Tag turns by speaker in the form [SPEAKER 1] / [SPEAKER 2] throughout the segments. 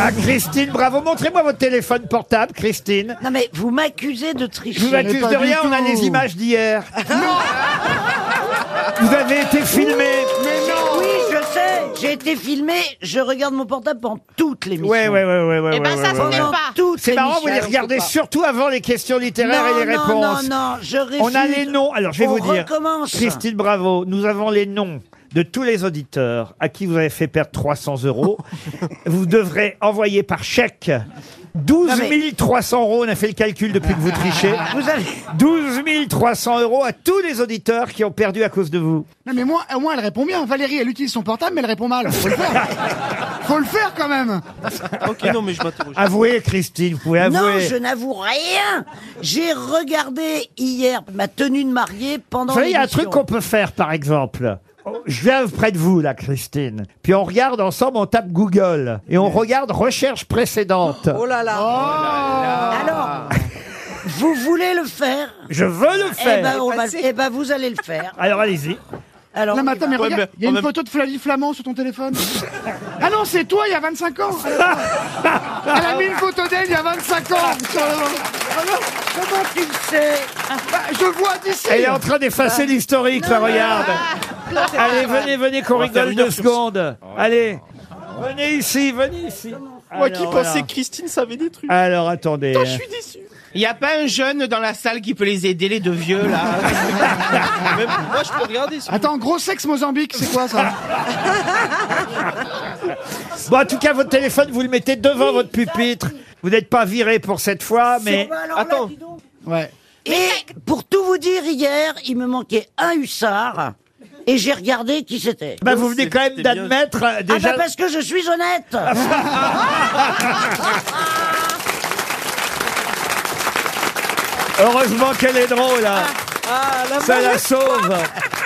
[SPEAKER 1] Ah, Christine, bravo. Montrez-moi votre téléphone portable, Christine.
[SPEAKER 2] Non mais vous m'accusez de tricher.
[SPEAKER 1] Je vous accuse de rien, on a les images d'hier. Vous avez été filmé.
[SPEAKER 2] Mais non. Oui, je sais. J'ai été filmé. Je regarde mon portable pendant toute l'émission.
[SPEAKER 1] Ouais, ouais, ouais, ouais, ouais.
[SPEAKER 3] Eh ben,
[SPEAKER 1] ouais, ouais,
[SPEAKER 3] ça, c'est
[SPEAKER 1] ouais.
[SPEAKER 2] Pendant
[SPEAKER 3] pas.
[SPEAKER 2] toute
[SPEAKER 1] C'est marrant, vous les
[SPEAKER 2] l'émission.
[SPEAKER 1] regardez surtout avant les questions littéraires
[SPEAKER 2] non,
[SPEAKER 1] et les
[SPEAKER 2] non,
[SPEAKER 1] réponses.
[SPEAKER 2] Non, non, je réfute.
[SPEAKER 1] On a les noms. Alors, je vais
[SPEAKER 2] On
[SPEAKER 1] vous dire.
[SPEAKER 2] recommence.
[SPEAKER 1] Christine Bravo, nous avons les noms de tous les auditeurs à qui vous avez fait perdre 300 euros. vous devrez envoyer par chèque 12
[SPEAKER 2] Non, mais-
[SPEAKER 1] 300 euros. On a fait le calcul depuis que vous trichez.
[SPEAKER 2] Vous avez.
[SPEAKER 1] 12 300 euros à tous les auditeurs qui ont perdu à cause de vous.
[SPEAKER 4] Non mais moi, au moins elle répond bien. Valérie, elle utilise son portable, mais elle répond mal. Faut le faire. Faut le faire quand même.
[SPEAKER 5] Ok, non, mais je m'interroge.
[SPEAKER 1] Avouez, Christine, vous pouvez avouer.
[SPEAKER 2] Non, je n'avoue rien. J'ai regardé hier ma tenue de mariée pendant.
[SPEAKER 1] Vous savez, il y a un truc
[SPEAKER 2] l'émission.
[SPEAKER 1] qu'on peut faire, par exemple. Oh, Je viens près de vous, là, Christine. Puis on regarde ensemble, on tape Google. Et on regarde recherche précédente.
[SPEAKER 2] Oh
[SPEAKER 1] Oh
[SPEAKER 2] Alors, vous voulez le faire
[SPEAKER 1] Je veux le
[SPEAKER 2] Eh
[SPEAKER 1] faire.
[SPEAKER 2] ben, on va- eh ben, vous allez le faire.
[SPEAKER 1] Alors allez-y.
[SPEAKER 2] Alors,
[SPEAKER 4] Là matin, mais
[SPEAKER 5] Ouais,
[SPEAKER 4] regarde,
[SPEAKER 5] mais
[SPEAKER 4] il y a
[SPEAKER 5] en
[SPEAKER 4] une
[SPEAKER 5] même-
[SPEAKER 4] photo de Flavie Flamand sur ton téléphone. ah non, c'est toi il y a 25 ans. Elle a mis une photo d'elle il y a 25 ans. putain. Ah non,
[SPEAKER 2] comment tu le sais
[SPEAKER 6] Ah,
[SPEAKER 4] bah, je vois d'ici.
[SPEAKER 1] Elle est en train d'effacer l'historique, là, regarde.
[SPEAKER 7] Ah.
[SPEAKER 1] Allez, venez, venez, qu'on
[SPEAKER 5] On va faire
[SPEAKER 1] rigole
[SPEAKER 5] une
[SPEAKER 1] deux
[SPEAKER 5] heure sur-
[SPEAKER 1] secondes. Allez. Venez ici, venez ici.
[SPEAKER 5] Moi qui
[SPEAKER 1] Alors,
[SPEAKER 5] pensais
[SPEAKER 1] voilà.
[SPEAKER 5] que Christine savait des trucs.
[SPEAKER 1] Alors, attendez.
[SPEAKER 5] Je suis déçu. Y a pas un jeune dans la salle qui peut les aider, les deux vieux, là Même Ah, Moi, je peux regarder. si vous
[SPEAKER 4] Attends, gros sexe Mozambique, c'est quoi ça
[SPEAKER 1] Bon, en tout cas, votre téléphone, vous le mettez devant votre pupitre. Vous n'êtes pas viré pour cette fois, mais...
[SPEAKER 2] C'est- bah, alors là,
[SPEAKER 5] Attends.
[SPEAKER 2] dis donc.
[SPEAKER 4] Ouais.
[SPEAKER 2] Et pour tout vous dire, hier, il me manquait un hussard et j'ai regardé qui c'était.
[SPEAKER 1] Bah, vous venez quand même
[SPEAKER 5] C'était bien.
[SPEAKER 1] d'admettre euh, déjà...
[SPEAKER 2] Ah bah parce que je suis honnête
[SPEAKER 6] Ah,
[SPEAKER 1] Heureusement qu'elle est drôle, là.
[SPEAKER 6] Ah,
[SPEAKER 1] Ça la sauve.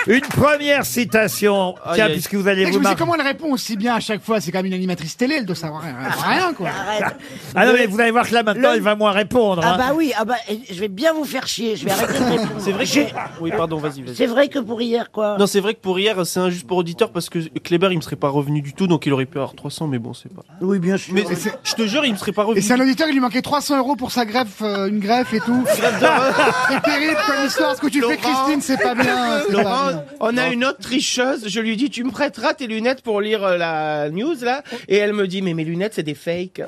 [SPEAKER 1] Une première citation.
[SPEAKER 5] Aïe,
[SPEAKER 1] Tiens,
[SPEAKER 5] aïe.
[SPEAKER 1] puisque vous allez
[SPEAKER 4] Et je
[SPEAKER 1] vous
[SPEAKER 4] me dis
[SPEAKER 1] marrer.
[SPEAKER 4] comment elle répond aussi bien à chaque fois. C'est quand même une animatrice télé, elle doit savoir rien, rien, quoi.
[SPEAKER 2] Arrête.
[SPEAKER 1] Ah non, mais vous allez voir que là, maintenant,
[SPEAKER 2] Le-
[SPEAKER 1] elle va moins répondre.
[SPEAKER 2] Ah
[SPEAKER 1] hein.
[SPEAKER 2] bah oui, ah bah, et je vais bien vous faire chier, je vais arrêter de répondre.
[SPEAKER 5] C'est vrai
[SPEAKER 2] J'ai-
[SPEAKER 5] que... Ah Oui, pardon, vas-y, vas-y.
[SPEAKER 2] C'est vrai que pour hier, quoi.
[SPEAKER 5] Non, c'est vrai que pour hier, c'est injuste pour auditeur parce que Kleber, il me serait pas revenu du tout, donc il aurait pu avoir 300, mais bon, c'est pas.
[SPEAKER 2] Oui, bien sûr.
[SPEAKER 5] Mais je te jure, il me serait pas
[SPEAKER 4] Et
[SPEAKER 5] revenu.
[SPEAKER 4] c'est un auditeur, il lui manquait 300 euros pour sa greffe, euh, une greffe et tout. c'est terrible comme histoire. Ce que tu fais, Christine, c'est pas bien. c'est pas bien.
[SPEAKER 7] Laurent, on a une autre tricheuse. Je lui dis, tu me prêteras tes lunettes pour lire euh, la news là Et elle me dit, mais mes lunettes c'est des fakes.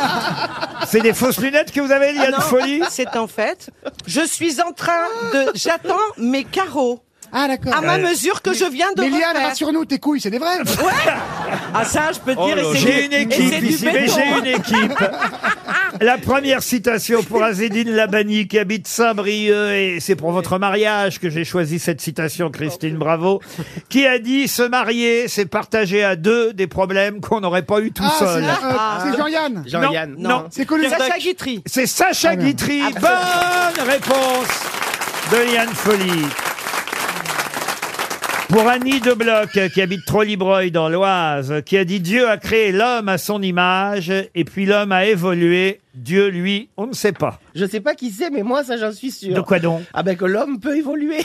[SPEAKER 1] C'est des fausses lunettes que vous avez,
[SPEAKER 2] Ah
[SPEAKER 1] il y a de folie.
[SPEAKER 8] Ah C'est en fait, je suis en train de, j'attends mes carreaux
[SPEAKER 4] Ah, d'accord.
[SPEAKER 8] à ma mesure que je viens de
[SPEAKER 4] Mais Liane,
[SPEAKER 8] refaire.
[SPEAKER 4] rassure-nous, tes couilles, c'est des vrais.
[SPEAKER 8] Ah ça, je peux te
[SPEAKER 5] Oh
[SPEAKER 8] dire.
[SPEAKER 5] là
[SPEAKER 8] et
[SPEAKER 5] là.
[SPEAKER 8] c'est
[SPEAKER 1] J'ai
[SPEAKER 8] du-
[SPEAKER 1] une
[SPEAKER 8] et c'est
[SPEAKER 1] équipe
[SPEAKER 8] du
[SPEAKER 1] ici, mais
[SPEAKER 8] béton.
[SPEAKER 1] j'ai une équipe. La première citation pour Azedine Labani qui habite Saint-Brieuc et c'est pour votre mariage que j'ai choisi cette citation, Christine Bravo, qui a dit se marier, c'est partager à deux des problèmes qu'on n'aurait pas eu tout
[SPEAKER 4] Ah, c'est
[SPEAKER 1] seul.
[SPEAKER 4] euh, c'est Jean-Yann.
[SPEAKER 7] Jean-Yann.
[SPEAKER 1] non, non.
[SPEAKER 4] C'est Ah, connu.
[SPEAKER 8] Sacha Guitry.
[SPEAKER 1] C'est Sacha Guitry. Bonne réponse de Yann Folly. Pour Annie Debloc, qui habite Trollibreuil dans l'Oise, qui a dit Dieu a créé l'homme à son image, et puis l'homme a évolué. Dieu, lui, on ne sait pas.
[SPEAKER 7] Je sais pas qui c'est, mais moi ça j'en suis sûr.
[SPEAKER 1] De quoi donc
[SPEAKER 7] Ah ben que l'homme peut évoluer.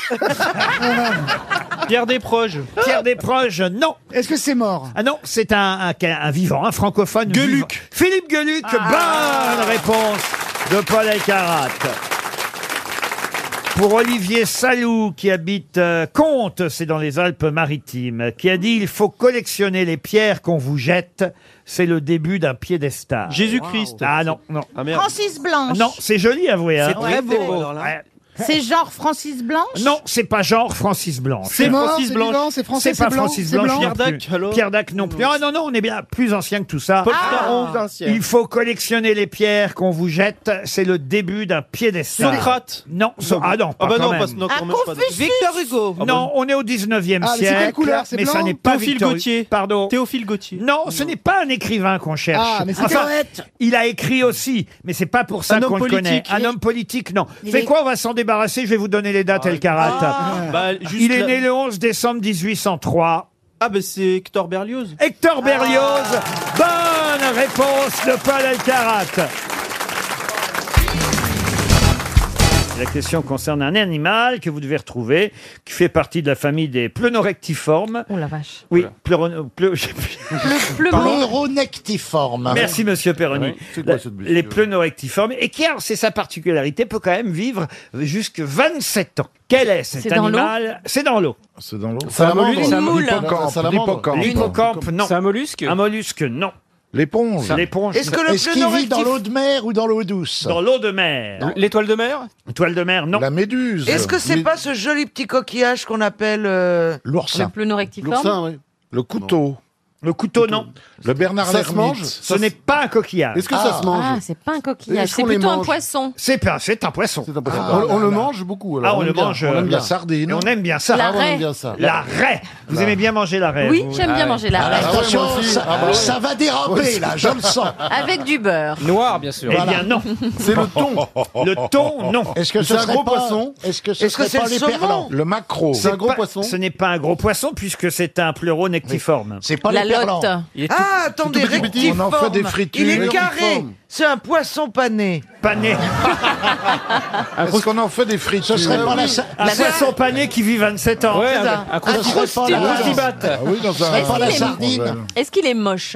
[SPEAKER 5] Pierre Desproges.
[SPEAKER 1] Pierre Desproges, non.
[SPEAKER 4] Est-ce que c'est mort
[SPEAKER 1] Ah non, c'est un, un- un vivant, un francophone.
[SPEAKER 5] Gueluc.
[SPEAKER 1] vivant. Philippe Gueluc,
[SPEAKER 4] Ah.
[SPEAKER 1] bonne réponse de Paul Elkarat. Pour Olivier Salou, qui habite euh, Comte, c'est dans les Alpes-Maritimes, qui a dit « Il faut collectionner les pierres qu'on vous jette, c'est le début d'un piédestal. »
[SPEAKER 5] Jésus-Christ.
[SPEAKER 1] Ah non, non.
[SPEAKER 5] Ah merde.
[SPEAKER 3] Francis Blanche.
[SPEAKER 1] Non, c'est joli, avouez. Hein.
[SPEAKER 5] très beau.
[SPEAKER 1] Ouais.
[SPEAKER 3] C'est genre Francis Blanche
[SPEAKER 1] Non, c'est pas genre Francis Blanche.
[SPEAKER 4] C'est mort,
[SPEAKER 5] Francis
[SPEAKER 4] c'est
[SPEAKER 5] Blanche.
[SPEAKER 4] vivant, c'est français,
[SPEAKER 1] C'est pas
[SPEAKER 4] blanc,
[SPEAKER 1] Francis
[SPEAKER 4] c'est
[SPEAKER 1] Blanche.
[SPEAKER 4] blanc.
[SPEAKER 1] non
[SPEAKER 5] Pierre
[SPEAKER 1] plus.
[SPEAKER 5] Dac, alors
[SPEAKER 1] Pierre Dac non plus. Ah non, non, on est bien plus ancien que tout ça.
[SPEAKER 5] Paul Scarron.
[SPEAKER 7] Pharaon, ancien.
[SPEAKER 1] Il faut collectionner les pierres qu'on vous jette. C'est le début d'un piédestal.
[SPEAKER 5] Socrate.
[SPEAKER 1] Non, so- ah non, pas
[SPEAKER 5] Ah bah
[SPEAKER 1] quand
[SPEAKER 5] non,
[SPEAKER 1] même.
[SPEAKER 5] parce que non,
[SPEAKER 3] Ah,
[SPEAKER 5] quand même pas.
[SPEAKER 3] Confucius.
[SPEAKER 8] Victor Hugo.
[SPEAKER 5] Ah
[SPEAKER 1] Non, on est au 19e
[SPEAKER 4] Ah, mais c'est
[SPEAKER 1] siècle.
[SPEAKER 4] quelle couleur C'est
[SPEAKER 1] mais ça
[SPEAKER 4] blanc
[SPEAKER 1] n'est pas
[SPEAKER 5] Théophile
[SPEAKER 1] Victor Hugo.
[SPEAKER 5] Gautier.
[SPEAKER 1] Pardon.
[SPEAKER 5] Théophile Gauthier.
[SPEAKER 1] non, ce n'est pas un écrivain qu'on cherche.
[SPEAKER 4] Ah, mais c'est
[SPEAKER 1] Enfin,
[SPEAKER 2] Poète.
[SPEAKER 1] il a écrit aussi, mais c'est pas pour ça
[SPEAKER 5] Un homme
[SPEAKER 1] qu'on le connaît.
[SPEAKER 5] politique.
[SPEAKER 1] Un homme politique, non.
[SPEAKER 2] Il
[SPEAKER 1] C'est
[SPEAKER 2] est-
[SPEAKER 1] quoi On va s'en débarrasser. Je vais vous donner les
[SPEAKER 5] Ah,
[SPEAKER 1] dates, El Karat.
[SPEAKER 5] Bah, juste
[SPEAKER 1] Ah, il est
[SPEAKER 5] la-
[SPEAKER 1] né le 11 décembre 1803.
[SPEAKER 5] Ah, bah c'est Hector Berlioz.
[SPEAKER 1] Hector Berlioz. Bonne réponse de Paul Alcarat. La question concerne un animal que vous devez retrouver, qui fait partie de la famille des pleunorectiformes.
[SPEAKER 9] Oh la vache.
[SPEAKER 1] Oui, pleuron- pleu- j'ai-
[SPEAKER 10] Pleuronectiforme.
[SPEAKER 1] merci Monsieur Perroni.
[SPEAKER 2] Ouais, c'est quoi
[SPEAKER 1] La-
[SPEAKER 2] cette bestiole
[SPEAKER 1] les pleunorectiformes, et qui, alors, c'est sa particularité, peut quand même vivre jusqu'à 27 ans. Quel est cet
[SPEAKER 9] C'est dans l'eau
[SPEAKER 1] animal C'est dans l'eau.
[SPEAKER 2] C'est dans l'eau.
[SPEAKER 10] Salamandre.
[SPEAKER 11] Une moule.
[SPEAKER 10] Salamandre.
[SPEAKER 1] L'hippocampe, non.
[SPEAKER 7] C'est un mollusque
[SPEAKER 1] Un mollusque, non.
[SPEAKER 2] L'éponge.
[SPEAKER 1] L'éponge,
[SPEAKER 10] Est-ce
[SPEAKER 1] non.
[SPEAKER 10] que le Est-ce qu'il vit dans l'eau de mer ou dans l'eau douce
[SPEAKER 1] dans l'eau de mer.
[SPEAKER 7] L'étoile de mer
[SPEAKER 1] Toile de mer, non.
[SPEAKER 2] La méduse.
[SPEAKER 11] Est-ce que c'est
[SPEAKER 2] Mais-
[SPEAKER 11] pas ce joli petit coquillage qu'on appelle euh,
[SPEAKER 10] L'oursin.
[SPEAKER 9] pleunorectiforme.
[SPEAKER 2] L'oursin, oui.
[SPEAKER 10] Le couteau.
[SPEAKER 1] Le couteau, non.
[SPEAKER 2] Le Bernard
[SPEAKER 10] Ça se mange
[SPEAKER 2] l'ermite.
[SPEAKER 1] Ce n'est pas un coquillage.
[SPEAKER 2] Est-ce que ça
[SPEAKER 10] Ah.
[SPEAKER 2] se mange
[SPEAKER 9] Ah, c'est pas un coquillage,
[SPEAKER 2] Est-ce
[SPEAKER 9] c'est
[SPEAKER 2] qu'on les
[SPEAKER 9] plutôt un
[SPEAKER 2] mange
[SPEAKER 9] poisson.
[SPEAKER 1] C'est pas- c'est un poisson.
[SPEAKER 2] C'est impossible.
[SPEAKER 10] Ah,
[SPEAKER 2] on, on
[SPEAKER 10] là,
[SPEAKER 2] le
[SPEAKER 10] là.
[SPEAKER 2] mange beaucoup. Alors
[SPEAKER 1] Ah, on le
[SPEAKER 2] aime bien.
[SPEAKER 1] mange,
[SPEAKER 2] On
[SPEAKER 1] euh,
[SPEAKER 2] aime la
[SPEAKER 1] là.
[SPEAKER 2] sardine.
[SPEAKER 1] Et on aime bien ça.
[SPEAKER 9] La
[SPEAKER 2] Ah, on
[SPEAKER 9] raie.
[SPEAKER 2] aime bien ça.
[SPEAKER 1] La raie. Vous aimez bien manger la raie
[SPEAKER 9] Oui,
[SPEAKER 1] vous
[SPEAKER 9] j'aime bien manger la
[SPEAKER 10] Ah,
[SPEAKER 9] raie.
[SPEAKER 2] ouais,
[SPEAKER 10] attention,
[SPEAKER 2] moi aussi.
[SPEAKER 10] ça,
[SPEAKER 2] Ah, bah ouais.
[SPEAKER 10] ça va déraper là, je le sens.
[SPEAKER 9] Avec du beurre.
[SPEAKER 7] Noir, bien sûr.
[SPEAKER 1] Eh bien non.
[SPEAKER 2] C'est le thon.
[SPEAKER 1] Le thon, non.
[SPEAKER 10] Est-ce que
[SPEAKER 2] C'est
[SPEAKER 10] ce
[SPEAKER 2] un
[SPEAKER 10] serait
[SPEAKER 2] gros
[SPEAKER 10] pas-
[SPEAKER 2] poisson
[SPEAKER 10] Est-ce que ce
[SPEAKER 11] Est-ce que
[SPEAKER 10] serait
[SPEAKER 11] c'est
[SPEAKER 10] pas
[SPEAKER 11] le
[SPEAKER 10] les
[SPEAKER 11] saumon
[SPEAKER 10] perlants
[SPEAKER 2] Le maquereau.
[SPEAKER 10] C'est un gros
[SPEAKER 1] Pas-
[SPEAKER 10] poisson.
[SPEAKER 1] Ce n'est pas un gros poisson puisque c'est un pleuronectiforme.
[SPEAKER 10] C'est pas
[SPEAKER 9] La
[SPEAKER 10] les perlants.
[SPEAKER 9] lotte.
[SPEAKER 11] Ah, attendez,
[SPEAKER 2] tout petit, petit.
[SPEAKER 11] rectiforme.
[SPEAKER 2] On en fait des fritures.
[SPEAKER 11] Il est
[SPEAKER 2] Rectiforme.
[SPEAKER 11] carré. C'est un poisson pané.
[SPEAKER 1] Pané.
[SPEAKER 2] Est-ce qu'on en fait des frites
[SPEAKER 10] Ce serait pas la, sa-
[SPEAKER 7] Ah,
[SPEAKER 1] Un poisson pané qui vit 27 ans.
[SPEAKER 7] Ouais, un, un
[SPEAKER 10] ce serait pas la-
[SPEAKER 2] Ah oui, dans
[SPEAKER 10] ce serait
[SPEAKER 2] un.
[SPEAKER 10] pas la
[SPEAKER 2] dans un-
[SPEAKER 10] sardine.
[SPEAKER 9] Est-ce qu'il est moche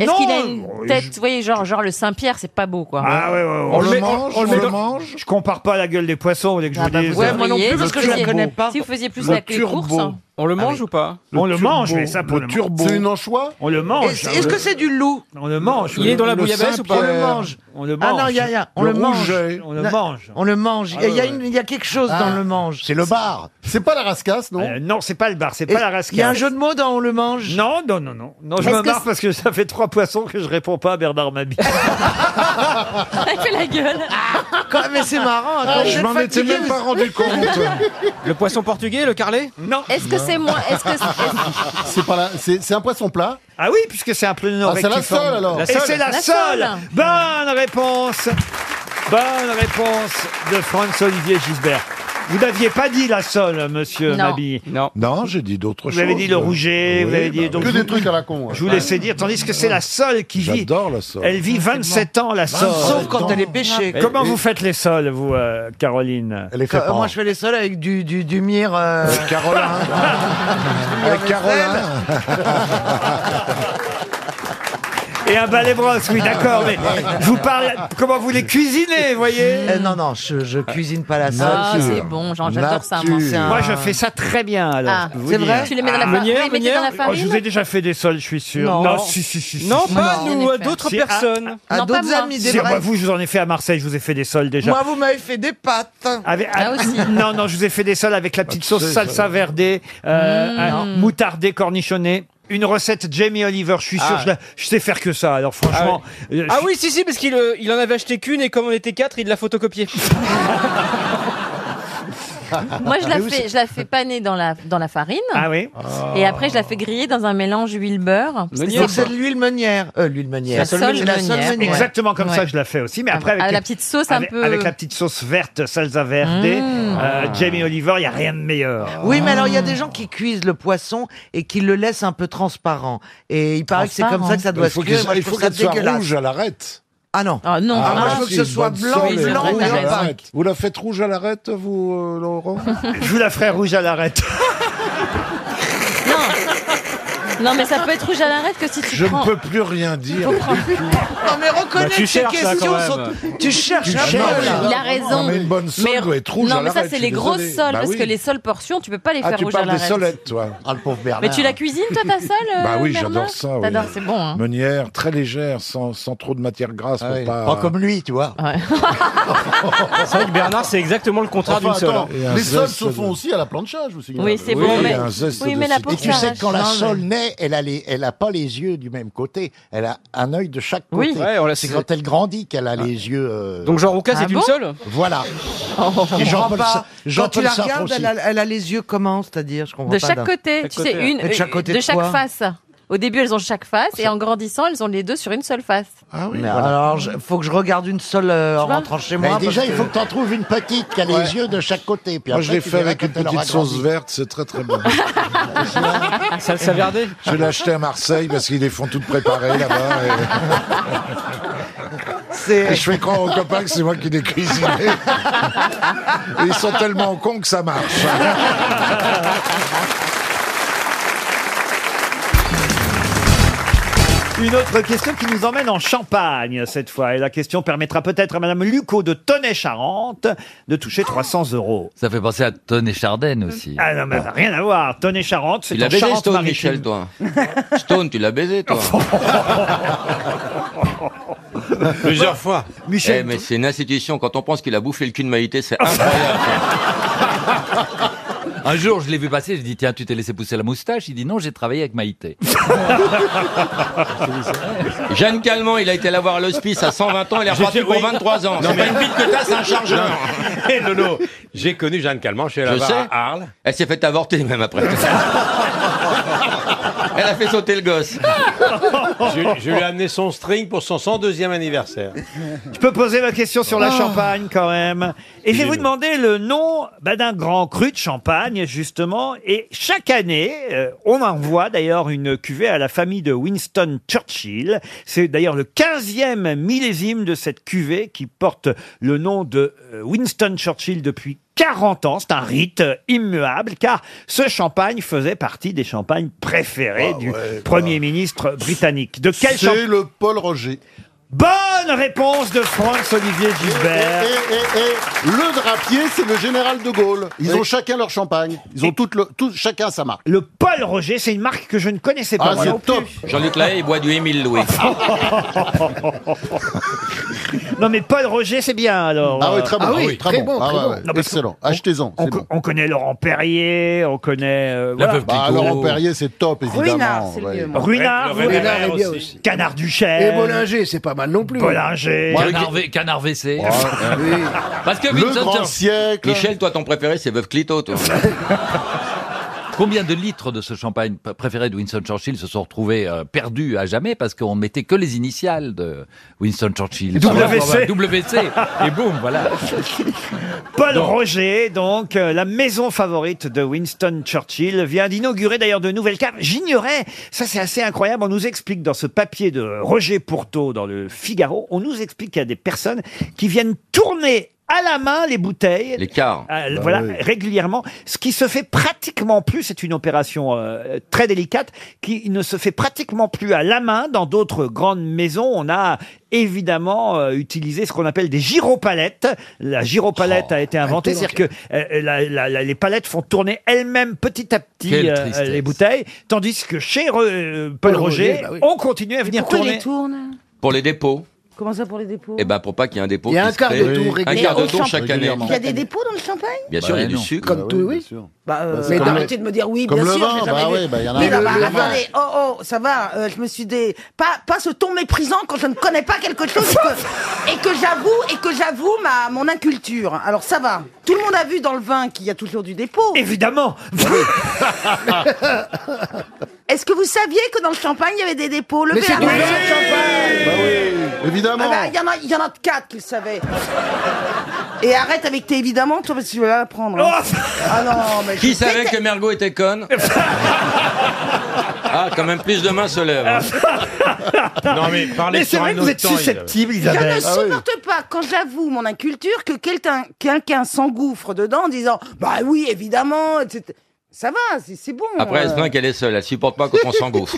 [SPEAKER 9] Est-ce
[SPEAKER 1] Non,
[SPEAKER 9] qu'il a une
[SPEAKER 1] je-
[SPEAKER 9] tête, vous voyez, genre, genre le Saint-Pierre, c'est pas beau, quoi.
[SPEAKER 1] Ah ouais, ouais, ouais.
[SPEAKER 2] On le
[SPEAKER 1] met-
[SPEAKER 2] mange, on
[SPEAKER 1] le met
[SPEAKER 2] le
[SPEAKER 1] dans-
[SPEAKER 2] mange.
[SPEAKER 1] Je compare pas la gueule des poissons, vous voulez que je
[SPEAKER 9] Ah
[SPEAKER 1] vous
[SPEAKER 9] bah,
[SPEAKER 1] dise.
[SPEAKER 9] vous
[SPEAKER 11] Ouais, moi non
[SPEAKER 9] devriez.
[SPEAKER 11] plus, parce que je la
[SPEAKER 9] Le
[SPEAKER 11] connais pas.
[SPEAKER 9] Si vous faisiez plus
[SPEAKER 2] Le
[SPEAKER 9] la clé course,
[SPEAKER 2] turbo.
[SPEAKER 9] hein.
[SPEAKER 7] On le mange ou pas
[SPEAKER 1] on le
[SPEAKER 2] turbo,
[SPEAKER 1] mange, mais ça pour le,
[SPEAKER 2] le turbo.
[SPEAKER 1] moment.
[SPEAKER 2] C'est une anchois
[SPEAKER 1] On le
[SPEAKER 2] Oh,
[SPEAKER 1] mange.
[SPEAKER 11] Est-ce
[SPEAKER 1] hein,
[SPEAKER 11] est-ce
[SPEAKER 1] le-
[SPEAKER 11] que c'est du loup
[SPEAKER 1] On le mange.
[SPEAKER 7] Il est dans la
[SPEAKER 2] Le
[SPEAKER 7] bouillabaisse ou pas
[SPEAKER 11] On le
[SPEAKER 2] Saint-Pierre.
[SPEAKER 11] mange.
[SPEAKER 1] On le mange.
[SPEAKER 11] Ah non, il y a, il y a- on
[SPEAKER 2] Le
[SPEAKER 11] le mange.
[SPEAKER 2] rouget.
[SPEAKER 1] On le
[SPEAKER 11] Non.
[SPEAKER 1] mange.
[SPEAKER 11] On le mange. Il
[SPEAKER 1] Ah ouais,
[SPEAKER 11] y, a
[SPEAKER 1] ouais.
[SPEAKER 11] une- il y a quelque chose
[SPEAKER 10] Ah.
[SPEAKER 11] dans le mange.
[SPEAKER 10] C'est le bar.
[SPEAKER 2] C'est pas la rascasse, non
[SPEAKER 1] Euh, non, c'est pas le bar, c'est
[SPEAKER 11] Est-ce-
[SPEAKER 1] pas la
[SPEAKER 11] Il y a un
[SPEAKER 1] rascade.
[SPEAKER 11] jeu de mots dans on le mange.
[SPEAKER 1] Non, non, non, non. Non, je me
[SPEAKER 9] que
[SPEAKER 1] marre
[SPEAKER 9] c'est-
[SPEAKER 1] parce que ça fait trois poissons que je réponds pas à Bernard Mabie.
[SPEAKER 9] Elle fait la gueule.
[SPEAKER 11] Quand- mais c'est marrant. hein, quand vous
[SPEAKER 2] Ah, Je
[SPEAKER 11] êtes
[SPEAKER 2] m'en étais
[SPEAKER 11] fatigué,
[SPEAKER 2] même
[SPEAKER 11] vous-
[SPEAKER 2] pas rendu compte.
[SPEAKER 7] Le poisson portugais, le carlet
[SPEAKER 1] non.
[SPEAKER 9] Est-ce que c'est moins Est-ce que est-ce-
[SPEAKER 2] C'est pas la- c'est c'est un poisson plat.
[SPEAKER 1] Ah oui, puisque c'est un
[SPEAKER 2] Ah,
[SPEAKER 1] pleurorectiforme.
[SPEAKER 2] c'est la seule alors.
[SPEAKER 7] La
[SPEAKER 1] Et
[SPEAKER 7] seule.
[SPEAKER 1] c'est la,
[SPEAKER 9] La
[SPEAKER 1] seule.
[SPEAKER 9] seule.
[SPEAKER 1] Bonne réponse. Bonne réponse de Franz-Olivier Gisbert. Vous n'aviez pas dit la seule, monsieur
[SPEAKER 9] Non.
[SPEAKER 1] Mabie.
[SPEAKER 7] Non.
[SPEAKER 2] Non, j'ai dit d'autres choses. bah,
[SPEAKER 1] Vous avez dit le rouget, vous avez dit- donc
[SPEAKER 2] que
[SPEAKER 1] je-
[SPEAKER 2] des trucs à la con. ouais.
[SPEAKER 1] Je vous laissais dire, tandis que c'est la seule qui vit.
[SPEAKER 2] J'adore la sole.
[SPEAKER 1] Elle vit 27 ans, la seule.
[SPEAKER 11] Sauf quand elle est pêchée. quoi.
[SPEAKER 1] Comment vous faites les sols, vous, euh, Caroline
[SPEAKER 2] Elle est
[SPEAKER 11] Quand-
[SPEAKER 2] faite
[SPEAKER 11] Euh, moi, je fais les sols avec du, du, du mire. euh,
[SPEAKER 2] Avec Caroline. Avec Caroline.
[SPEAKER 1] Et un balai brosse, oui, d'accord, mais je vous parle comment vous les cuisinez, vous voyez
[SPEAKER 11] euh, non, non, je, je cuisine pas la salle.
[SPEAKER 9] Ah,
[SPEAKER 2] Nature.
[SPEAKER 9] c'est bon, genre, j'adore ça, moi.
[SPEAKER 2] Nature.
[SPEAKER 11] C'est un-
[SPEAKER 1] Moi, je fais ça très bien, alors.
[SPEAKER 9] Ah,
[SPEAKER 1] je peux vous
[SPEAKER 11] c'est
[SPEAKER 1] dire. Ah,
[SPEAKER 11] vrai
[SPEAKER 9] Tu les mets dans la farine.
[SPEAKER 7] Meunière,
[SPEAKER 9] Vous les mettez dans la
[SPEAKER 7] meunière.
[SPEAKER 1] Oh, je vous ai
[SPEAKER 9] farine.
[SPEAKER 1] déjà fait des sols, je suis sûr.
[SPEAKER 11] Non.
[SPEAKER 1] si, si, si. si.
[SPEAKER 7] Non, pas
[SPEAKER 9] Non.
[SPEAKER 7] nous, euh, d'autres
[SPEAKER 1] Si, ah,
[SPEAKER 7] personnes.
[SPEAKER 11] À
[SPEAKER 9] Non, pas
[SPEAKER 11] d'autres
[SPEAKER 9] moi.
[SPEAKER 11] amis, des
[SPEAKER 1] Si,
[SPEAKER 11] vrais.
[SPEAKER 1] bah, vous, je vous en ai fait à Marseille, je vous ai fait des sols déjà.
[SPEAKER 11] Moi, vous m'avez fait des pâtes.
[SPEAKER 1] Avec-
[SPEAKER 9] Ah, aussi.
[SPEAKER 1] Non, non, je vous ai fait des sols avec la petite
[SPEAKER 2] tu
[SPEAKER 1] sauce
[SPEAKER 2] sais,
[SPEAKER 1] salsa verde, euh,
[SPEAKER 9] Mmh.
[SPEAKER 1] euh, moutardée, cornichonnée. Une recette Jamie Oliver, je suis sûr,
[SPEAKER 7] Ah.
[SPEAKER 1] je, la- je sais faire que ça. Alors franchement, euh,
[SPEAKER 7] Ah oui, si, si, parce qu'il euh, il en avait acheté qu'une et comme on était quatre, il l'a photocopiée.
[SPEAKER 9] Moi,
[SPEAKER 2] Ah,
[SPEAKER 7] Ah
[SPEAKER 9] je la fais, je la fais paner dans la dans la farine.
[SPEAKER 1] ah oui.
[SPEAKER 9] Et après, je la fais griller dans un mélange huile-beurre. Parce que
[SPEAKER 7] Meunière.
[SPEAKER 11] Donc,
[SPEAKER 9] c'est-
[SPEAKER 11] Oh. c'est de l'huile meunière. Euh, l'huile meunière.
[SPEAKER 9] La seule
[SPEAKER 11] C'est la
[SPEAKER 9] meunière.
[SPEAKER 11] seule meunière.
[SPEAKER 1] Exactement comme
[SPEAKER 9] Ouais. Ah bah,
[SPEAKER 1] ça, je la fais aussi. Mais après, avec,
[SPEAKER 9] avec
[SPEAKER 1] les-
[SPEAKER 9] la petite sauce un
[SPEAKER 1] avec,
[SPEAKER 9] peu. Mmh.
[SPEAKER 1] avec la petite sauce verte, salsa verde,
[SPEAKER 11] Ah.
[SPEAKER 1] euh, Jamie Oliver, il n'y a rien de meilleur.
[SPEAKER 11] Oui, mais
[SPEAKER 9] Ah.
[SPEAKER 11] alors il y a des gens qui cuisent le poisson et qui le laissent un peu transparent. Et il paraît que c'est comme ça que ça doit
[SPEAKER 2] Il
[SPEAKER 11] se
[SPEAKER 2] faut
[SPEAKER 11] cuire.
[SPEAKER 2] qu'elle
[SPEAKER 11] Moi, je
[SPEAKER 2] il faut
[SPEAKER 11] trouve ça
[SPEAKER 2] qu'elle soit
[SPEAKER 11] dégueulasse.
[SPEAKER 2] rouge à l'arête.
[SPEAKER 11] Ah non.
[SPEAKER 9] Ah non,
[SPEAKER 11] Ah, moi,
[SPEAKER 9] vraiment.
[SPEAKER 11] je veux que ce soit blanc,
[SPEAKER 9] blanc, blanc,
[SPEAKER 2] l'arête. Vous la faites rouge à l'arête, vous, euh, Laurent
[SPEAKER 1] Je vous la ferai rouge à l'arête.
[SPEAKER 9] non. Non, mais ça peut être rouge à l'arête que si tu
[SPEAKER 2] Je
[SPEAKER 9] prends.
[SPEAKER 2] ne peux plus rien dire. Bah,
[SPEAKER 11] Non, mais reconnais
[SPEAKER 7] Bah, tu
[SPEAKER 11] que tes
[SPEAKER 7] cherches, là,
[SPEAKER 11] questions.
[SPEAKER 7] quand
[SPEAKER 11] sont- Tu cherches
[SPEAKER 2] Tu
[SPEAKER 11] un peu
[SPEAKER 2] cherches.
[SPEAKER 11] là.
[SPEAKER 9] Il a raison.
[SPEAKER 2] Non, mais une bonne sole
[SPEAKER 9] Mais-
[SPEAKER 2] doit être rouge à
[SPEAKER 9] Non, mais ça,
[SPEAKER 2] l'arête,
[SPEAKER 9] c'est
[SPEAKER 2] je
[SPEAKER 9] les
[SPEAKER 2] suis
[SPEAKER 9] grosses
[SPEAKER 2] désolé.
[SPEAKER 9] sols,
[SPEAKER 2] Bah
[SPEAKER 9] parce
[SPEAKER 2] oui.
[SPEAKER 9] que les sols portions, tu peux pas les
[SPEAKER 2] Ah,
[SPEAKER 9] faire
[SPEAKER 2] tu
[SPEAKER 9] rouge à
[SPEAKER 2] parles des
[SPEAKER 9] l'arête.
[SPEAKER 2] solettes, toi.
[SPEAKER 10] Ah, le pauvre Bernard.
[SPEAKER 9] Mais tu la cuisines, toi, ta sole euh,
[SPEAKER 2] Bah oui,
[SPEAKER 9] Bernard
[SPEAKER 2] j'adore ça, oui.
[SPEAKER 9] T'adores, c'est bon, hein.
[SPEAKER 2] Meunière, très légère, sans, sans trop de matière grasse
[SPEAKER 10] Ah
[SPEAKER 2] pour
[SPEAKER 10] oui.
[SPEAKER 2] pas...
[SPEAKER 10] Pas comme lui, tu vois.
[SPEAKER 7] C'est vrai que Bernard, c'est exactement le contraire d'une seule. hein.
[SPEAKER 2] Et un
[SPEAKER 10] les sols
[SPEAKER 2] zeste
[SPEAKER 10] se font
[SPEAKER 2] de-
[SPEAKER 10] aussi à la plancha, je vous signale.
[SPEAKER 9] Oui, c'est
[SPEAKER 7] Oui,
[SPEAKER 9] bon,
[SPEAKER 7] il y
[SPEAKER 9] mais.
[SPEAKER 2] a un zeste
[SPEAKER 9] Oui,
[SPEAKER 2] de
[SPEAKER 9] mais la
[SPEAKER 2] citron.
[SPEAKER 9] peau
[SPEAKER 10] Et tu sais
[SPEAKER 9] s'arrache.
[SPEAKER 10] que quand la
[SPEAKER 11] Non, mais-
[SPEAKER 10] sole naît, elle a, les, elle a pas les yeux du même côté. Elle a un œil de chaque côté.
[SPEAKER 9] Oui.
[SPEAKER 7] Ouais, on l'a- Ah.
[SPEAKER 10] c'est quand elle grandit qu'elle a les yeux. euh,
[SPEAKER 7] Donc Jean Roucas,
[SPEAKER 9] Ah
[SPEAKER 7] c'est une
[SPEAKER 9] bon Oh.
[SPEAKER 7] seule
[SPEAKER 10] voilà. Et
[SPEAKER 11] Je comprends
[SPEAKER 10] Jean-Paul
[SPEAKER 11] pas.
[SPEAKER 10] Sa-
[SPEAKER 11] Quand tu
[SPEAKER 10] Jean-Paul
[SPEAKER 11] la
[SPEAKER 10] Sartre
[SPEAKER 11] regardes,
[SPEAKER 10] aussi.
[SPEAKER 11] elle a, elle a les yeux comment C'est-à-dire, je comprends
[SPEAKER 9] De
[SPEAKER 11] pas.
[SPEAKER 9] chaque
[SPEAKER 11] d'un-
[SPEAKER 9] côté,
[SPEAKER 7] Chaque
[SPEAKER 9] tu
[SPEAKER 7] côté,
[SPEAKER 9] sais, une.
[SPEAKER 11] Et de chaque côté
[SPEAKER 9] de
[SPEAKER 11] de quoi
[SPEAKER 9] chaque face. Au début, elles ont chaque face et en grandissant, elles ont les deux sur une seule face.
[SPEAKER 2] Ah oui,
[SPEAKER 11] Mais
[SPEAKER 2] voilà.
[SPEAKER 11] Alors, je- faut que je regarde une seule euh, en
[SPEAKER 9] vois
[SPEAKER 11] rentrant chez
[SPEAKER 10] Mais
[SPEAKER 11] moi.
[SPEAKER 10] déjà,
[SPEAKER 11] parce
[SPEAKER 10] il
[SPEAKER 11] que-
[SPEAKER 10] faut que tu en trouves une petite qui a les
[SPEAKER 2] Ouais.
[SPEAKER 10] yeux de chaque côté. Puis
[SPEAKER 2] Moi,
[SPEAKER 10] après,
[SPEAKER 2] je l'ai
[SPEAKER 10] tu
[SPEAKER 2] fait
[SPEAKER 10] verras
[SPEAKER 2] avec
[SPEAKER 10] quand
[SPEAKER 2] une
[SPEAKER 10] elle
[SPEAKER 2] petite
[SPEAKER 10] aura
[SPEAKER 2] sauce
[SPEAKER 10] grandi.
[SPEAKER 2] verte, c'est très très bon.
[SPEAKER 7] Salsaverde
[SPEAKER 2] Je l'ai acheté à Marseille parce qu'ils les font toutes préparées là-bas. Et, et
[SPEAKER 11] c'est.
[SPEAKER 2] je fais croire aux copains que c'est moi qui les cuisiné. Et ils sont tellement cons que ça marche.
[SPEAKER 1] Une autre question qui nous emmène en Champagne cette fois. Et la question permettra peut-être à Madame Lucot de Tonnet-Charente de toucher 300 euros.
[SPEAKER 12] Ça fait penser à Tonne et Chardenne aussi.
[SPEAKER 1] Ah non, mais ça n'a rien à voir. Tonnet-Charente,
[SPEAKER 12] tu
[SPEAKER 1] c'est
[SPEAKER 12] l'as
[SPEAKER 1] en
[SPEAKER 12] baisé, Stone,
[SPEAKER 1] Charente-Maritime.
[SPEAKER 12] Michel, toi. Stone, tu l'as baisé, toi.
[SPEAKER 1] Bah,
[SPEAKER 7] Plusieurs fois.
[SPEAKER 12] Eh,
[SPEAKER 1] Michel,
[SPEAKER 12] mais c'est une institution. Quand on pense qu'il a bouffé le cul de Maïté, c'est incroyable. Un jour, je l'ai vu passer, je dit tiens, tu t'es laissé pousser la moustache. Il dit non, j'ai travaillé avec Maïté. Jeanne Calment, il a été la voir à l'hospice à 120 ans, il est reparti pour 23 ans. C'est pas une bite que t'as, c'est un chargeur.
[SPEAKER 7] Hé Lolo, Eh, j'ai connu Jeanne Calment chez
[SPEAKER 12] Je
[SPEAKER 7] la
[SPEAKER 12] sais.
[SPEAKER 7] à Arles.
[SPEAKER 12] Elle s'est fait avorter même après. Elle a fait sauter le gosse.
[SPEAKER 7] Je, je lui ai amené son string pour son 102e anniversaire.
[SPEAKER 1] je peux poser ma question sur
[SPEAKER 2] Ah.
[SPEAKER 1] la Champagne quand même. Et je vais vous demander le nom bah, d'un grand cru de Champagne, justement. Et chaque année, euh, on envoie d'ailleurs une cuvée à la famille de Winston Churchill. C'est d'ailleurs le 15e millésime de cette cuvée qui porte le nom de euh, Winston Churchill depuis 40 ans, c'est un rite euh, immuable, car ce champagne faisait partie des champagnes préférées
[SPEAKER 2] Ah
[SPEAKER 1] du
[SPEAKER 2] ouais,
[SPEAKER 1] Premier ministre britannique. De quel champagne
[SPEAKER 2] le Paul Roger. Eh,
[SPEAKER 1] Bonne réponse de Franz-Olivier Gisbert.
[SPEAKER 2] le drapier, c'est le général de Gaulle. Ils ont chacun leur champagne. Ils ont toutes chacun sa marque.
[SPEAKER 1] Le Paul Roger, c'est une marque que je ne connaissais
[SPEAKER 2] Ah,
[SPEAKER 1] pas. moi non plus.
[SPEAKER 12] Jean-Luc Lahaye, il boit du Émile Louis.
[SPEAKER 1] Non mais Paul Roger, c'est bien alors. Euh,
[SPEAKER 2] Ah bon. Ah
[SPEAKER 4] très bon, très bon.
[SPEAKER 1] Non, mais
[SPEAKER 2] Achetez-en.
[SPEAKER 1] on, co- on connaît Laurent Perrier, on connaît euh, voilà.
[SPEAKER 2] Bah, Laurent Perrier, c'est top,
[SPEAKER 8] Ruinard,
[SPEAKER 2] évidemment.
[SPEAKER 8] c'est le
[SPEAKER 2] ouais.
[SPEAKER 8] mieux, moi.
[SPEAKER 1] Ruinard,
[SPEAKER 7] Le Ruinart
[SPEAKER 1] Ruinart,
[SPEAKER 7] aussi.
[SPEAKER 1] Canard
[SPEAKER 4] Et
[SPEAKER 1] Duchesne,
[SPEAKER 4] Bollinger, c'est pas mal non plus. hein.
[SPEAKER 1] Bollinger.
[SPEAKER 12] Canard, V- Canard WC. Parce que
[SPEAKER 2] Le
[SPEAKER 12] Vincent
[SPEAKER 2] grand
[SPEAKER 12] Churchill-
[SPEAKER 2] siècle.
[SPEAKER 12] Michel, toi, ton préféré, c'est Veuve Clito, toi. Combien de litres de ce champagne p- préféré de Winston Churchill se sont retrouvés euh, perdus à jamais parce qu'on ne mettait que les initiales de Winston Churchill
[SPEAKER 1] WC.
[SPEAKER 12] WC. Et boum, voilà.
[SPEAKER 1] Paul Roger, donc, euh, la maison favorite de Winston Churchill, vient d'inaugurer d'ailleurs de nouvelles caves. J'ignorais, ça c'est assez incroyable, on nous explique dans ce papier de Roger Pourteau dans le Figaro, on nous explique qu'il y a des personnes qui viennent tourner à la main les bouteilles.
[SPEAKER 12] L'écart.
[SPEAKER 1] Euh, voilà,
[SPEAKER 2] Bah oui.
[SPEAKER 1] régulièrement. Ce qui se fait pratiquement plus, c'est une opération euh, très délicate, qui ne se fait pratiquement plus à la main. Dans d'autres grandes maisons, on a évidemment euh, utilisé ce qu'on appelle des gyropalettes. La gyropalette a été inventée, c'est-à-dire que euh, la- la- la- les palettes font tourner elles-mêmes petit à petit
[SPEAKER 12] Quelle
[SPEAKER 1] euh,
[SPEAKER 12] tristesse.
[SPEAKER 1] les bouteilles, tandis que chez euh, Paul,
[SPEAKER 4] Paul
[SPEAKER 1] Roger,
[SPEAKER 4] Roger, bah oui.
[SPEAKER 1] on continue à venir
[SPEAKER 8] Pourquoi il
[SPEAKER 1] tourner.
[SPEAKER 8] les tourne
[SPEAKER 12] Pour les dépôts,
[SPEAKER 8] Comment ça pour les dépôts
[SPEAKER 12] et ben pour pas qu'il y ait un dépôt.
[SPEAKER 4] Il y a
[SPEAKER 12] qui
[SPEAKER 4] un
[SPEAKER 12] se
[SPEAKER 4] quart de
[SPEAKER 12] crée.
[SPEAKER 4] tour
[SPEAKER 12] Un
[SPEAKER 4] régulier.
[SPEAKER 12] quart de
[SPEAKER 8] Mais au
[SPEAKER 12] tour chaque année.
[SPEAKER 8] Il y a des dépôts dans le champagne
[SPEAKER 12] Bien sûr, Bah, il y a du non. sucre.
[SPEAKER 4] Comme tout, oui.
[SPEAKER 8] Bah, euh,
[SPEAKER 4] Mais
[SPEAKER 8] mais
[SPEAKER 4] comme-
[SPEAKER 8] arrêtez de me dire oui,
[SPEAKER 2] Comme
[SPEAKER 8] bien
[SPEAKER 2] le
[SPEAKER 8] sûr,
[SPEAKER 2] vin,
[SPEAKER 8] j'ai jamais
[SPEAKER 2] bah
[SPEAKER 8] dit.
[SPEAKER 2] ouais, bah, y en a
[SPEAKER 8] Mais
[SPEAKER 2] un.
[SPEAKER 8] non, bah,
[SPEAKER 2] Le vin.
[SPEAKER 8] attendez, oh oh, ça va, euh, je me suis des... Pas, pas ce ton méprisant quand je ne connais pas quelque chose et que, et que j'avoue, et que j'avoue ma, mon inculture. Alors ça va, tout le monde a vu dans le vin qu'il y a toujours du dépôt.
[SPEAKER 1] Évidemment
[SPEAKER 8] Ah. Est-ce que vous saviez que dans le champagne, il y avait des dépôts Levez
[SPEAKER 4] c'est
[SPEAKER 8] la
[SPEAKER 4] du
[SPEAKER 8] main.
[SPEAKER 4] vin, Bah le champagne.
[SPEAKER 2] Évidemment.
[SPEAKER 8] Ah bah, Il y en a- il y, en a quatre qui le savaient. Et arrête avec tes évidemment, toi, parce que tu vas la prendre. hein.
[SPEAKER 4] Oh.
[SPEAKER 8] Ah non, mais...
[SPEAKER 12] Bah Qui savait que Mergot était conne Ah, quand même plus de mains se lèvent. hein.
[SPEAKER 7] Non mais parlez
[SPEAKER 1] Mais c'est
[SPEAKER 7] sur
[SPEAKER 1] vrai
[SPEAKER 7] un
[SPEAKER 1] que vous
[SPEAKER 7] autre
[SPEAKER 1] êtes
[SPEAKER 7] temps, il-
[SPEAKER 1] susceptible,
[SPEAKER 4] Ah
[SPEAKER 8] Je
[SPEAKER 4] ben,
[SPEAKER 1] Isabelle. Ah
[SPEAKER 8] ne supporte pas quand j'avoue mon inculture que quelqu'un quelqu'un s'engouffre dedans en disant bah oui évidemment etc. Ça va, c'est- c'est bon.
[SPEAKER 12] Après, elle se
[SPEAKER 8] euh.
[SPEAKER 12] plaint qu'elle est seule. Elle supporte pas quand on s'engouffre.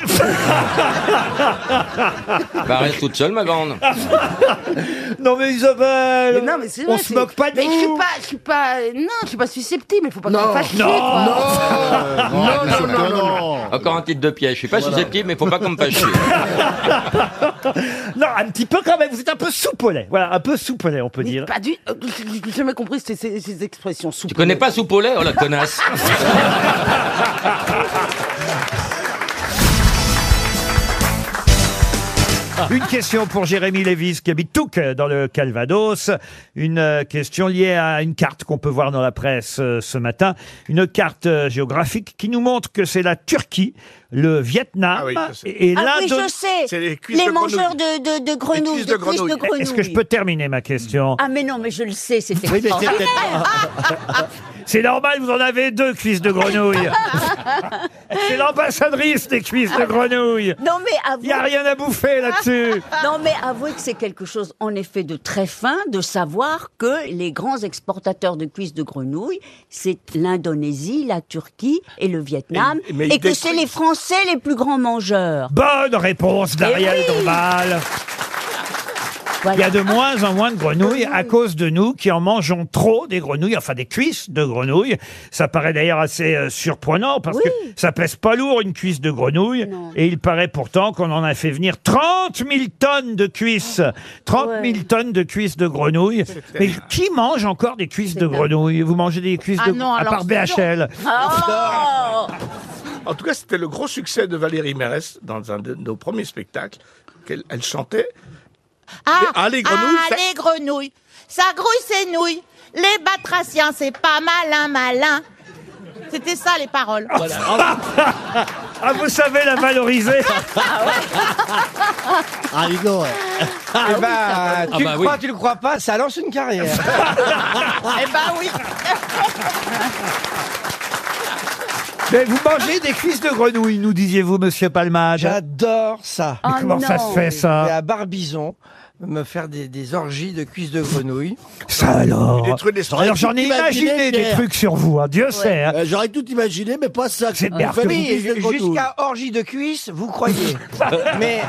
[SPEAKER 12] bah, reste toute seule, ma grande.
[SPEAKER 1] Non mais Isabelle
[SPEAKER 8] Mais non, mais c'est vrai,
[SPEAKER 1] On se
[SPEAKER 8] c'est-
[SPEAKER 1] moque pas de
[SPEAKER 8] Mais je suis
[SPEAKER 1] vous.
[SPEAKER 8] pas, je suis pas, non, je suis pas susceptible. Il faut pas que
[SPEAKER 4] Non,
[SPEAKER 8] je me fasse chier,
[SPEAKER 1] non,
[SPEAKER 8] quoi.
[SPEAKER 2] Non, non, non, non.
[SPEAKER 12] Encore un titre de piège. Je suis pas susceptible, mais faut pas qu'on me fasse chier.
[SPEAKER 1] Non, un petit peu quand même. Vous êtes un peu soupolet. Voilà, un peu soupolet, on peut
[SPEAKER 8] Mais
[SPEAKER 1] dire.
[SPEAKER 8] pas du, euh, j'ai j'ai jamais compris ces, ces- ces expressions. Ah,
[SPEAKER 12] Tu connais pas Soupollet Oh la connasse
[SPEAKER 1] Une question pour Jérémy Lévis qui habite Touc dans le Calvados. Une euh, question liée à une carte qu'on peut voir dans la presse euh, ce matin. Une carte euh, géographique qui nous montre que c'est la Turquie, le Vietnam Bah, et
[SPEAKER 13] Ah oui,
[SPEAKER 1] l'Indo-
[SPEAKER 13] je sais. Les, mangeurs de, de, de grenouilles. de cuisses de grenouilles.
[SPEAKER 1] Est-ce que je peux terminer ma question
[SPEAKER 13] Ah mais non, mais je le sais, c'est Ah,
[SPEAKER 1] Oui, mais c'est
[SPEAKER 13] extraordinaire.
[SPEAKER 1] C'est normal, vous en avez deux cuisses de grenouille. c'est l'ambassadrice des cuisses de grenouille.
[SPEAKER 13] Non mais avouez...
[SPEAKER 1] Il n'y a rien à bouffer là-dessus.
[SPEAKER 13] Non mais avouez que c'est quelque chose en effet de très fin de savoir que les grands exportateurs de cuisses de grenouilles, c'est l'Indonésie, la Turquie et le Vietnam,
[SPEAKER 1] Et-
[SPEAKER 13] et,
[SPEAKER 1] mais ils
[SPEAKER 13] que
[SPEAKER 1] détruisent-
[SPEAKER 13] c'est les Français les plus grands mangeurs.
[SPEAKER 1] Bonne réponse d'Ariel
[SPEAKER 13] Eh oui
[SPEAKER 1] Dombal. Il y a de moins en moins de grenouilles
[SPEAKER 13] Ah
[SPEAKER 1] à cause de nous qui en mangeons trop des grenouilles, enfin des cuisses de grenouilles. Ça paraît d'ailleurs assez euh, surprenant parce que ça pèse pas lourd une cuisse de grenouille. Et il paraît pourtant qu'on en a fait venir 30 000 tonnes de cuisses. 30 000 tonnes de cuisses de grenouilles. Mais qui mange encore des cuisses de grenouilles Vous mangez des
[SPEAKER 13] Ah
[SPEAKER 1] cuisses de à part BHL.
[SPEAKER 13] Oh
[SPEAKER 14] En tout cas, c'était le gros succès de Valérie Mérès dans un de nos premiers spectacles. qu'elle- elle chantait.
[SPEAKER 3] Ah,
[SPEAKER 14] Les- ah, les grenouilles,
[SPEAKER 3] ah,
[SPEAKER 14] ça-
[SPEAKER 3] les grenouilles. Ça grouille ses nouilles. Les batraciens, c'est pas malin, malin. C'était ça les paroles.
[SPEAKER 1] Ah, vous savez la valoriser
[SPEAKER 6] Ah, Hugo, ouais.
[SPEAKER 15] Eh ben, tu
[SPEAKER 6] Ah, bah
[SPEAKER 15] le
[SPEAKER 6] oui.
[SPEAKER 15] crois, tu le crois pas, ça lance une carrière.
[SPEAKER 3] eh ben oui.
[SPEAKER 1] Mais vous mangez des cuisses de grenouilles, nous disiez-vous, monsieur Palmade.
[SPEAKER 15] J'adore ça.
[SPEAKER 1] Mais comment ça se fait, ça
[SPEAKER 15] Et à Barbizon, me faire des, des orgies de cuisses de grenouille.
[SPEAKER 1] Ça alors Alors j'en ai
[SPEAKER 6] Imaginez,
[SPEAKER 1] imaginé des
[SPEAKER 6] Pierre.
[SPEAKER 1] trucs sur vous, hein, Dieu sait. hein.
[SPEAKER 6] Euh, J'aurais tout imaginé, mais pas ça.
[SPEAKER 1] C'est bien.
[SPEAKER 15] Oui, jusqu'à orgie de cuisses, vous croyez. mais,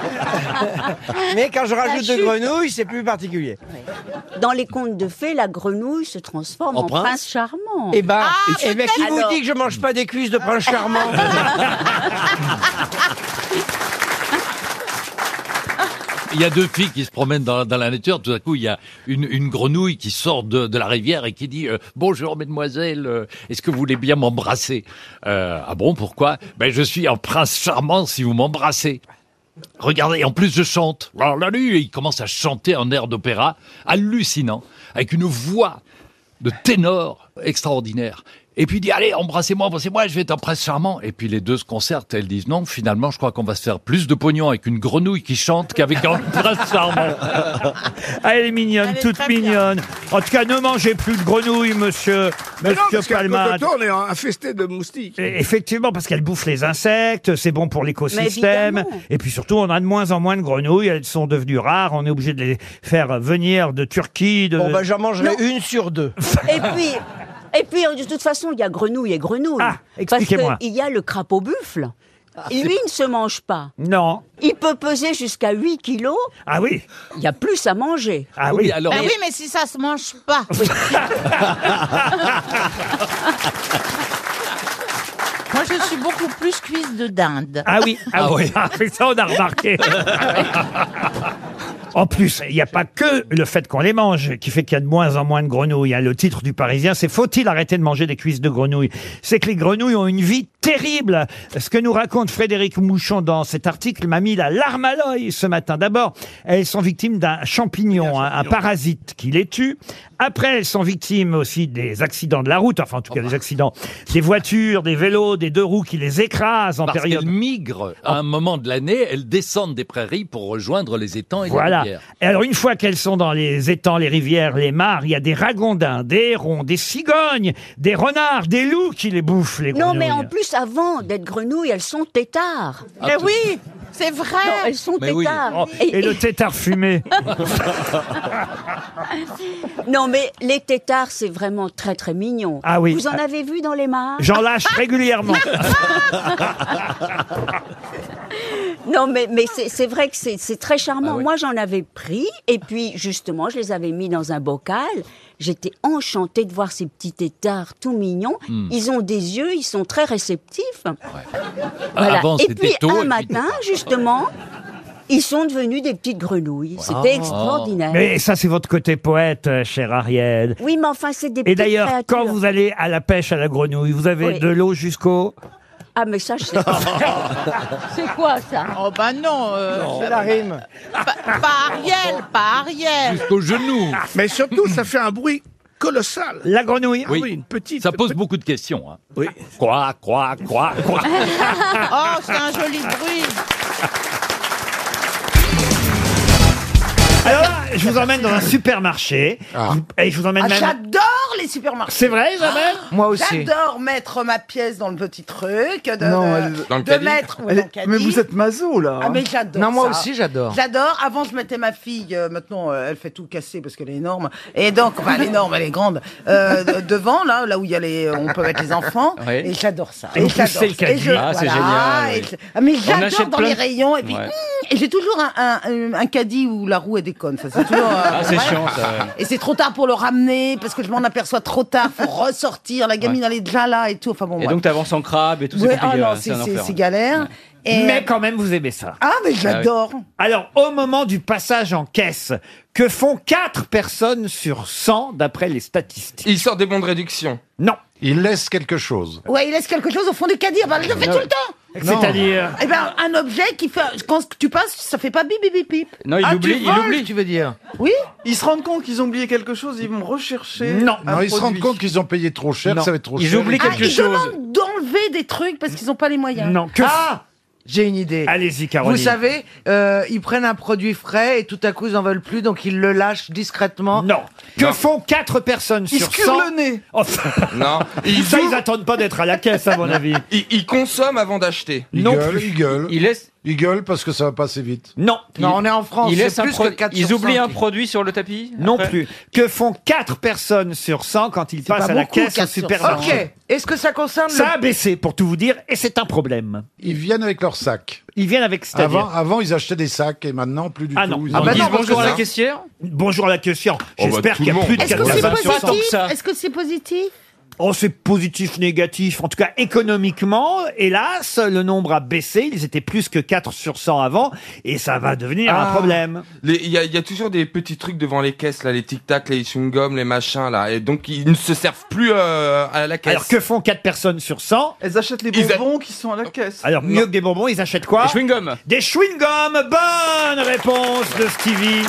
[SPEAKER 15] mais quand je
[SPEAKER 13] La
[SPEAKER 15] rajoute de
[SPEAKER 13] chute.
[SPEAKER 15] grenouille, c'est plus particulier.
[SPEAKER 13] Dans les contes de fées, la grenouille se transforme en, prince. charmant. Ah,
[SPEAKER 15] Eh
[SPEAKER 1] Ah,
[SPEAKER 15] ben, eh ben, qui
[SPEAKER 13] Alors-
[SPEAKER 15] vous dit que je mange pas des cuisses de prince charmant
[SPEAKER 12] Il y a deux filles qui se promènent dans, dans la nature. Tout à coup, il y a une, une grenouille qui sort de, de la rivière et qui dit euh, Bonjour, mesdemoiselles, euh, est-ce que vous voulez bien m'embrasser Euh, Ah bon, pourquoi Ben, je suis un prince charmant si vous m'embrassez. Regardez, en plus je chante. Alors là, lui, il commence à chanter un air d'opéra hallucinant, avec une voix de ténor extraordinaire. Et puis il dit, allez, embrassez-moi, embrassez-moi, je vais être un prince charmant. Et puis les deux se concertent, elles disent, non, finalement, je crois qu'on va se faire plus de pognon avec une grenouille qui chante qu'avec un prince charmant.
[SPEAKER 1] Ah, elle est mignonne, toute mignonne. En tout cas, ne mangez plus de grenouilles, monsieur,
[SPEAKER 14] Mais non,
[SPEAKER 1] monsieur
[SPEAKER 14] parce qu'à
[SPEAKER 1] Palmade.
[SPEAKER 14] Cotonou, on est infesté de moustiques.
[SPEAKER 1] Et- Effectivement, parce qu'elle bouffe les insectes, c'est bon pour l'écosystème. Et puis surtout, on a de moins en moins de grenouilles, elles sont devenues rares, on est obligé de les faire venir de Turquie. De...
[SPEAKER 15] Bon, bah, j'en mangerai une sur deux.
[SPEAKER 13] Et puis, et puis, de toute façon, il y a grenouille et grenouille.
[SPEAKER 15] Ah,
[SPEAKER 1] expliquez-moi.
[SPEAKER 13] Parce qu'il y a le crapaud buffle. Lui ne se mange pas.
[SPEAKER 1] Non.
[SPEAKER 13] Il peut peser jusqu'à 8 kilos.
[SPEAKER 1] Ah oui.
[SPEAKER 13] Il y a plus à manger.
[SPEAKER 1] Ah oui. Oui, alors-
[SPEAKER 3] Ben oui, mais si ça se mange pas. Moi, je suis beaucoup plus cuisse de dinde.
[SPEAKER 1] Ah oui, ah, oui. Ah oui, ça on a remarqué. En plus, il n'y a pas que le fait qu'on les mange qui fait qu'il y a de moins en moins de grenouilles. hein. Le titre du Parisien, c'est Faut-il arrêter de manger des cuisses de grenouilles C'est que les grenouilles ont une vie terrible. Ce que nous raconte Frédéric Mouchon dans cet article m'a mis la larme à l'œil ce matin. D'abord, elles sont victimes d'un champignon, hein, un parasite qui les tue. Après, elles sont victimes aussi des accidents de la route, enfin en tout cas des accidents des voitures, des vélos, des deux roues qui les écrasent en
[SPEAKER 12] Parce
[SPEAKER 1] période...
[SPEAKER 12] qu'elles migrent. À un moment de l'année, elles descendent des prairies pour rejoindre les étangs et les
[SPEAKER 1] Voilà.
[SPEAKER 12] rivières.
[SPEAKER 1] Et alors, une fois qu'elles sont dans les étangs, les rivières, les mares, il y a des ragondins, des hérons, des cigognes, des renards, des loups qui les bouffent, les
[SPEAKER 13] Non,
[SPEAKER 1] grenouilles.
[SPEAKER 13] mais en plus, avant d'être grenouille, elles sont têtards.
[SPEAKER 1] Ah, tout-
[SPEAKER 13] oui, c'est vrai. elles sont têtards.
[SPEAKER 1] Oh, et, le tétard fumé.
[SPEAKER 13] Non, mais les têtards, c'est vraiment très, très mignon.
[SPEAKER 1] Ah oui.
[SPEAKER 13] Vous en avez vu dans les mares
[SPEAKER 1] J'en lâche régulièrement.
[SPEAKER 13] Ah, Non, mais, mais c'est c'est vrai que c'est c'est très
[SPEAKER 1] Ah
[SPEAKER 13] charmant. Moi, j'en avais pris, et puis justement, je les avais mis dans un bocal. J'étais enchantée de voir ces petits têtards tout mignons.
[SPEAKER 12] Hmm.
[SPEAKER 13] Ils ont des yeux, ils sont très réceptifs.
[SPEAKER 12] Ah,
[SPEAKER 13] Voilà.
[SPEAKER 12] avant,
[SPEAKER 13] et
[SPEAKER 12] c'était
[SPEAKER 13] puis,
[SPEAKER 12] tôt, et
[SPEAKER 13] un
[SPEAKER 12] puis-
[SPEAKER 13] matin, justement, ils sont devenus des petites grenouilles. C'était extraordinaire.
[SPEAKER 1] Mais ça, c'est votre côté poète, euh, chère Ariel.
[SPEAKER 13] Oui, mais enfin, c'est des
[SPEAKER 1] Et
[SPEAKER 13] petites
[SPEAKER 1] d'ailleurs,
[SPEAKER 13] créatures.
[SPEAKER 1] quand vous allez à la pêche à la grenouille, vous avez
[SPEAKER 13] Oui.
[SPEAKER 1] de l'eau jusqu'au...
[SPEAKER 13] Ah, mais ça, je sais pas.
[SPEAKER 3] C'est quoi ça Oh bah non, euh,
[SPEAKER 15] Non. C'est la rime.
[SPEAKER 3] Pas, pas Ariel, pas Ariel.
[SPEAKER 12] Au genou.
[SPEAKER 14] Mais surtout, ça fait un bruit colossal.
[SPEAKER 1] La grenouille.
[SPEAKER 14] Ah oui, une petite.
[SPEAKER 12] Ça pose beaucoup de questions. Hein. Oui. Quoi, quoi, quoi, quoi.
[SPEAKER 3] oh, c'est un joli bruit.
[SPEAKER 1] Alors là, je vous emmène dans un supermarché. Et je vous emmène
[SPEAKER 8] Ah,
[SPEAKER 1] même.
[SPEAKER 8] J'adore les supermarchés. Ah,
[SPEAKER 1] C'est vrai, Isabelle Moi aussi.
[SPEAKER 8] J'adore mettre ma pièce dans le petit truc. De,
[SPEAKER 1] Non,
[SPEAKER 8] de-
[SPEAKER 1] elle- Dans le
[SPEAKER 8] de
[SPEAKER 1] caddie
[SPEAKER 8] mettre.
[SPEAKER 1] Elle-
[SPEAKER 8] dans le caddie.
[SPEAKER 1] mais vous êtes maso, là,
[SPEAKER 8] Ah,
[SPEAKER 1] hein.
[SPEAKER 8] mais j'adore.
[SPEAKER 1] Non, moi
[SPEAKER 8] ça.
[SPEAKER 1] aussi, j'adore.
[SPEAKER 8] J'adore. Avant, je mettais ma fille. euh, maintenant, euh, elle fait tout casser parce qu'elle est énorme. Et donc, enfin, elle est énorme, elle est grande. Euh, de- devant, là, là où il y a les, euh, on peut mettre les enfants.
[SPEAKER 16] Oui.
[SPEAKER 8] Et j'adore ça.
[SPEAKER 16] Et vous
[SPEAKER 8] j'adore
[SPEAKER 16] poussez le
[SPEAKER 8] ça. Et
[SPEAKER 16] caddie. Ah, c'est génial,
[SPEAKER 8] et
[SPEAKER 16] oui.
[SPEAKER 8] je- Ah, mais
[SPEAKER 16] On
[SPEAKER 8] j'adore
[SPEAKER 16] achète
[SPEAKER 8] dans
[SPEAKER 16] plein.
[SPEAKER 8] les rayons. Et puis,
[SPEAKER 16] Ouais.
[SPEAKER 8] hum, et j'ai toujours un, un- un- un caddie où la roue est déconne. Ça, c'est toujours. euh,
[SPEAKER 16] Ah, c'est
[SPEAKER 8] ouais.
[SPEAKER 16] chiant, ça, ouais.
[SPEAKER 8] Et c'est trop tard pour le ramener parce que je m'en aperçois trop tard. Faut ressortir. La gamine,
[SPEAKER 16] Ouais.
[SPEAKER 8] elle est déjà là et tout. Enfin
[SPEAKER 7] Ah,
[SPEAKER 8] bon.
[SPEAKER 16] Et
[SPEAKER 8] ouais.
[SPEAKER 16] donc t'avances en crabe et tout,
[SPEAKER 8] Ouais,
[SPEAKER 16] euh, c'est compliqué.
[SPEAKER 8] ah non,
[SPEAKER 16] ouais,
[SPEAKER 8] c'est-
[SPEAKER 16] un
[SPEAKER 8] c'est
[SPEAKER 16] enfer.
[SPEAKER 8] c'est galère. Et- euh,
[SPEAKER 1] Mais quand même, vous aimez ça.
[SPEAKER 8] Ah, mais j'adore.
[SPEAKER 1] Alors, au moment du passage en caisse, que font 4 personnes sur 100 d'après les statistiques
[SPEAKER 17] Il sort des bons de réduction.
[SPEAKER 1] Non.
[SPEAKER 17] Il laisse quelque chose.
[SPEAKER 8] Ouais, il laisse quelque chose au fond du caddie. Ah bah, je le fais
[SPEAKER 17] Non.
[SPEAKER 8] tout le temps.
[SPEAKER 1] C'est-à-dire
[SPEAKER 8] Eh ben, un objet qui fait. Quand tu passes, ça fait pas bip bip bip bip.
[SPEAKER 16] Non, il oublie, il oublie.
[SPEAKER 11] Ah, Tu veux dire
[SPEAKER 8] Oui
[SPEAKER 16] Ils se rendent compte qu'ils ont oublié quelque chose, ils vont rechercher. un
[SPEAKER 10] Non, ils se rendent
[SPEAKER 16] produit.
[SPEAKER 10] compte qu'ils ont payé trop cher,
[SPEAKER 16] Non.
[SPEAKER 10] ça va être trop
[SPEAKER 16] Ils
[SPEAKER 10] cher.
[SPEAKER 16] oublient
[SPEAKER 8] Ah, ils demandent d'enlever des trucs parce qu'ils n'ont pas les moyens.
[SPEAKER 1] Non,
[SPEAKER 11] Ah J'ai une idée.
[SPEAKER 1] Allez-y,
[SPEAKER 11] Vous savez, euh, ils prennent un produit frais et tout à coup ils en veulent plus, donc ils le lâchent discrètement.
[SPEAKER 1] Non. Que font 4 personnes
[SPEAKER 11] Ils
[SPEAKER 1] sur
[SPEAKER 11] se curent
[SPEAKER 1] 100
[SPEAKER 11] le
[SPEAKER 1] nez. non. ça, ils attendent pas d'être à la caisse, à mon avis.
[SPEAKER 17] Il, il consomme avant d'acheter.
[SPEAKER 10] Ils gueulent, ils gueulent.
[SPEAKER 17] Il laisse.
[SPEAKER 10] Ils gueulent parce que ça va passer vite.
[SPEAKER 1] Non.
[SPEAKER 11] Non, on est en France,
[SPEAKER 17] il
[SPEAKER 11] c'est
[SPEAKER 17] laisse un
[SPEAKER 11] plus
[SPEAKER 17] pro-
[SPEAKER 11] que 4
[SPEAKER 17] ils
[SPEAKER 11] sur
[SPEAKER 17] oublient
[SPEAKER 11] 100.
[SPEAKER 17] un produit sur le tapis
[SPEAKER 1] Non
[SPEAKER 17] après
[SPEAKER 1] plus. Que font 4 personnes sur 100 quand ils passent
[SPEAKER 11] pas
[SPEAKER 1] à la
[SPEAKER 11] beaucoup,
[SPEAKER 1] caisse au
[SPEAKER 11] quatre sur
[SPEAKER 1] supermarché
[SPEAKER 11] cent. Ok. Est-ce que ça concerne
[SPEAKER 1] Ça a
[SPEAKER 11] le...
[SPEAKER 1] baissé, pour tout vous dire, et c'est un problème.
[SPEAKER 10] Ils viennent avec leurs sacs.
[SPEAKER 1] Ils viennent avec c'est-à-dire-
[SPEAKER 10] Avant, avant, ils achetaient des sacs et maintenant, plus du
[SPEAKER 1] Ah
[SPEAKER 10] tout.
[SPEAKER 1] non.
[SPEAKER 10] ils
[SPEAKER 1] Ah
[SPEAKER 10] en
[SPEAKER 1] bah
[SPEAKER 10] disent
[SPEAKER 1] non, parce
[SPEAKER 10] bonjour
[SPEAKER 1] que
[SPEAKER 10] à la
[SPEAKER 1] ça-
[SPEAKER 10] caisse.
[SPEAKER 1] Bonjour à la caissière.
[SPEAKER 10] Oh, bah,
[SPEAKER 1] J'espère
[SPEAKER 10] tout
[SPEAKER 1] qu'il y a
[SPEAKER 10] le monde.
[SPEAKER 1] plus de
[SPEAKER 10] Est-ce que
[SPEAKER 1] 4
[SPEAKER 10] c'est
[SPEAKER 1] personnes sur
[SPEAKER 10] positif
[SPEAKER 1] 100 que ça.
[SPEAKER 8] Est-ce que c'est positif
[SPEAKER 1] Oh, c'est positif, négatif. En tout cas, économiquement, hélas, le nombre a baissé. Ils étaient plus que 4 sur 100 avant. Et ça va devenir un
[SPEAKER 17] Ah.
[SPEAKER 1] problème.
[SPEAKER 17] Les- Il y, a- il y a toujours des petits trucs devant les caisses, là, les tic-tac, les chewing-gums, les machins, là. Et donc, ils ne se servent plus euh, à la caisse.
[SPEAKER 1] Alors, que font 4 personnes sur 100
[SPEAKER 16] Elles achètent les bonbons qui sont à la caisse.
[SPEAKER 1] Alors, mieux que des bonbons, ils achètent quoi Des
[SPEAKER 17] chewing-gums.
[SPEAKER 1] Des chewing-gums. Bonne réponse de Stevie.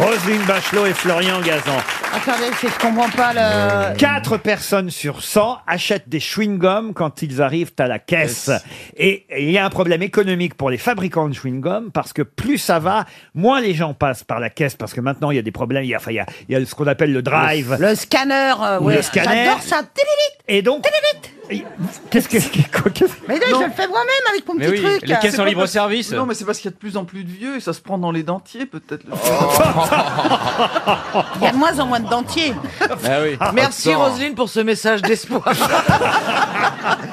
[SPEAKER 1] Roselyne Bachelot et Florian Gazan.
[SPEAKER 8] Attendez, c'est- je comprends pas
[SPEAKER 1] Euh.
[SPEAKER 8] le.
[SPEAKER 1] 4 personnes sur 100 achètent des chewing-gums quand ils arrivent à la caisse. Et et il y a un problème économique pour les fabricants de chewing-gums parce que plus ça va, moins les gens passent par la caisse parce que maintenant il y a des problèmes. Il y a, enfin, il y a, il y a ce qu'on appelle le drive.
[SPEAKER 8] Le scanner. euh,
[SPEAKER 1] Ou
[SPEAKER 8] ouais.
[SPEAKER 1] le scanner.
[SPEAKER 8] J'adore ça. Télélit.
[SPEAKER 1] Et donc. Qu'est-ce que. quoi, qu'est-ce que-
[SPEAKER 8] Mais là, je le fais moi-même avec mon
[SPEAKER 16] Mais
[SPEAKER 8] petit
[SPEAKER 16] oui,
[SPEAKER 8] truc.
[SPEAKER 16] les
[SPEAKER 8] là.
[SPEAKER 16] caisses
[SPEAKER 8] C'est
[SPEAKER 16] en
[SPEAKER 8] pas
[SPEAKER 16] libre
[SPEAKER 8] parce-
[SPEAKER 16] service. Non, mais c'est parce qu'il y a de plus en plus de vieux et ça se prend dans les dentiers, peut-être.
[SPEAKER 8] Il y a de moins en moins de dentiers.
[SPEAKER 16] Ah
[SPEAKER 11] Merci
[SPEAKER 8] Attends.
[SPEAKER 11] Roselyne pour ce message d'espoir.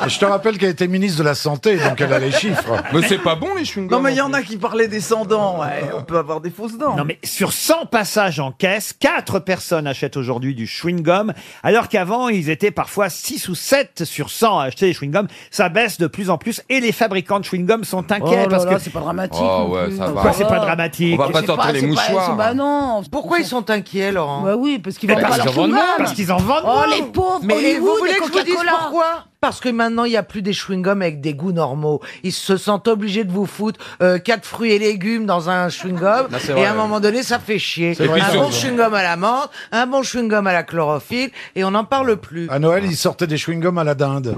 [SPEAKER 10] Je te rappelle qu'elle était ministre de la Santé, donc elle a les chiffres.
[SPEAKER 17] les chewing-gums.
[SPEAKER 16] Non, mais il y en a qui parlaient des sans dents. ouais, on peut avoir des fausses dents.
[SPEAKER 1] Non mais sur 100 passages en caisse, 4 personnes achètent aujourd'hui du chewing-gum, alors qu'avant ils étaient parfois 6 ou 7 sur 100 à acheter des chewing-gums. Ça baisse de plus en plus et les fabricants de chewing-gum sont inquiets
[SPEAKER 8] Oh là
[SPEAKER 1] parce
[SPEAKER 8] là,
[SPEAKER 1] que
[SPEAKER 8] c'est pas dramatique
[SPEAKER 17] Oh, ouais, ça va.
[SPEAKER 1] Pourquoi c'est pas dramatique
[SPEAKER 17] On va pas
[SPEAKER 1] C'est
[SPEAKER 17] sortir les
[SPEAKER 8] c'est pas-
[SPEAKER 17] mouchoirs.
[SPEAKER 8] c'est- Bah non.
[SPEAKER 11] Euh, Pourquoi ils sont inquiets, Laurent
[SPEAKER 8] Bah oui, parce qu'ils
[SPEAKER 11] Eh
[SPEAKER 8] vendent
[SPEAKER 11] ben,
[SPEAKER 8] pas
[SPEAKER 11] ils
[SPEAKER 8] leur
[SPEAKER 11] en vendent
[SPEAKER 8] chewing-gum.
[SPEAKER 11] moins. Parce qu'ils en vendent
[SPEAKER 8] Oh,
[SPEAKER 11] moins.
[SPEAKER 8] les pauvres
[SPEAKER 11] Mais vous
[SPEAKER 8] Hollywood
[SPEAKER 11] voulez
[SPEAKER 8] et
[SPEAKER 11] que je vous dise
[SPEAKER 8] Coca-Cola.
[SPEAKER 11] pourquoi Parce que maintenant, il n'y a plus des chewing-gums avec des goûts normaux. Ils se sentent obligés de vous foutre euh, quatre fruits et légumes dans un chewing-gum.
[SPEAKER 16] Non, c'est
[SPEAKER 11] et
[SPEAKER 16] vrai,
[SPEAKER 11] à un
[SPEAKER 16] ouais.
[SPEAKER 11] moment donné, ça fait chier.
[SPEAKER 16] C'est vrai,
[SPEAKER 11] Un
[SPEAKER 16] c'est
[SPEAKER 11] bon
[SPEAKER 16] vrai.
[SPEAKER 11] chewing-gum à la menthe, un bon chewing-gum à la chlorophylle, et on n'en parle plus.
[SPEAKER 10] À Noël, ils sortaient des chewing-gums à la dinde.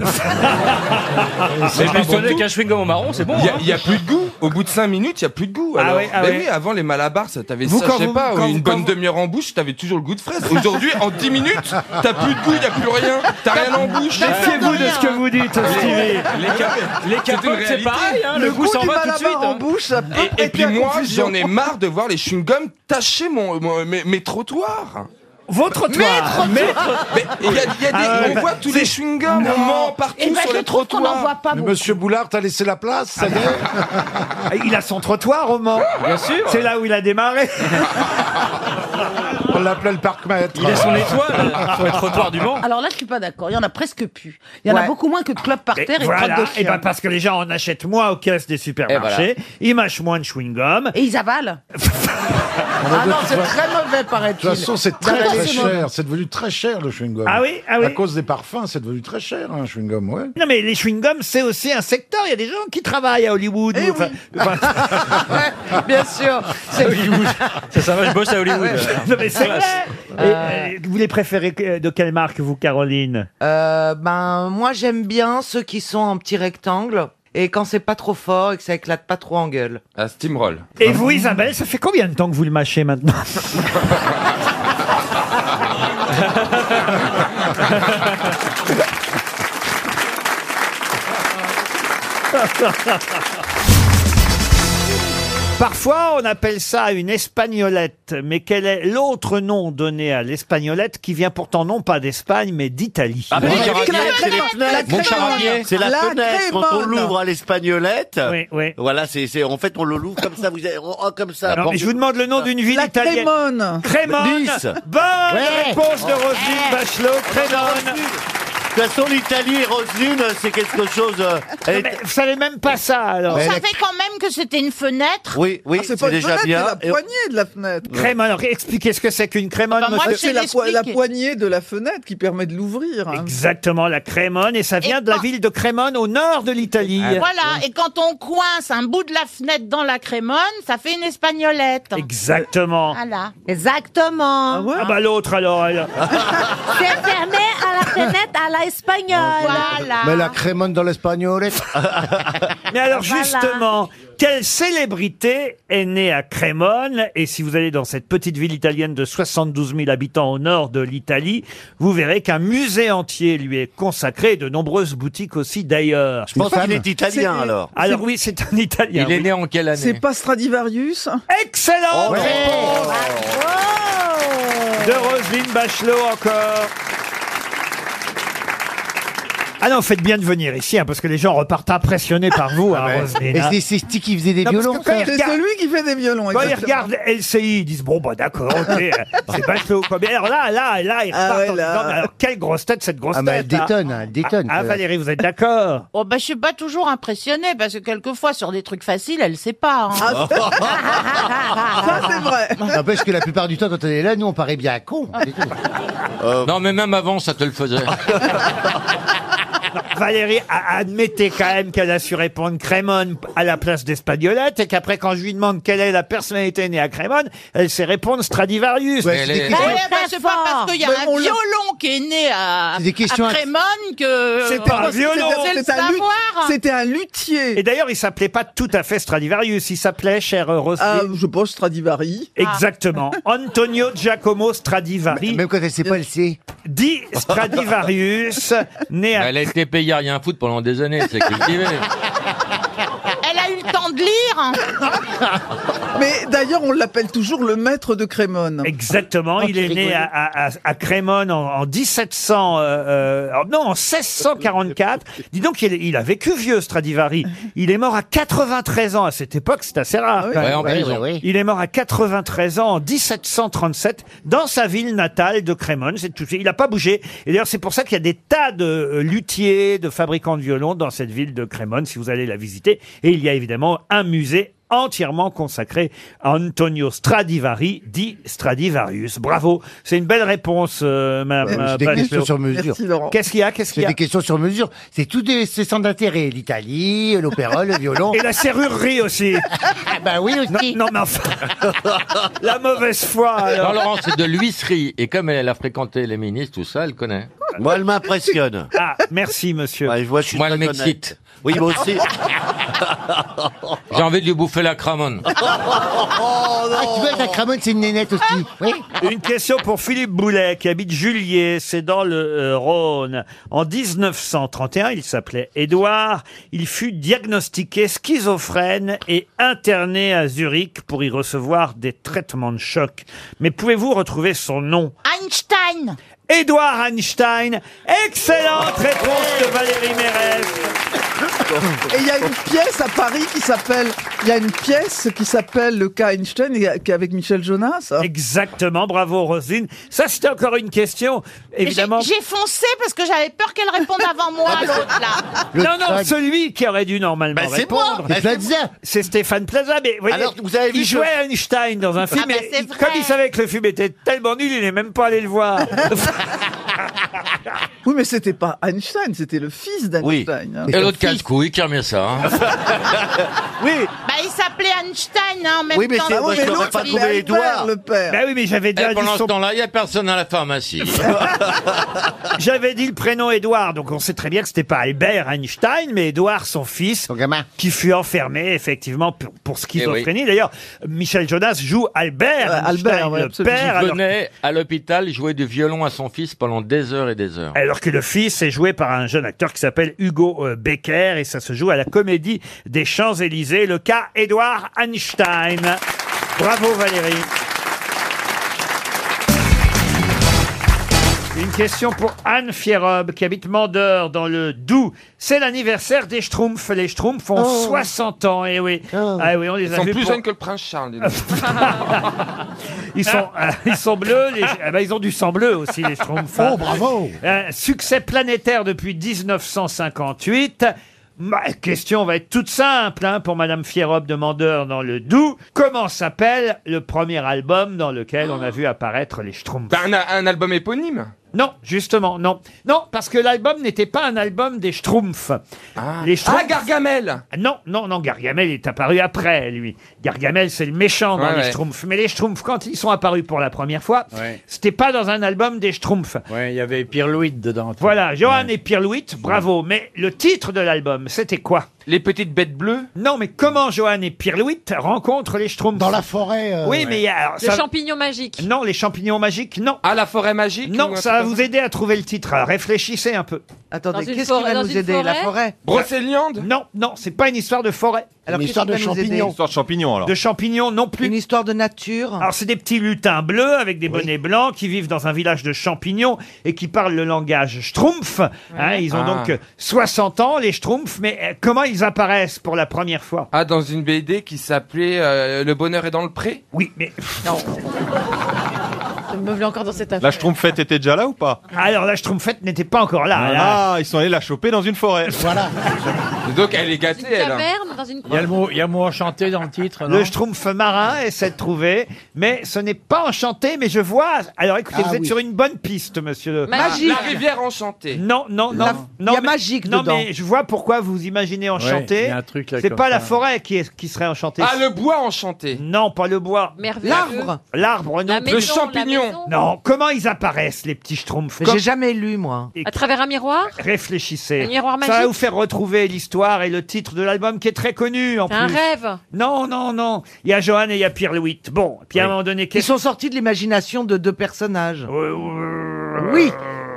[SPEAKER 17] Mais
[SPEAKER 10] c'est pas
[SPEAKER 17] je me souviens
[SPEAKER 10] bon
[SPEAKER 17] qu'un
[SPEAKER 16] chewing-gum au marron, c'est
[SPEAKER 17] Il y a- il y, a plus de goût. Au bout de 5 minutes, il y a plus de goût.
[SPEAKER 1] Ah
[SPEAKER 17] alors.
[SPEAKER 1] ouais, ah
[SPEAKER 17] Mais
[SPEAKER 1] ouais.
[SPEAKER 17] oui, avant les malabars, ça t'avait
[SPEAKER 1] Vous,
[SPEAKER 17] ça,
[SPEAKER 1] quand
[SPEAKER 17] je sais
[SPEAKER 1] vous-
[SPEAKER 17] pas,
[SPEAKER 1] quand vous-
[SPEAKER 17] une
[SPEAKER 1] quand
[SPEAKER 17] bonne
[SPEAKER 1] vous-
[SPEAKER 17] demi-heure en bouche, t'avais toujours le goût de fraise. Aujourd'hui, en 10 minutes, t'as plus de goût, il y a plus rien, t'as rien en bouche.
[SPEAKER 1] Méfiez-vous de ce que vous dites, Stevie.
[SPEAKER 17] Les, ca- les capotes, c'est pareil, hein, le, goût s'en
[SPEAKER 16] du
[SPEAKER 17] va tout de suite.
[SPEAKER 16] malabar en
[SPEAKER 17] hein.
[SPEAKER 16] bouche, ça peut
[SPEAKER 17] Et, et
[SPEAKER 16] prêter
[SPEAKER 17] puis
[SPEAKER 16] à
[SPEAKER 17] moi,
[SPEAKER 16] confusion.
[SPEAKER 17] j'en ai marre de voir les chewing-gums tacher mon, mon- mes, mes trottoirs.
[SPEAKER 1] Vos trottoirs
[SPEAKER 17] Mes
[SPEAKER 1] Mes
[SPEAKER 17] trottoirs
[SPEAKER 1] trottoirs
[SPEAKER 17] Mais il y a- il y a des-
[SPEAKER 10] Ah ouais,
[SPEAKER 17] On
[SPEAKER 10] bah,
[SPEAKER 17] voit tous
[SPEAKER 10] c'est-
[SPEAKER 17] les chewing-gums,
[SPEAKER 10] Non.
[SPEAKER 17] on ment partout
[SPEAKER 10] Eh ben,
[SPEAKER 17] sur
[SPEAKER 10] je
[SPEAKER 17] les
[SPEAKER 10] trouve qu'on en
[SPEAKER 17] trottoirs.
[SPEAKER 10] voit pas Mais beaucoup. monsieur Boulard, t'as laissé la place, ça y est
[SPEAKER 1] Ah, Il a son trottoir au Mans.
[SPEAKER 17] Bien sûr.
[SPEAKER 1] C'est là où il a démarré.
[SPEAKER 10] On l'appelait le parc maître.
[SPEAKER 16] Il a son étoile, sur les trottoirs
[SPEAKER 1] du Mans.
[SPEAKER 8] Alors là, je suis pas d'accord. Il y en a presque plus. Il y en a
[SPEAKER 1] Ouais.
[SPEAKER 8] beaucoup moins que de clubs par terre et, de crottes
[SPEAKER 1] Voilà,
[SPEAKER 8] de
[SPEAKER 1] et
[SPEAKER 8] chien.
[SPEAKER 1] ben parce que les gens en achètent moins aux caisses des supermarchés, ils mâchent moins de chewing-gum.
[SPEAKER 8] Et ils avalent.
[SPEAKER 1] Ah
[SPEAKER 8] non, c'est très
[SPEAKER 11] mauvais,
[SPEAKER 10] De toute façon, c'est très, très
[SPEAKER 1] c'est moi.
[SPEAKER 10] cher, c'est devenu très cher le chewing-gum.
[SPEAKER 1] Ah oui, ah oui.
[SPEAKER 10] À cause des parfums, c'est devenu très cher hein, un chewing-gum, ouais.
[SPEAKER 1] Non mais les chewing-gums, c'est aussi un secteur. Il y a des gens qui travaillent à Hollywood.
[SPEAKER 8] Eh
[SPEAKER 1] ou- enfin- enfin-
[SPEAKER 11] Bien sûr.
[SPEAKER 1] C'est-
[SPEAKER 18] Ça, ça va, je bosse à Hollywood.
[SPEAKER 1] Ah
[SPEAKER 5] euh,
[SPEAKER 1] Non, mais c'est vrai. Et,
[SPEAKER 11] Euh.
[SPEAKER 1] euh, vous les préférez que- de quelle marque, vous, Caroline
[SPEAKER 11] Euh, ben, moi, j'aime bien ceux qui sont en petit rectangle. Et quand c'est pas trop fort et que ça éclate pas trop en gueule.
[SPEAKER 5] Ah,
[SPEAKER 17] À Steamroll.
[SPEAKER 1] Et vous, Isabelle, ça fait combien de temps que vous le mâchez maintenant Parfois, on appelle ça une espagnolette, mais quel est l'autre nom donné à l'espagnolette qui vient pourtant non pas d'Espagne, mais d'Italie
[SPEAKER 18] Ah, mais les carabiniers, c'est les fenêtres, mon charabia. C'est la, fenêtre quand on l'ouvre à l'espagnolette.
[SPEAKER 1] Oui, oui.
[SPEAKER 18] Voilà, c'est, c'est- en fait, on le l'ouvre comme ça, vous avez, oh, comme ça.
[SPEAKER 1] Non, mais je vous demande le nom d'une ville
[SPEAKER 18] La
[SPEAKER 1] italienne.
[SPEAKER 18] Crémone.
[SPEAKER 1] Crémone.
[SPEAKER 18] Nice.
[SPEAKER 1] Bonne
[SPEAKER 18] Ouais.
[SPEAKER 1] réponse de Roselyne
[SPEAKER 18] Ouais.
[SPEAKER 1] Bachelot. Crémone.
[SPEAKER 18] De toute façon, l'Italie, Roselyne, c'est quelque chose. euh, elle est-
[SPEAKER 1] Vous savez même pas ça, alors.
[SPEAKER 3] On savait quand même que c'était une fenêtre.
[SPEAKER 18] Oui, oui,
[SPEAKER 3] Ah,
[SPEAKER 18] c'est, déjà bien. Et- bah,
[SPEAKER 16] de la fenêtre.
[SPEAKER 1] Crémone. Alors, expliquez ce que c'est qu'une
[SPEAKER 8] Bah,
[SPEAKER 1] crémone,
[SPEAKER 16] Ah,
[SPEAKER 1] monsieur.
[SPEAKER 16] c'est la, po- la poignée de la fenêtre qui permet de l'ouvrir. hein.
[SPEAKER 1] Exactement, la Crémone. Et ça vient de la ville de Crémone, au nord de l'Italie.
[SPEAKER 18] Ah.
[SPEAKER 3] Voilà, et quand on coince un bout de la fenêtre dans la crémone, ça fait une espagnolette.
[SPEAKER 1] Exactement.
[SPEAKER 3] Voilà. Exactement.
[SPEAKER 1] Ah bah l'autre alors. elle.
[SPEAKER 3] C'est fermé à la fenêtre à l'espagnol. Voilà.
[SPEAKER 6] Ah.
[SPEAKER 10] Mais la crémone dans l'espagnolette.
[SPEAKER 1] Mais alors justement, quelle célébrité est née à Crémone Et si vous allez dans cette petite ville italienne de 72 000 habitants au nord de l'Italie, vous verrez qu'un musée entier lui est consacré, et de nombreuses boutiques aussi d'ailleurs. Je
[SPEAKER 18] pense Une femme qu'il est italien,
[SPEAKER 16] C'est-
[SPEAKER 18] alors.
[SPEAKER 1] Alors oui, c'est un italien. oui.
[SPEAKER 18] en quelle
[SPEAKER 16] C'est pas Stradivarius
[SPEAKER 1] Excellent De Roselyne Bachelot encore. Ah non, faites bien de venir ici, hein, parce que les gens repartent impressionnés par vous, hein, Roselyne. hein.
[SPEAKER 10] Ah ben, c'est qui faisait des
[SPEAKER 1] Non, parce que quand il
[SPEAKER 16] C'est
[SPEAKER 1] regarde-
[SPEAKER 16] celui qui fait des violons.
[SPEAKER 1] Quand ils
[SPEAKER 16] exactement.
[SPEAKER 1] regardent LCI, ils disent bon bah d'accord, ok, euh, c'est Bachelot quoi. Mais alors là, là, là, ils
[SPEAKER 16] Ah
[SPEAKER 1] repartent
[SPEAKER 16] ouais,
[SPEAKER 1] en
[SPEAKER 16] là.
[SPEAKER 1] disant, mais alors, quelle grosse tête cette grosse
[SPEAKER 10] Ah,
[SPEAKER 1] tête.
[SPEAKER 10] mais elle
[SPEAKER 1] hein.
[SPEAKER 10] détonne, hein, elle détonne,
[SPEAKER 1] Ah, ah,
[SPEAKER 10] celle-là.
[SPEAKER 1] Valérie, vous êtes d'accord
[SPEAKER 3] Oh bah je suis pas toujours impressionnée parce que quelquefois sur des trucs faciles elle sait pas. hein.
[SPEAKER 16] Ah, Ça, c'est vrai.
[SPEAKER 10] Ah, parce que la plupart du temps, quand on est là, nous, on paraît bien con.
[SPEAKER 1] Ah,
[SPEAKER 17] Non, mais même avant, ça te le faisait.
[SPEAKER 1] Valérie, a- admettez quand même qu'elle a su répondre Crémone à la place d'Espagnolette et qu'après quand je lui demande quelle est la personnalité née à Crémone, elle sait répondre Stradivarius.
[SPEAKER 10] Ouais, c'est des
[SPEAKER 3] Bah ouais, bah, c'est pas parce qu'il y a
[SPEAKER 16] Mais on
[SPEAKER 3] un
[SPEAKER 16] l'a-
[SPEAKER 3] violon qui est né à,
[SPEAKER 10] C'est des questions
[SPEAKER 3] à Crémone que.
[SPEAKER 1] C'est pas un violon.
[SPEAKER 3] C'est le
[SPEAKER 16] C'est un luth-
[SPEAKER 3] savoir.
[SPEAKER 16] C'était un luthier.
[SPEAKER 1] Et d'ailleurs, il s'appelait pas tout à fait Stradivarius, il s'appelait, cher
[SPEAKER 16] Ah,
[SPEAKER 1] Roselyne,
[SPEAKER 16] je pense Stradivari.
[SPEAKER 3] Ah.
[SPEAKER 1] exactement, Antonio Giacomo Stradivari.
[SPEAKER 10] Même quand elle sait pas, elle sait.
[SPEAKER 1] dit Stradivarius, né à...
[SPEAKER 17] Elle a été payée à rien foutre pendant des années, c'est cultivé.
[SPEAKER 3] Elle a eu le temps de lire.
[SPEAKER 16] Mais d'ailleurs, on l'appelle toujours le maître de Crémone.
[SPEAKER 17] Oh,
[SPEAKER 1] Exactement,
[SPEAKER 7] Oh,
[SPEAKER 1] il est né à, à, à- à Crémone en, en 1700, euh, euh, alors non, en 1644. Dis donc, il, il a vécu vieux, Stradivari. Il est mort à 93 ans à cette époque, c'est assez rare. quand même.
[SPEAKER 17] Ah Ouais, en prison.
[SPEAKER 1] Il est mort à 93 ans en 1737 dans sa ville natale de Crémone. C'est tout. Il n'a pas bougé. Et d'ailleurs, c'est pour ça qu'il y a des tas de euh, luthiers, de fabricants de violons dans cette ville de Crémone si vous allez la visiter. Et il y a évidemment un musée entièrement consacré à Antonio Stradivari, dit Stradivarius. Bravo. C'est une belle réponse, euh, madame. euh,
[SPEAKER 10] C'est des questions
[SPEAKER 1] Bachelot.
[SPEAKER 10] sur mesure.
[SPEAKER 16] Merci Laurent.
[SPEAKER 1] Qu'est-ce qu'il y a Qu'est-ce qu'il y
[SPEAKER 10] C'est
[SPEAKER 1] a
[SPEAKER 10] des questions sur mesure. C'est tout des ces centres d'intérêt. L'Italie, l'opéra, le violon.
[SPEAKER 1] Et la serrurerie aussi.
[SPEAKER 10] Ah bah oui aussi.
[SPEAKER 1] Non, non, mais enfin, la mauvaise foi. Ah, alors.
[SPEAKER 17] Non, Laurent, c'est de l'huisserie. Et comme elle a fréquenté les ministres, tout ça, elle connaît.
[SPEAKER 18] Moi, elle m'impressionne.
[SPEAKER 1] Ah, merci, monsieur.
[SPEAKER 18] Ouais, je vois, je suis
[SPEAKER 17] Moi,
[SPEAKER 18] très
[SPEAKER 17] elle m'excite.
[SPEAKER 18] honnête. Oui, moi aussi.
[SPEAKER 17] J'ai envie de lui bouffer la cramone.
[SPEAKER 10] Ah, tu vois, la cramone, c'est une nénette aussi. Oui.
[SPEAKER 1] Une question pour Philippe Boulet, qui habite Julier, c'est dans le euh, Rhône. En 1931, il s'appelait Édouard. Il fut diagnostiqué schizophrène et interné à Zurich pour y recevoir des traitements de choc. Mais pouvez-vous retrouver son nom
[SPEAKER 3] Einstein.
[SPEAKER 1] Édouard Einstein. Excellente réponse de Valérie Mérès.
[SPEAKER 19] Et il y a une pièce à Paris qui s'appelle. Il y a une pièce qui s'appelle Le cas Einstein et qui est avec Michel Jonas.
[SPEAKER 1] Exactement, bravo Rosine. Ça, c'était encore une question, évidemment.
[SPEAKER 3] J'ai foncé parce que j'avais peur qu'elle réponde avant moi, l'autre là.
[SPEAKER 1] non, non, celui qui aurait dû normalement
[SPEAKER 3] Bah, c'est moi.
[SPEAKER 1] répondre.
[SPEAKER 3] Bah, c'est
[SPEAKER 1] C'est Stéphane Plaza. Mais, voyez,
[SPEAKER 3] Alors, vous avez vu
[SPEAKER 1] il
[SPEAKER 3] que-
[SPEAKER 1] jouait Einstein dans un film.
[SPEAKER 3] Ah, bah,
[SPEAKER 1] et
[SPEAKER 3] c'est
[SPEAKER 1] il-
[SPEAKER 3] vrai.
[SPEAKER 1] comme il savait que le film était tellement nul, il n'est même pas allé le voir.
[SPEAKER 19] Oui, mais c'était pas Einstein, c'était le fils d'Einstein.
[SPEAKER 20] Ah.
[SPEAKER 19] hein.
[SPEAKER 21] Et l'autre casse-couille qui remet ça. hein.
[SPEAKER 19] Oui.
[SPEAKER 3] Bah, il s'appelait Einstein, hein, en même
[SPEAKER 21] Oui, mais
[SPEAKER 3] temps.
[SPEAKER 21] c'est- Ah, moi, je l'aurais pas trouvé Édouard.
[SPEAKER 1] Bah oui, mais
[SPEAKER 17] Eh,
[SPEAKER 1] j'avais déjà
[SPEAKER 21] Et pendant
[SPEAKER 1] dit
[SPEAKER 21] ce
[SPEAKER 1] son
[SPEAKER 21] temps-là, il n'y a personne à la
[SPEAKER 17] ah,
[SPEAKER 21] pharmacie.
[SPEAKER 1] J'avais dit le prénom Édouard, donc on sait très bien que c'était pas Albert Einstein, mais Édouard, son fils, qui fut enfermé effectivement pour,
[SPEAKER 3] Eh
[SPEAKER 1] pour schizophrénie. D'ailleurs, Michel Jonas joue Albert,
[SPEAKER 21] Euh,
[SPEAKER 1] Einstein, le père,
[SPEAKER 21] qui
[SPEAKER 1] alors,
[SPEAKER 21] venait à l'hôpital jouer du violon à son fils pendant des heures et des heures.
[SPEAKER 1] alors que le fils est joué par un jeune acteur qui s'appelle Hugo euh, Becker, et ça se joue à la Comédie des Champs Élysées, le cas Édouard Einstein. Bravo Valérie. Une question pour Anne Fierob, qui habite Mandeur, dans le Doubs. C'est l'anniversaire des Schtroumpfs. Les Schtroumpfs ont
[SPEAKER 17] Oh.
[SPEAKER 1] 60 ans, et oui. Ah oui, on les
[SPEAKER 17] Ils
[SPEAKER 1] a
[SPEAKER 17] sont
[SPEAKER 1] vus
[SPEAKER 17] plus
[SPEAKER 1] pour-
[SPEAKER 17] jeunes que le prince Charles. dis donc.
[SPEAKER 1] ils sont, euh, ils sont bleus. les- ah bah, ils ont du sang bleu aussi, les Schtroumpfs. hein.
[SPEAKER 17] Oh, bravo.
[SPEAKER 1] Un succès planétaire depuis 1958. Ma question va être toute simple hein, pour Madame Fierob demandeur dans le Doubs. Comment s'appelle le premier album dans lequel on a vu apparaître les Schtroumpfs
[SPEAKER 17] Bah, un, un album éponyme
[SPEAKER 1] Non, justement, non. Non, parce que l'album n'était pas un album des Schtroumpfs. Les Schtroumpfs...
[SPEAKER 17] Ah, Gargamel
[SPEAKER 1] Non, non, non, Gargamel est apparu après, lui. Gargamel, c'est le méchant dans
[SPEAKER 17] Ouais,
[SPEAKER 1] les
[SPEAKER 17] ouais.
[SPEAKER 1] Schtroumpfs. Mais les Schtroumpfs, quand ils sont apparus pour la première fois, c'était pas dans un album des Schtroumpfs.
[SPEAKER 18] Ouais, il y avait Pirlouid dedans.
[SPEAKER 1] Voilà, Johan et Pirlouit, bravo. Mais le titre de l'album, c'était quoi
[SPEAKER 17] Les petites bêtes bleues
[SPEAKER 1] Non, mais comment Johan et Pirlouit rencontrent les Schtroumpfs Dans la
[SPEAKER 10] forêt.
[SPEAKER 11] euh,
[SPEAKER 1] oui, mais il y a- alors,
[SPEAKER 9] Le
[SPEAKER 1] ça-
[SPEAKER 9] champignon magique.
[SPEAKER 1] Non, les champignons magiques, non.
[SPEAKER 17] Ah, la forêt magique
[SPEAKER 1] Non,
[SPEAKER 17] ou un
[SPEAKER 1] ça
[SPEAKER 17] truc
[SPEAKER 1] va
[SPEAKER 17] comme
[SPEAKER 1] vous aider à trouver le titre. Alors, réfléchissez un peu.
[SPEAKER 11] Attendez, Dans une qu'est-ce qui forêt- va dans nous une aider, la forêt forêt
[SPEAKER 17] Brocéliande
[SPEAKER 1] Non, non, c'est pas une histoire de forêt.
[SPEAKER 11] Une qu'est-ce histoire qui de va nous aider champignons. Une
[SPEAKER 1] histoire de champignons, alors. De champignons, non plus. Une
[SPEAKER 11] histoire de nature.
[SPEAKER 1] Alors, c'est des petits lutins bleus avec des bonnets blancs qui vivent dans un village de champignons et qui parlent le langage schtroumpf. Hein, ils ont
[SPEAKER 17] Ah.
[SPEAKER 1] donc euh, 60 ans, les schtroumpfs, mais euh, comment ils apparaissent pour la première fois
[SPEAKER 17] Ah, dans une BD qui s'appelait euh, Le bonheur est dans le pré
[SPEAKER 1] Oui, mais.
[SPEAKER 17] Non.
[SPEAKER 20] Je me encore dans cette affaire.
[SPEAKER 22] La Schtroumpfette était déjà là ou pas
[SPEAKER 1] Alors la Schtroumpfette n'était pas encore là. là.
[SPEAKER 22] Ah, ils sont allés la choper dans une forêt. Voilà.
[SPEAKER 17] Donc elle hein. est gâtée,
[SPEAKER 9] Caverne dans une
[SPEAKER 18] Il y a le mot, il y a le mot enchanté dans le titre.
[SPEAKER 1] Le schtroumpf marin essaie de trouver, mais ce n'est pas enchanté, mais je vois. Alors écoutez,
[SPEAKER 17] Ah
[SPEAKER 1] vous êtes
[SPEAKER 17] oui.
[SPEAKER 1] sur une bonne piste, monsieur. le-
[SPEAKER 17] Ah, La rivière enchantée.
[SPEAKER 1] Non, non, non.
[SPEAKER 17] La-
[SPEAKER 1] non,
[SPEAKER 17] il y a
[SPEAKER 1] mais-
[SPEAKER 17] magique
[SPEAKER 1] Non,
[SPEAKER 17] dedans.
[SPEAKER 1] mais je vois pourquoi vous imaginez enchanté.
[SPEAKER 17] il y a un truc là
[SPEAKER 1] C'est
[SPEAKER 17] comme
[SPEAKER 1] pas
[SPEAKER 17] ça.
[SPEAKER 1] la forêt qui, est- qui serait enchantée.
[SPEAKER 17] Ah, le bois enchanté.
[SPEAKER 1] Non, pas le bois.
[SPEAKER 17] Merveilleux. L'arbre.
[SPEAKER 1] L'arbre, non.
[SPEAKER 17] La maison, Le champignon. la maison.
[SPEAKER 1] Non, comment ils apparaissent, les petits schtroumpfs
[SPEAKER 11] J'ai jamais lu, moi.
[SPEAKER 1] Et-
[SPEAKER 9] À travers un miroir
[SPEAKER 1] Réfléchissez.
[SPEAKER 9] Un miroir
[SPEAKER 1] Ça va
[SPEAKER 9] magique.
[SPEAKER 1] vous faire retrouver l'histoire et le titre de l'album qui est très connu en
[SPEAKER 9] C'est
[SPEAKER 1] plus.
[SPEAKER 9] un rêve. Ah,
[SPEAKER 1] Non, non, non. Il y a Johan et il y a Pierre Louis. Bon, puis à un moment donné,
[SPEAKER 11] Ils
[SPEAKER 1] qu'est-ce
[SPEAKER 11] sont sortis de l'imagination de deux personnages. Oui.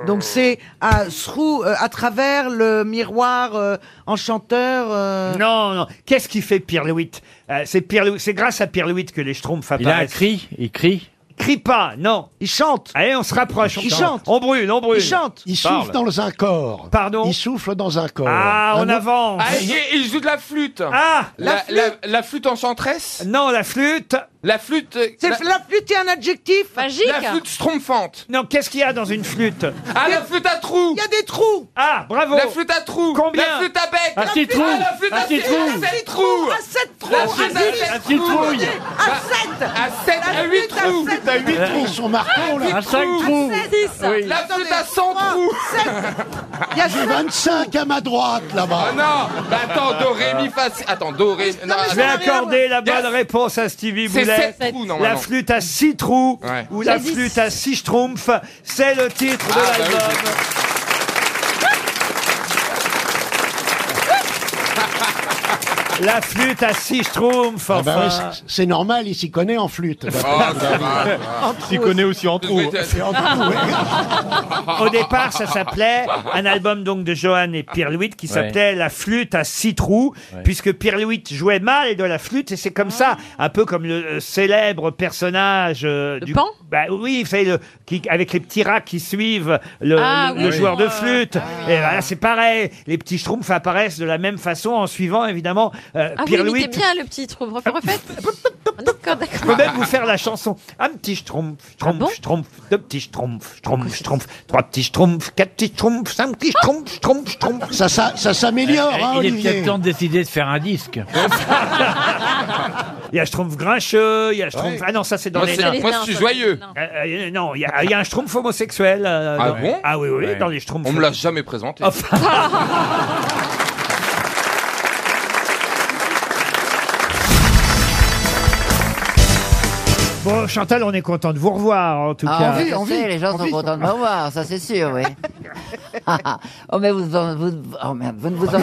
[SPEAKER 11] Donc c'est à through, euh, à travers le miroir euh, enchanteur. euh,
[SPEAKER 1] Non, non. Qu'est-ce qui fait Pierre Louis Euh, C'est Pierre Louis- C'est grâce à Pierre Louis que les Schtroumpfs apparaissent.
[SPEAKER 18] Il a un cri, il crie.
[SPEAKER 1] crie pas, non.
[SPEAKER 11] Il chante.
[SPEAKER 1] Allez, on se rapproche. on
[SPEAKER 10] Il chante.
[SPEAKER 1] On brûle, on brûle.
[SPEAKER 10] Il chante. Il souffle
[SPEAKER 1] Parle.
[SPEAKER 10] dans un corps.
[SPEAKER 1] Pardon
[SPEAKER 10] Il souffle dans un corps.
[SPEAKER 1] Ah, on
[SPEAKER 10] Un-
[SPEAKER 1] avance.
[SPEAKER 17] Ah, il, il joue de la flûte.
[SPEAKER 1] Ah,
[SPEAKER 17] la,
[SPEAKER 1] la
[SPEAKER 17] la
[SPEAKER 1] flûte.
[SPEAKER 17] flûte. La, flûte enchanteresse.
[SPEAKER 1] Non, la flûte.
[SPEAKER 17] La flûte. euh,
[SPEAKER 1] Bah-
[SPEAKER 11] C'est la... flûte est un adjectif.
[SPEAKER 17] Magique. La flûte schtroumpfante.
[SPEAKER 1] Non, qu'est-ce qu'il y a dans une flûte
[SPEAKER 17] Ah, la flûte à trous.
[SPEAKER 11] Il y a des trous.
[SPEAKER 1] Ah, bravo.
[SPEAKER 17] La flûte à trous.
[SPEAKER 1] Combien
[SPEAKER 17] La flûte à bec.
[SPEAKER 1] Un
[SPEAKER 17] La
[SPEAKER 1] petit
[SPEAKER 17] flûte-
[SPEAKER 1] trou.
[SPEAKER 17] Ah, la flûte
[SPEAKER 1] Un
[SPEAKER 17] à
[SPEAKER 1] petit
[SPEAKER 17] sept-
[SPEAKER 1] trou.
[SPEAKER 17] à sept trous.
[SPEAKER 1] À sept trous.
[SPEAKER 17] La flûte
[SPEAKER 1] Un
[SPEAKER 17] à
[SPEAKER 1] petit- un
[SPEAKER 17] sept
[SPEAKER 1] petit
[SPEAKER 17] trous.
[SPEAKER 1] trouille.
[SPEAKER 17] Bah, À sept, à huit trous.
[SPEAKER 10] T'as huit trous, ils sont marqués, là.
[SPEAKER 18] À cinq trous. Oui.
[SPEAKER 17] La flûte à 100 trous.
[SPEAKER 10] J'ai 25 à ma droite, là-bas.
[SPEAKER 17] Ah non, bah attends, do, ré, mi, fa, si. Attends, do, ré, non,
[SPEAKER 1] Je vais
[SPEAKER 17] attends.
[SPEAKER 1] accorder la
[SPEAKER 17] Yes.
[SPEAKER 1] bonne réponse à Stevie
[SPEAKER 17] C'est
[SPEAKER 1] Boulet.
[SPEAKER 17] sept trous, normalement.
[SPEAKER 1] La flûte à six trous
[SPEAKER 17] Ouais.
[SPEAKER 1] ou la
[SPEAKER 17] J'ai dix.
[SPEAKER 1] flûte à six schtroumpfs, c'est le titre de
[SPEAKER 17] Ah, bah oui,
[SPEAKER 1] l'album. La flûte à six schtroumpfs,
[SPEAKER 10] Ah bah ouais,
[SPEAKER 1] enfin.
[SPEAKER 10] c'est- c'est normal, il s'y connaît en flûte.
[SPEAKER 17] Oh,
[SPEAKER 1] Ah, ça va, ça
[SPEAKER 10] En trou
[SPEAKER 1] S'y connaît aussi en trou.
[SPEAKER 10] C'est en
[SPEAKER 6] Ah, bah
[SPEAKER 10] trou,
[SPEAKER 17] Ah,
[SPEAKER 10] ouais.
[SPEAKER 1] Au départ, ça s'appelait un album donc de Johan et Pierre Louis qui
[SPEAKER 7] Ouais.
[SPEAKER 1] s'appelait La flûte à six trous,
[SPEAKER 7] Ouais.
[SPEAKER 1] puisque Pierre Louis jouait mal de la flûte et c'est comme ça,
[SPEAKER 17] Ah.
[SPEAKER 1] un peu comme le euh, célèbre personnage euh, du Pan. Bah oui, c'est le qui avec les petits rats qui suivent le,
[SPEAKER 7] Ah
[SPEAKER 1] le- le
[SPEAKER 7] oui. Ah
[SPEAKER 1] joueur de flûte. Et voilà, c'est pareil. Les petits schtroumpfs apparaissent de la même façon en suivant évidemment euh,
[SPEAKER 9] Ah oui,
[SPEAKER 1] Pierre Louis.
[SPEAKER 9] imitez bien le petit trou. Refaites. refaites.
[SPEAKER 1] Je peux même vous faire la chanson. Un petit schtroumpf, schtroumpf, schtroumpf, deux petits schtroumpfs, schtroumpf, schtroumpf, trois petits schtroumpfs, quatre petits schtroumpfs, cinq petits schtroumpfs, schtroumpf, schtroumpf. Ça, ça, ça s'améliore, hein,
[SPEAKER 5] Eh, Il est peut-être temps de décider de faire un disque.
[SPEAKER 1] Il y a schtroumpf grincheux, il y a schtroumpf...
[SPEAKER 5] Ouais.
[SPEAKER 1] Ah non, ça c'est dans
[SPEAKER 5] Moi,
[SPEAKER 1] les...
[SPEAKER 5] c'est-
[SPEAKER 1] nains.
[SPEAKER 5] moi, je suis joyeux.
[SPEAKER 1] Euh, euh, non, il y, a- il y a un schtroumpf homosexuel. euh,
[SPEAKER 17] Ah
[SPEAKER 1] dans-
[SPEAKER 17] bon
[SPEAKER 1] Ah oui, oui,
[SPEAKER 17] Ouais.
[SPEAKER 1] dans les schtroumpfs. Ah,
[SPEAKER 17] On me l'a jamais présenté.
[SPEAKER 1] Bon, Chantal, on est content de vous revoir, en tout
[SPEAKER 23] Ah,
[SPEAKER 1] cas.
[SPEAKER 23] oui, je sais, les gens sont contents de me voir, ça c'est sûr, oui. oh, mais vous, en- vous, oh merde, vous ne vous en...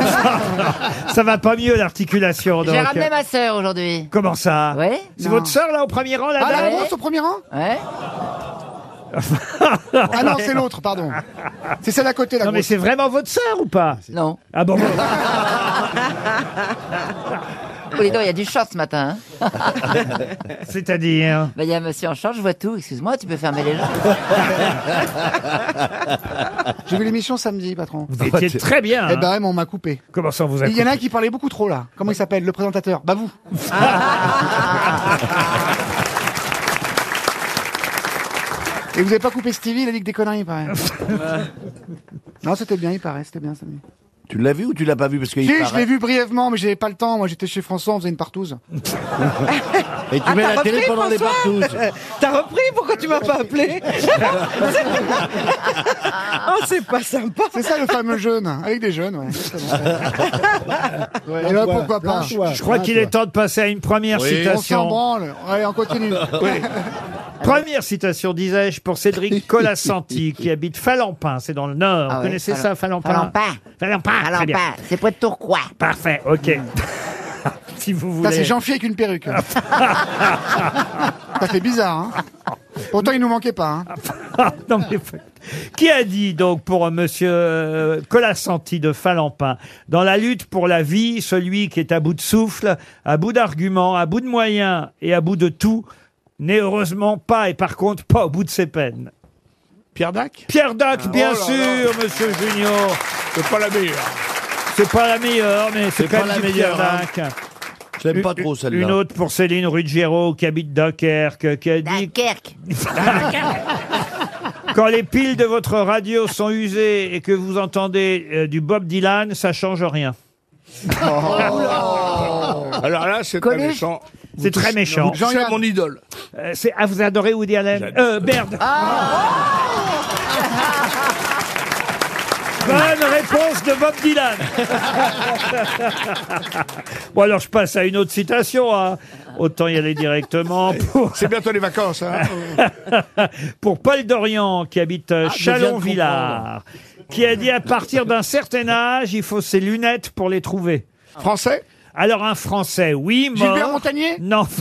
[SPEAKER 1] Ça va pas mieux, l'articulation, donc.
[SPEAKER 23] J'ai ramené ma sœur aujourd'hui.
[SPEAKER 1] Comment ça
[SPEAKER 23] Oui
[SPEAKER 1] C'est votre sœur, là, au premier rang, la
[SPEAKER 23] Ah, la
[SPEAKER 1] dame
[SPEAKER 23] grosse
[SPEAKER 4] au premier rang
[SPEAKER 23] Ouais.
[SPEAKER 4] Ah non, c'est l'autre, pardon. C'est celle à côté, la
[SPEAKER 1] Non, mais
[SPEAKER 4] grosse.
[SPEAKER 1] c'est vraiment votre sœur ou pas
[SPEAKER 23] Non.
[SPEAKER 1] Ah bon
[SPEAKER 23] Oh, les dents, il y a du short ce matin. hein.
[SPEAKER 1] C'est-à-dire
[SPEAKER 23] Bah, Il y a un monsieur en short, je vois tout. Excuse-moi, tu peux fermer les gens.
[SPEAKER 4] J'ai vu l'émission samedi, patron.
[SPEAKER 1] Ah. Vous étiez très bien,
[SPEAKER 4] Eh
[SPEAKER 1] hein.
[SPEAKER 4] ben, ouais, mais on m'a coupé.
[SPEAKER 1] Comment ça, on vous a
[SPEAKER 4] Il y en a un qui parlait beaucoup trop, là. Comment il s'appelle, le présentateur Bah, vous. Et vous avez pas coupé Stevie, il a dit que des conneries, il paraît. non, c'était bien, il paraît, c'était bien samedi.
[SPEAKER 18] Tu l'as vu ou tu l'as pas vu parce qu'il
[SPEAKER 4] Si, je
[SPEAKER 18] paraît-
[SPEAKER 4] l'ai vu brièvement, mais j'avais pas le temps. Moi, j'étais chez François, on faisait une partouze.
[SPEAKER 18] Et tu
[SPEAKER 4] Ah,
[SPEAKER 18] mets
[SPEAKER 4] t'as
[SPEAKER 18] la télé
[SPEAKER 4] repris,
[SPEAKER 18] pendant les
[SPEAKER 4] François
[SPEAKER 18] partouses.
[SPEAKER 4] T'as repris Pourquoi tu m'as pas appelé Oh, c'est pas sympa. C'est ça le fameux jeune, avec des jeunes, ouais. Et là, Eh ben, pourquoi pas
[SPEAKER 1] Je crois qu'il est temps de passer à une première
[SPEAKER 4] On s'en
[SPEAKER 1] citation.
[SPEAKER 4] branle. Allez, on continue.
[SPEAKER 1] Première citation, disais-je, pour Cédric Colasanti, qui habite Falampin, c'est dans le Nord.
[SPEAKER 23] Ah
[SPEAKER 1] Vous
[SPEAKER 23] oui,
[SPEAKER 1] connaissez
[SPEAKER 23] Fal-
[SPEAKER 1] ça, Falampin
[SPEAKER 23] Falampin.
[SPEAKER 1] Falampin, très bien.
[SPEAKER 23] Falampin, c'est près de Tourcoing. Mm.
[SPEAKER 1] Parfait, ok. si vous voulez.
[SPEAKER 4] Putain, C'est jean avec une perruque. ça fait bizarre, hein Pourtant, il nous manquait pas. hein.
[SPEAKER 1] Non, mais- Qui a dit donc pour euh, Monsieur euh, Colasanti de Falampin, dans la lutte pour la vie, celui qui est à bout de souffle, à bout d'arguments, à bout de moyens et à bout de tout, n'est heureusement pas et par contre pas au bout de ses peines. Pierre Dac Pierre Dac, bien
[SPEAKER 14] Oh là
[SPEAKER 1] sûr, Monsieur Junior. C'est pas la meilleure. C'est pas la meilleure, mais c'est
[SPEAKER 18] C'est
[SPEAKER 1] quand
[SPEAKER 18] pas
[SPEAKER 1] même
[SPEAKER 18] la
[SPEAKER 1] du Pierre
[SPEAKER 18] meilleure, hein.
[SPEAKER 1] Dac.
[SPEAKER 18] Je l'aime pas
[SPEAKER 1] Une-
[SPEAKER 18] trop, celle-là.
[SPEAKER 1] Une autre pour Céline Ruggiero qui habite Dunkerque, qui a dit
[SPEAKER 23] Dunkerque.
[SPEAKER 1] Quand les piles de votre radio sont usées et que vous entendez euh, du Bob Dylan, ça change rien.
[SPEAKER 6] Oh.
[SPEAKER 1] Oh.
[SPEAKER 14] Alors là, c'est très
[SPEAKER 1] Coluche
[SPEAKER 14] méchant.
[SPEAKER 1] C'est très méchant.
[SPEAKER 14] Jean-Yann,
[SPEAKER 1] Jean-Yann.
[SPEAKER 14] mon idole.
[SPEAKER 1] Euh, c'est- ah, vous adorez Woody Allen Euh, Baird. Bonne réponse de Bob Dylan. Bon, alors je passe à une autre citation. hein. Autant y aller directement. C'est bientôt les vacances. hein. pour Paul Dorian, qui habite euh,
[SPEAKER 14] Ah, je viens de
[SPEAKER 1] Chalon-Villard, qui a dit à partir d'un certain âge, il faut ses lunettes pour les trouver. Français Alors un Français, oui, mort.
[SPEAKER 4] Gilbert Montagnier
[SPEAKER 1] Non.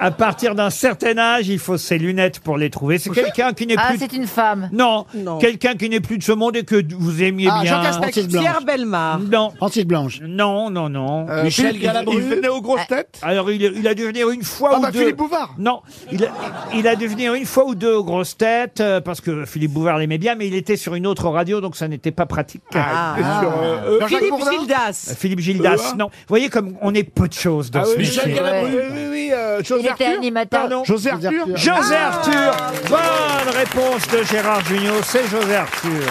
[SPEAKER 1] À partir d'un certain âge, il faut ses lunettes pour les trouver. C'est quelqu'un qui n'est
[SPEAKER 23] Ah,
[SPEAKER 1] plus.
[SPEAKER 23] c'est une femme.
[SPEAKER 1] Non,
[SPEAKER 23] Non.
[SPEAKER 1] quelqu'un qui n'est plus de ce monde et que d- vous aimiez
[SPEAKER 23] Ah,
[SPEAKER 1] bien.
[SPEAKER 23] Jean Castex. Francis Blanche. Pierre
[SPEAKER 1] Belmar. Non. Francis Blanche. Non, non, non.
[SPEAKER 14] Euh, Michel Philippe- Galabru. il venait
[SPEAKER 1] aux grosses têtes Alors, il, il a dû venir une fois
[SPEAKER 4] Ah
[SPEAKER 1] ou
[SPEAKER 4] bah,
[SPEAKER 1] deux.
[SPEAKER 4] Philippe Bouvard.
[SPEAKER 1] Non, il a, il a dû venir une fois ou deux aux grosses têtes, euh, parce que Philippe Bouvard l'aimait bien, mais il était sur une autre radio, donc ça n'était pas pratique.
[SPEAKER 14] Ah, il était sur, euh, Jean-Jacques Philippe Bourdin
[SPEAKER 1] Gildas. Philippe Gildas,
[SPEAKER 14] Euh,
[SPEAKER 1] non. Vous voyez comme on est peu de choses dans
[SPEAKER 14] Ah
[SPEAKER 1] ce
[SPEAKER 14] oui,
[SPEAKER 1] métier.
[SPEAKER 14] Michel Galabru, oui, oui, oui, euh, José
[SPEAKER 23] Il était
[SPEAKER 14] Arthur
[SPEAKER 23] animateur.
[SPEAKER 14] Pardon
[SPEAKER 1] José
[SPEAKER 14] Arthur.
[SPEAKER 1] José
[SPEAKER 14] Ah
[SPEAKER 1] Arthur. Bonne réponse de Gérard Junior, c'est José Arthur.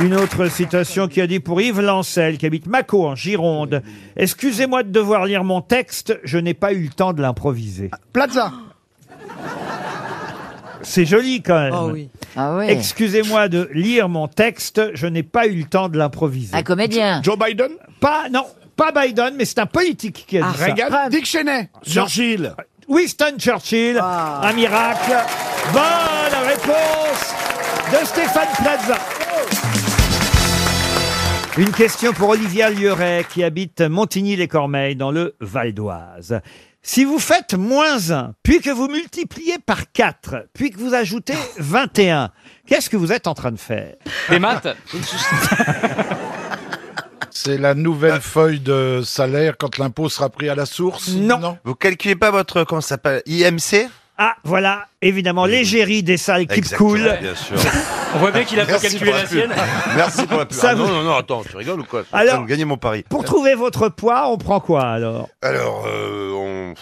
[SPEAKER 1] Une autre citation qui a dit pour Yves Lancel, qui habite Mâcon en Gironde. Excusez-moi de devoir lire mon texte, je n'ai pas eu le temps de l'improviser.
[SPEAKER 4] Plaza.
[SPEAKER 1] C'est joli quand même.
[SPEAKER 23] Ah oui. Ah oui.
[SPEAKER 1] Excusez-moi de lire mon texte, je n'ai pas eu le temps de l'improviser.
[SPEAKER 23] Un comédien.
[SPEAKER 1] Joe Biden Pas, non, pas Biden, mais c'est un politique
[SPEAKER 23] Ah,
[SPEAKER 1] qui a dit ça.
[SPEAKER 4] Dick Cheney.
[SPEAKER 1] Churchill. Winston Churchill. Un miracle. Bonne réponse de Stéphane Plaza. Une question pour Olivia Lieuret qui habite Montigny-les-Cormeilles dans le Val d'Oise. Si vous faites moins 1, puis que vous multipliez par 4, puis que vous ajoutez 21, qu'est-ce que vous êtes en train de faire
[SPEAKER 14] Des maths
[SPEAKER 10] C'est la nouvelle feuille de salaire quand l'impôt sera pris à la source
[SPEAKER 1] Non.
[SPEAKER 7] Vous calculez pas votre, comment ça s'appelle, IMC
[SPEAKER 1] Ah, voilà, évidemment, l'égérie des salles qui
[SPEAKER 7] Exactement,
[SPEAKER 1] coulent.
[SPEAKER 7] bien sûr.
[SPEAKER 1] On voit bien qu'il a pas
[SPEAKER 7] Merci
[SPEAKER 1] calculé
[SPEAKER 7] pour
[SPEAKER 1] la
[SPEAKER 7] pub.
[SPEAKER 1] sienne.
[SPEAKER 7] Merci pour la pub.
[SPEAKER 1] Ça
[SPEAKER 7] Ah
[SPEAKER 1] vous-
[SPEAKER 7] non, non, non, attends, tu rigoles ou quoi Je suis en
[SPEAKER 1] Alors-
[SPEAKER 7] train de gagner mon pari.
[SPEAKER 1] Pour trouver votre poids, on prend quoi alors
[SPEAKER 7] Alors, euh, on...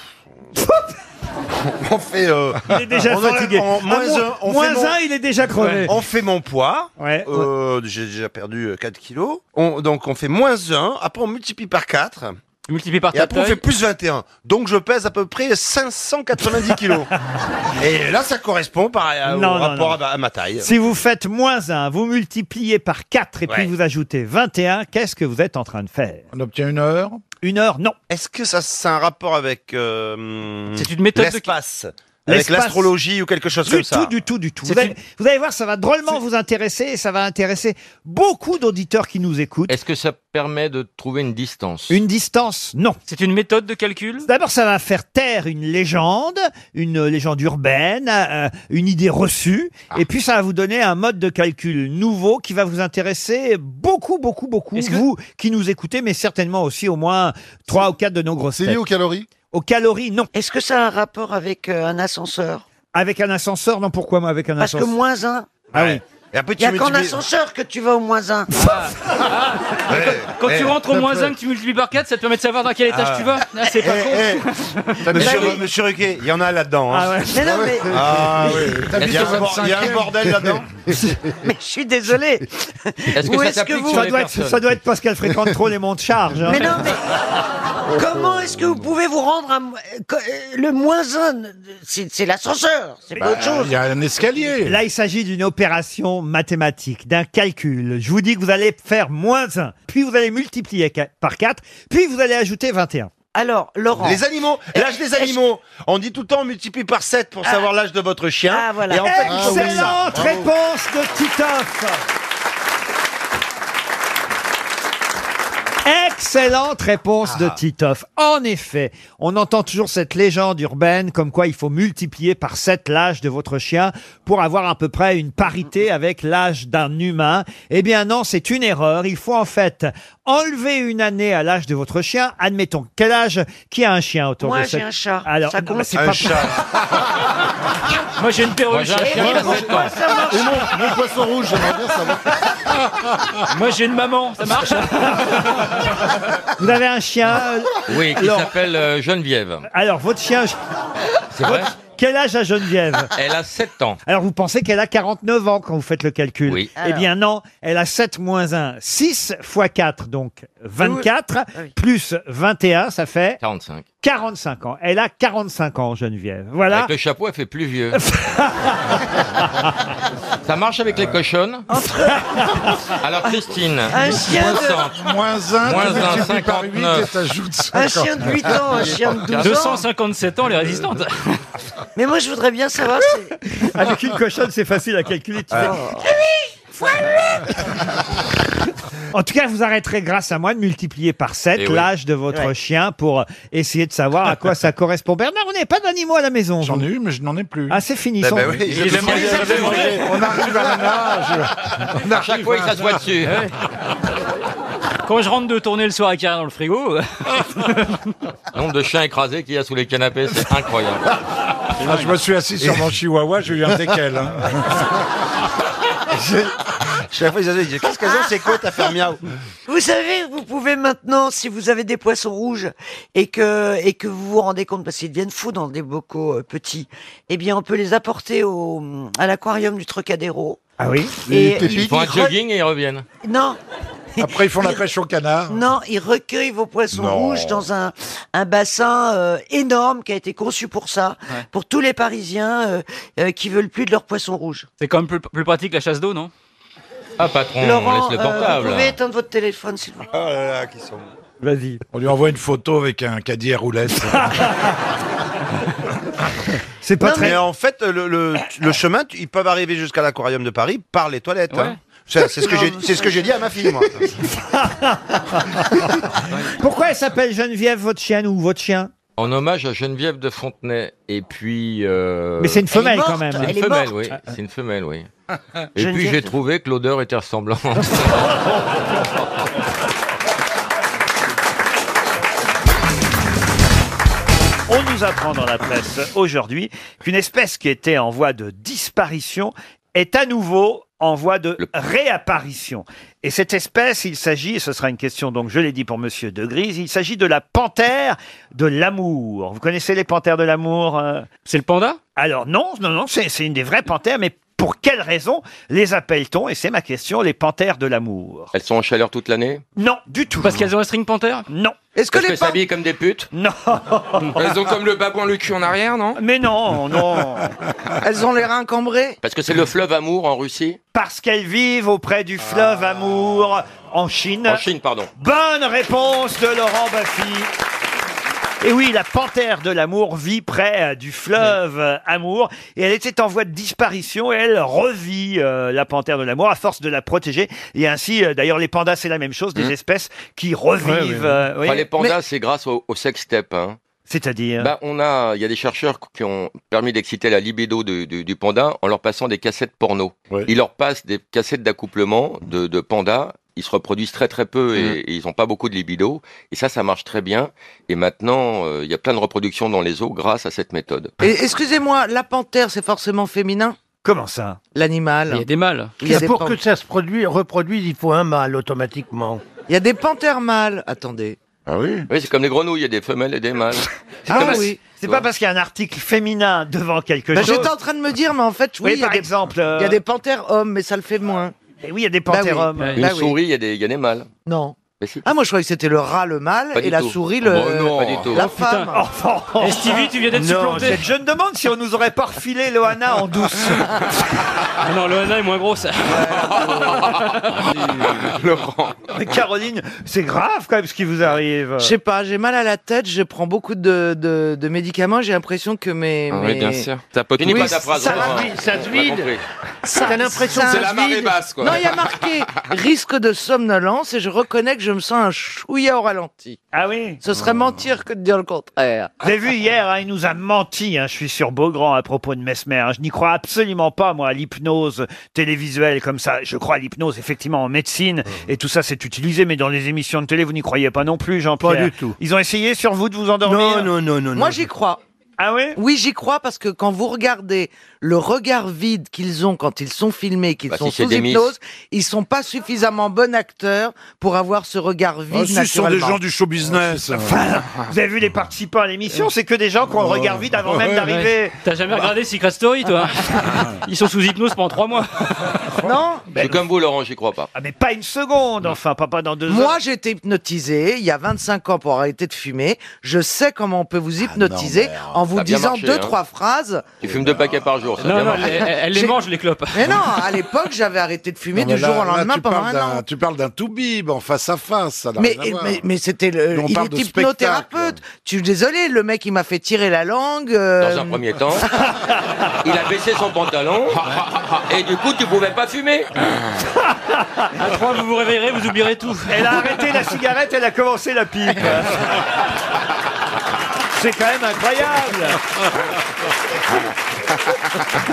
[SPEAKER 7] on fait... euh,
[SPEAKER 1] Il est déjà
[SPEAKER 7] on a-
[SPEAKER 1] fatigué.
[SPEAKER 7] on-
[SPEAKER 1] Ah,
[SPEAKER 7] moins
[SPEAKER 1] mon-
[SPEAKER 7] un, on
[SPEAKER 1] moins
[SPEAKER 7] fait mon-
[SPEAKER 1] un, il est déjà crevé.
[SPEAKER 7] Ouais. On fait mon poids.
[SPEAKER 1] Ouais.
[SPEAKER 7] Euh, J'ai déjà perdu euh, 4 kilos. On- donc, on fait moins 1. Après, on multiplie par 4.
[SPEAKER 22] Multiplié par
[SPEAKER 7] Et après, on
[SPEAKER 22] taille.
[SPEAKER 7] fait plus 21. Donc, je pèse à peu près 590 kilos. Et là, ça correspond par, euh, au
[SPEAKER 1] Non, non,
[SPEAKER 7] rapport
[SPEAKER 1] non.
[SPEAKER 7] à ma- à ma taille.
[SPEAKER 1] Si vous faites moins 1, vous multipliez par 4 et puis vous ajoutez 21, qu'est-ce que vous êtes en train de faire
[SPEAKER 10] On obtient une heure
[SPEAKER 1] Une heure, non.
[SPEAKER 7] Est-ce que ça c'est un rapport avec euh,
[SPEAKER 1] C'est une méthode de-
[SPEAKER 7] l'espace, avec
[SPEAKER 1] L'espace.
[SPEAKER 7] l'astrologie ou quelque chose
[SPEAKER 1] Du
[SPEAKER 7] comme ça
[SPEAKER 1] tout, du tout, du tout. Vous allez, vous allez voir, ça va drôlement vous intéresser et ça va intéresser beaucoup d'auditeurs qui nous écoutent.
[SPEAKER 21] Est-ce que ça permet de trouver une distance
[SPEAKER 1] Une distance, non.
[SPEAKER 21] C'est une méthode de calcul
[SPEAKER 1] D'abord, ça va faire taire une légende, une légende urbaine, euh, une idée reçue,
[SPEAKER 7] Ah.
[SPEAKER 1] et puis ça va vous donner un mode de calcul nouveau qui va vous intéresser beaucoup, beaucoup, beaucoup, vous qui nous écoutez, mais certainement aussi au moins trois ou quatre de nos grosses
[SPEAKER 10] C'est lié aux calories
[SPEAKER 1] Aux calories, non.
[SPEAKER 2] Est-ce que ça a un rapport avec euh, un ascenseur
[SPEAKER 1] Avec un ascenseur, non, pourquoi moi avec un
[SPEAKER 2] Parce que
[SPEAKER 1] ascenseur
[SPEAKER 2] moins un.
[SPEAKER 1] Ah oui.
[SPEAKER 7] Et
[SPEAKER 2] Il n'y a qu'en ascenseur que tu vas au moins un.
[SPEAKER 1] Ah.
[SPEAKER 5] Quand
[SPEAKER 7] Eh,
[SPEAKER 5] tu rentres au
[SPEAKER 7] ça
[SPEAKER 5] moins
[SPEAKER 7] peut-
[SPEAKER 5] 1 que tu multiplies par 4, ça te permet de savoir dans quel étage
[SPEAKER 7] Ah.
[SPEAKER 5] tu vas. Ah, c'est pas
[SPEAKER 7] Eh,
[SPEAKER 5] con.
[SPEAKER 7] eh, monsieur, monsieur Ruquet, il y en a là-dedans. hein.
[SPEAKER 2] Ah ouais. Mais non, mais-
[SPEAKER 7] Ah oui.
[SPEAKER 2] T'habites
[SPEAKER 7] Il y a
[SPEAKER 2] au
[SPEAKER 7] un bor- il y a un
[SPEAKER 2] 25e.
[SPEAKER 7] bordel là-dedans.
[SPEAKER 2] Mais je suis désolé.
[SPEAKER 7] Est-ce que
[SPEAKER 2] Où
[SPEAKER 7] ça
[SPEAKER 2] est-ce que
[SPEAKER 7] t'applique
[SPEAKER 2] vous...
[SPEAKER 1] ça, doit être, ça doit être parce qu'elle fréquente trop les monts de charge. hein.
[SPEAKER 2] Mais non, mais comment est-ce que vous pouvez vous rendre à mo- co- euh, le moins un C'est c'est l'ascenseur, c'est
[SPEAKER 7] Bah,
[SPEAKER 2] pas autre chose.
[SPEAKER 1] Bah, y a un escalier. Là, il s'agit d'une opération mathématique, d'un calcul. Je vous dis que vous allez faire moins 1, puis vous allez multiplier qua- par 4, puis vous allez ajouter 21.
[SPEAKER 2] Alors, Laurent. Eh,
[SPEAKER 7] Les animaux, l'âge des animaux. On dit tout le temps on multiplie par 7
[SPEAKER 2] Ah.
[SPEAKER 7] pour savoir l'âge de votre chien. Et en fait,
[SPEAKER 10] Ah
[SPEAKER 7] il faut faire ça.
[SPEAKER 1] Eh, Excellente réponse de Titoff Excellente réponse
[SPEAKER 22] Ah.
[SPEAKER 1] de Titoff. En effet, on entend toujours cette légende urbaine comme quoi il faut multiplier par 7 l'âge de votre chien pour avoir à peu près une parité avec l'âge d'un humain. Eh bien non, c'est une erreur. Il faut en fait enlever une année à l'âge de votre chien. Admettons, quel âge Qui a un chien autour
[SPEAKER 2] Moi,
[SPEAKER 1] de cette...
[SPEAKER 2] j'ai un chat.
[SPEAKER 1] Alors,
[SPEAKER 2] Ça
[SPEAKER 1] non,
[SPEAKER 2] compte
[SPEAKER 1] mais c'est
[SPEAKER 2] Un
[SPEAKER 1] pas-
[SPEAKER 2] chat.
[SPEAKER 5] Moi j'ai une perruque.
[SPEAKER 22] Moi, j'ai un chien qui a sept ans.
[SPEAKER 2] Et
[SPEAKER 22] mon, poisson rouge, j'aimerais bien savoir. Moi j'ai une maman, ça marche
[SPEAKER 1] Vous avez un chien euh,
[SPEAKER 21] Oui, qui
[SPEAKER 1] Laurent
[SPEAKER 21] s'appelle euh, Geneviève.
[SPEAKER 1] Alors, votre chien...
[SPEAKER 21] C'est vrai
[SPEAKER 1] Votre- Quel âge a Geneviève
[SPEAKER 21] Elle a 7 ans.
[SPEAKER 1] Alors, vous pensez qu'elle a 49 ans quand vous faites le calcul.
[SPEAKER 21] Oui.
[SPEAKER 1] Eh bien, non, elle a 7 moins 1. 6 fois 4, donc 24,
[SPEAKER 7] Ah
[SPEAKER 1] plus 21, ça fait
[SPEAKER 21] 45.
[SPEAKER 1] 45 ans. Elle a 45 ans, Geneviève. Voilà.
[SPEAKER 21] Avec le chapeau, elle fait plus vieux. ça marche avec les cochonnes Alors Christine,
[SPEAKER 2] Un chien de-
[SPEAKER 21] 60.
[SPEAKER 10] Moins un,
[SPEAKER 21] Moins
[SPEAKER 10] tu
[SPEAKER 21] un,
[SPEAKER 10] multiplies par 8 et
[SPEAKER 21] 59.
[SPEAKER 10] t'ajoutes 50.
[SPEAKER 2] Un chien de 8 ans, un chien de 12 ans.
[SPEAKER 5] 257 ans, les résistantes.
[SPEAKER 2] Mais moi, je voudrais bien savoir. Ah. c'est-
[SPEAKER 1] Avec une cochonne, c'est facile à calculer. tu sais. En tout cas, vous arrêterez grâce à moi de multiplier par 7
[SPEAKER 5] Eh oui.
[SPEAKER 1] l'âge de votre chien pour euh, essayer de savoir à quoi ça correspond. Bernard, on n'est pas d'animaux à la maison. J'en ai
[SPEAKER 10] eu, mais je n'en ai plus.
[SPEAKER 1] Ah, c'est fini.
[SPEAKER 7] Eh
[SPEAKER 1] sans-
[SPEAKER 7] ben oui,
[SPEAKER 1] Ils
[SPEAKER 7] je
[SPEAKER 1] les
[SPEAKER 7] sais
[SPEAKER 1] ont
[SPEAKER 7] pas,
[SPEAKER 1] mangés.
[SPEAKER 7] je les ai mangés.
[SPEAKER 10] On arrive à un
[SPEAKER 22] Ah,
[SPEAKER 10] âge.
[SPEAKER 21] À chaque fois, il s'assoit dessus.
[SPEAKER 5] Quand je rentre de tourner le soir avec rien dans le frigo.
[SPEAKER 21] Nombre de chiens écrasés qu'il y a sous les canapés, c'est incroyable.
[SPEAKER 10] Ah, je me suis assis sur mon chihuahua, j'ai eu un teckel. hein.
[SPEAKER 7] Chaque fois, ils allaient dire Qu'est-ce qu'elles ont C'est quoi ta faire miaou
[SPEAKER 2] Vous savez, vous pouvez maintenant, si vous avez des poissons rouges et que, et que vous vous rendez compte, parce qu'ils deviennent fous dans des bocaux euh, petits, eh bien, on peut les apporter au, à l'aquarium du Trocadéro.
[SPEAKER 1] Ah oui
[SPEAKER 2] Et-
[SPEAKER 21] Ils font un
[SPEAKER 2] re-
[SPEAKER 21] jogging et ils reviennent.
[SPEAKER 2] Non,
[SPEAKER 10] Après, ils font la pêche au canard.
[SPEAKER 2] non, ils recueillent vos poissons
[SPEAKER 10] Non.
[SPEAKER 2] rouges dans un, un bassin euh, énorme qui a été conçu pour ça,
[SPEAKER 5] Ouais.
[SPEAKER 2] pour tous les Parisiens euh, euh, qui veulent plus de leurs poissons rouges.
[SPEAKER 5] C'est quand même plus, plus pratique la chasse d'eau, non
[SPEAKER 21] Ah patron,
[SPEAKER 2] Laurent,
[SPEAKER 21] on laisse le
[SPEAKER 2] euh,
[SPEAKER 21] portable.
[SPEAKER 2] vous pouvez éteindre votre téléphone, s'il vous plaît.
[SPEAKER 7] Oh là là, qui sont.
[SPEAKER 1] Vas-y.
[SPEAKER 10] On lui envoie une photo avec un caddie à roulettes.
[SPEAKER 1] C'est
[SPEAKER 7] Ah, Mais en fait, le, le- le chemin, tu- ils peuvent arriver jusqu'à l'aquarium de Paris par les toilettes. hein. Ça, C'est ce que j'ai- c'est ce que j'ai dit à ma fille, moi.
[SPEAKER 24] Pourquoi elle s'appelle Geneviève, votre chienne ou votre chien
[SPEAKER 21] En hommage à Geneviève de Fontenay. Et puis. euh,
[SPEAKER 24] Mais c'est une femelle, Elle est quand morte, même.
[SPEAKER 21] C'est
[SPEAKER 24] elle est
[SPEAKER 21] une femelle,
[SPEAKER 24] morte. Ah,
[SPEAKER 21] oui. C'est une femelle, oui. Et
[SPEAKER 24] Geneviève
[SPEAKER 21] puis j'ai
[SPEAKER 24] de-
[SPEAKER 21] trouvé que l'odeur était ressemblante.
[SPEAKER 1] On nous apprend dans la presse aujourd'hui qu'une espèce qui était en voie de disparition est à nouveau en voie de réapparition. Et cette espèce, il s'agit, et ce sera une question, donc je l'ai dit pour Monsieur De Grise, il s'agit de la panthère de l'amour. Vous connaissez les panthères de l'amour C'est le panda Alors non, non, non, c'est c'est une des vraies panthères, mais pour quelle raison les appelle-t-on, et c'est ma question, les panthères de l'amour
[SPEAKER 21] Elles sont en chaleur toute l'année
[SPEAKER 1] Non, du tout. Parce qu'elles ont un string panthère Non.
[SPEAKER 21] Est-ce que les s'habillent comme des putes
[SPEAKER 1] Non.
[SPEAKER 17] Elles ont comme le babouin le cul en arrière, non
[SPEAKER 1] Mais non, non.
[SPEAKER 17] Elles ont les reins cambrés.
[SPEAKER 21] Parce que c'est le fleuve Amour en Russie
[SPEAKER 1] Parce qu'elles vivent auprès du fleuve Amour en Chine.
[SPEAKER 21] Ah. En Chine, pardon.
[SPEAKER 1] Bonne réponse de Laurent Baffy. Et oui, la panthère de l'amour vit près euh, du fleuve euh, Amour et elle était en voie de disparition et elle revit euh, la panthère de l'amour à force de la protéger et ainsi euh, d'ailleurs les pandas c'est la même chose
[SPEAKER 21] Mmh.
[SPEAKER 1] des espèces qui revivent. euh, oui.
[SPEAKER 21] Enfin, les pandas, c'est grâce au, au sextape. hein.
[SPEAKER 1] C'est-à-dire
[SPEAKER 21] Bah, on a, il y a des chercheurs qui ont permis d'exciter la libido du, du- du panda en leur passant des cassettes porno. Ils leur passent des cassettes d'accouplement de, de pandas. Ils se reproduisent très très peu et,
[SPEAKER 11] Mm.
[SPEAKER 21] et ils n'ont pas beaucoup de libido. Et ça, ça marche très bien. Et maintenant, euh, il y a plein de reproductions dans les eaux grâce à cette méthode.
[SPEAKER 11] Et excusez-moi, la panthère, c'est forcément féminin
[SPEAKER 1] Comment ça
[SPEAKER 11] L'animal.
[SPEAKER 5] Il y a des mâles.
[SPEAKER 11] Il y a des
[SPEAKER 14] pour
[SPEAKER 11] pan-
[SPEAKER 14] que ça se produise, reproduise, il faut un mâle automatiquement.
[SPEAKER 11] Il y a des panthères mâles. Attendez.
[SPEAKER 21] Ah oui Oui, c'est comme les grenouilles, il y a des femelles et des mâles.
[SPEAKER 11] Ah
[SPEAKER 1] C'est pas parce- Ah C'est pas parce qu'il y a un article féminin devant quelque
[SPEAKER 11] Bah,
[SPEAKER 1] chose.
[SPEAKER 11] J'étais en train de me dire, mais en fait,
[SPEAKER 1] Oui,
[SPEAKER 11] oui, il y a
[SPEAKER 1] par
[SPEAKER 11] des-
[SPEAKER 1] exemple,
[SPEAKER 11] Il
[SPEAKER 1] euh,
[SPEAKER 11] y a des panthères hommes, mais ça le fait moins.
[SPEAKER 1] Et oui, il y a des
[SPEAKER 21] panthères hommes. Une
[SPEAKER 11] Bah oui.
[SPEAKER 21] souris, il y a des- il y, a des mâles.
[SPEAKER 11] Non.
[SPEAKER 21] Mais si.
[SPEAKER 11] Ah, moi, je croyais que c'était le rat, le mâle,
[SPEAKER 21] Pas
[SPEAKER 11] et
[SPEAKER 21] du
[SPEAKER 11] la
[SPEAKER 21] tout.
[SPEAKER 11] souris, le...
[SPEAKER 21] Bon, non, pas du tout.
[SPEAKER 11] la
[SPEAKER 21] Oh, putain.
[SPEAKER 11] femme.
[SPEAKER 1] Enfin,
[SPEAKER 5] Et Stevie, tu viens d'être
[SPEAKER 1] Non,
[SPEAKER 5] supplanté.
[SPEAKER 1] cette- Je me demande si on nous aurait pas refilé Loana en douce.
[SPEAKER 5] Ah non, Loana est moins grosse.
[SPEAKER 1] Mais Caroline, c'est grave quand même ce qui vous arrive.
[SPEAKER 11] Je sais pas, j'ai mal à la tête, je prends beaucoup de, de, de médicaments, j'ai l'impression que mes...
[SPEAKER 17] Ah
[SPEAKER 11] mes-
[SPEAKER 17] oui, bien sûr. T'as pas
[SPEAKER 11] Oui,
[SPEAKER 17] tout
[SPEAKER 11] ça- ça va vite.
[SPEAKER 14] ça se vide.
[SPEAKER 11] Ça-
[SPEAKER 14] T'as l'impression
[SPEAKER 11] ça-
[SPEAKER 14] que
[SPEAKER 17] C'est la marée
[SPEAKER 11] vide.
[SPEAKER 17] basse, quoi.
[SPEAKER 11] Non, il y a marqué risque de somnolence et je reconnais que je me sens un chouïa au ralenti.
[SPEAKER 1] Ah oui
[SPEAKER 11] Ce serait mentir que de dire le contraire.
[SPEAKER 1] Vous avez vu hier, hein, il nous a menti, hein, je suis sur Beaugrand à propos de Mesmer. hein. je n'y crois absolument pas, moi, à l'hypnose télévisuelle comme ça. Je crois à l'hypnose, effectivement, en
[SPEAKER 14] Ah.
[SPEAKER 1] médecine, et tout ça, c'est utilisé, mais dans les émissions de télé, vous n'y croyez pas non plus, Jean-Pierre.
[SPEAKER 14] Pas du tout.
[SPEAKER 1] Ils ont essayé sur vous de vous endormir
[SPEAKER 14] non, non.
[SPEAKER 11] Moi, j'y crois.
[SPEAKER 1] Ah ouais
[SPEAKER 11] Oui, j'y crois parce que quand vous regardez le regard vide qu'ils ont quand ils sont filmés, qu'ils
[SPEAKER 21] Bah,
[SPEAKER 11] sont
[SPEAKER 21] si c'est
[SPEAKER 11] sous
[SPEAKER 21] des miss.
[SPEAKER 11] hypnose, ils sont pas suffisamment bons acteurs pour avoir ce regard vide
[SPEAKER 1] Oh,
[SPEAKER 10] Ah, si, ce sont des
[SPEAKER 11] naturellement.
[SPEAKER 10] gens du show business.
[SPEAKER 1] Vous avez vu les participants à
[SPEAKER 11] Euh.
[SPEAKER 1] l'émission, c'est que des gens qu'on regarde vite avant même d'arriver.
[SPEAKER 5] T'as jamais regardé Secret Story, toi hein Ils sont sous hypnose pendant trois mois.
[SPEAKER 11] Non
[SPEAKER 21] Je suis comme vous, Laurent, j'y crois pas.
[SPEAKER 1] Ah, mais pas une seconde, enfin, pas, pas dans deux
[SPEAKER 11] Moi,
[SPEAKER 1] heures.
[SPEAKER 11] j'ai été hypnotisé il y a 25 ans pour arrêter de fumer. Je sais comment on peut vous hypnotiser
[SPEAKER 21] merde.
[SPEAKER 11] en vous
[SPEAKER 21] Ça a bien
[SPEAKER 11] disant
[SPEAKER 21] marché,
[SPEAKER 11] deux,
[SPEAKER 21] hein.
[SPEAKER 11] trois phrases.
[SPEAKER 21] Tu fumes deux paquets par jour, ça
[SPEAKER 5] Non,
[SPEAKER 21] bien
[SPEAKER 5] non,
[SPEAKER 21] marché.
[SPEAKER 5] elle, elle- elle les
[SPEAKER 11] J'ai-
[SPEAKER 5] mange, les clopes.
[SPEAKER 11] Mais non, à l'époque, j'avais arrêté de fumer
[SPEAKER 10] Non, mais
[SPEAKER 11] du
[SPEAKER 10] là-
[SPEAKER 11] jour au
[SPEAKER 10] là,
[SPEAKER 11] lendemain
[SPEAKER 10] tu
[SPEAKER 11] pendant
[SPEAKER 10] parles
[SPEAKER 11] un an.
[SPEAKER 10] d'un- Tu parles d'un toubib en face à face, ça n'a
[SPEAKER 11] Mais,
[SPEAKER 10] rien à voir.
[SPEAKER 11] mais, mais c'était le,
[SPEAKER 10] Nous, on
[SPEAKER 11] il
[SPEAKER 10] parle
[SPEAKER 11] est
[SPEAKER 10] de
[SPEAKER 11] hypnothérapeute. Tu désolé, le mec il m'a fait tirer la langue. euh,
[SPEAKER 21] Dans un premier temps, il a baissé son pantalon et du coup tu pouvais pas fumer.
[SPEAKER 5] À trois, vous vous réveillerez, vous oublierez tout.
[SPEAKER 1] Elle a arrêté la cigarette, elle a commencé la pipe. C'est quand même incroyable.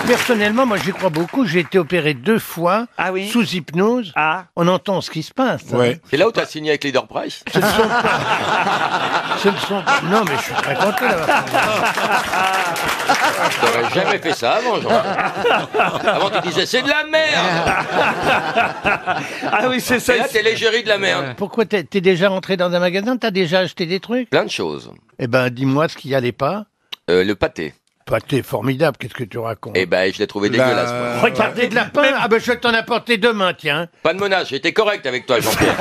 [SPEAKER 14] Personnellement, moi, j'y crois beaucoup. J'ai été opéré deux fois sous hypnose. On entend ce qui se passe. hein.
[SPEAKER 21] C'est là où t'as signé avec Leader Price.
[SPEAKER 14] Ce ne sont pas- Non, mais je suis très content d'avoir.
[SPEAKER 21] T'aurais jamais fait ça avant, Jean. Avant tu disais c'est de la merde.
[SPEAKER 1] Ah oui, c'est ça.
[SPEAKER 21] Et là t'es l'égérie de la Ah, merde.
[SPEAKER 14] Pourquoi t'es t'es déjà rentré dans un magasin T'as déjà acheté des trucs
[SPEAKER 21] Plein de choses.
[SPEAKER 14] Eh ben, dis-moi ce qui allait pas.
[SPEAKER 21] Euh, le pâté.
[SPEAKER 14] Toi, t'es formidable. Qu'est-ce que tu racontes
[SPEAKER 21] Eh ben je l'ai trouvé dégueulasse. moi.
[SPEAKER 14] Regardez de lapin. Ah ben, je vais t'en apporter demain, tiens.
[SPEAKER 21] Pas de menace, j'étais correct avec toi, Jean-Pierre.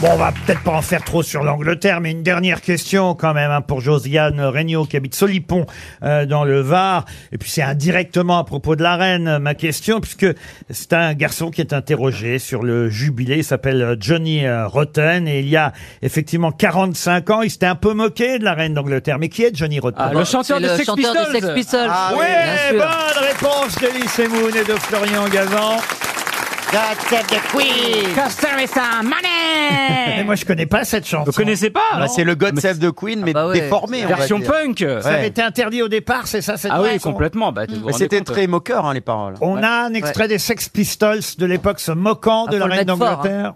[SPEAKER 1] Bon, on va peut-être pas en faire trop sur l'Angleterre, mais une dernière question quand même hein, pour Josiane Regnault qui habite Solipon euh, dans le Var. Et puis c'est indirectement à propos de la reine euh, ma question, puisque c'est un garçon qui est interrogé sur le jubilé. Il s'appelle euh, Johnny euh, Rotten et il y a effectivement 45 ans, il s'était un peu moqué de la reine d'Angleterre. Mais qui est Johnny Rotten
[SPEAKER 5] Ah, le chanteur C'est des le Sex chanteur des Pistols. Sex Pistols. Ah oui,
[SPEAKER 1] Ouais,
[SPEAKER 5] bien sûr.
[SPEAKER 1] bonne réponse d'Elise Moon et de Florian Gazan.
[SPEAKER 3] God save the queen.
[SPEAKER 1] Mais moi, je connais pas cette chanson. Vous
[SPEAKER 5] connaissez pas
[SPEAKER 1] Bah, c'est
[SPEAKER 7] le God Save the
[SPEAKER 12] Ah
[SPEAKER 7] Queen,
[SPEAKER 12] bah
[SPEAKER 7] mais déformé. on va
[SPEAKER 1] Version
[SPEAKER 7] dire.
[SPEAKER 1] punk.
[SPEAKER 7] Ouais.
[SPEAKER 1] Ça avait été interdit au départ, c'est ça cette
[SPEAKER 7] Ah oui,
[SPEAKER 1] chanson
[SPEAKER 7] complètement, bah,
[SPEAKER 1] Mm.
[SPEAKER 7] Mais c'était
[SPEAKER 5] euh.
[SPEAKER 7] très moqueur, hein, les paroles.
[SPEAKER 1] On a un extrait des Sex Pistols de l'époque se moquant
[SPEAKER 12] Ah,
[SPEAKER 1] de la reine d'Angleterre.
[SPEAKER 12] hein.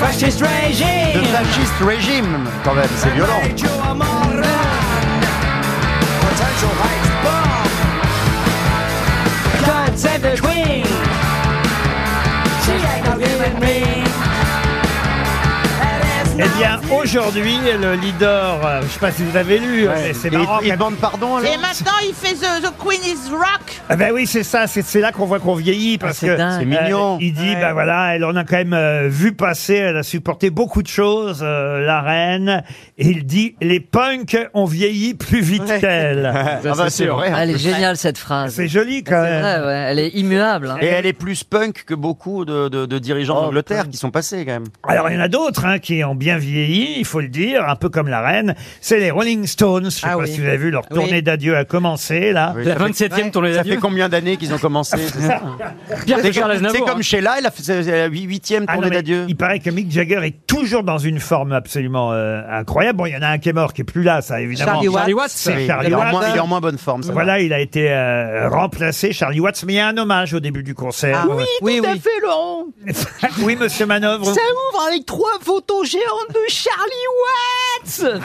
[SPEAKER 7] Fasciste régime Le fasciste régime, quand même, c'est violent.
[SPEAKER 8] God save the queen. She ain't no human being.
[SPEAKER 1] Eh bien, aujourd'hui, le leader, euh, je sais pas si vous avez lu, mais c'est
[SPEAKER 7] Il-
[SPEAKER 1] marrant.
[SPEAKER 7] il
[SPEAKER 1] quand-
[SPEAKER 7] demande pardon,
[SPEAKER 3] Et maintenant, il fait the, the Queen is Rock.
[SPEAKER 1] Ah ben oui, c'est ça, c'est c'est là qu'on voit qu'on vieillit
[SPEAKER 12] Ah,
[SPEAKER 1] parce
[SPEAKER 7] c'est
[SPEAKER 1] que
[SPEAKER 7] dingue. C'est mignon.
[SPEAKER 1] il dit
[SPEAKER 7] Ouais.
[SPEAKER 1] bah voilà, elle en a quand même euh, vu passer, elle a supporté beaucoup de choses euh, la reine et il dit les punks ont vieilli plus vite qu'elle.
[SPEAKER 12] Ah bah, c'est vrai, en Elle est plus. géniale,
[SPEAKER 1] cette phrase. C'est joli quand
[SPEAKER 12] C'est
[SPEAKER 1] même.
[SPEAKER 12] vrai, ouais, Elle est immuable. hein.
[SPEAKER 7] Et elle est plus punk que beaucoup de, de- de
[SPEAKER 1] Oh,
[SPEAKER 7] dirigeants d'Angleterre qui sont passés, quand même.
[SPEAKER 1] Alors il y en a d'autres hein, qui ont bien vieilli, il faut le dire, un peu comme la reine. C'est les Rolling Stones. Je sais pas
[SPEAKER 7] Ah oui.
[SPEAKER 1] si vous avez vu leur
[SPEAKER 7] Oui.
[SPEAKER 1] tournée d'adieu a commencé là.
[SPEAKER 7] Oui, ça fait- ouais, Ça fait combien d'années qu'ils ont commencé c'est ça
[SPEAKER 1] Pierre
[SPEAKER 7] C'est
[SPEAKER 1] Richard
[SPEAKER 7] comme-
[SPEAKER 1] Aznavour,
[SPEAKER 7] C'est
[SPEAKER 1] hein.
[SPEAKER 7] comme chez là, elle a fait sa- sa huitième
[SPEAKER 1] Ah non,
[SPEAKER 7] tournée
[SPEAKER 1] mais
[SPEAKER 7] d'adieu.
[SPEAKER 1] Il paraît que Mick Jagger est toujours dans une forme absolument euh, incroyable. Bon, il y en a un qui est mort, qui est plus là, ça évidemment.
[SPEAKER 7] Charlie Watts. Charlie Watts.
[SPEAKER 1] C'est
[SPEAKER 7] Oui,
[SPEAKER 1] Charlie
[SPEAKER 7] il est en
[SPEAKER 1] Watts.
[SPEAKER 7] moins- il est en moins bonne forme, ça va.
[SPEAKER 1] Voilà, il a été euh, remplacé, Charlie Watts. Mais il y a un hommage au début du concert.
[SPEAKER 7] Ah
[SPEAKER 6] oui, tout à fait, Laurent.
[SPEAKER 1] oui, Monsieur Manœuvre.
[SPEAKER 6] Ça ouvre avec trois photos géantes de Charlie Watts.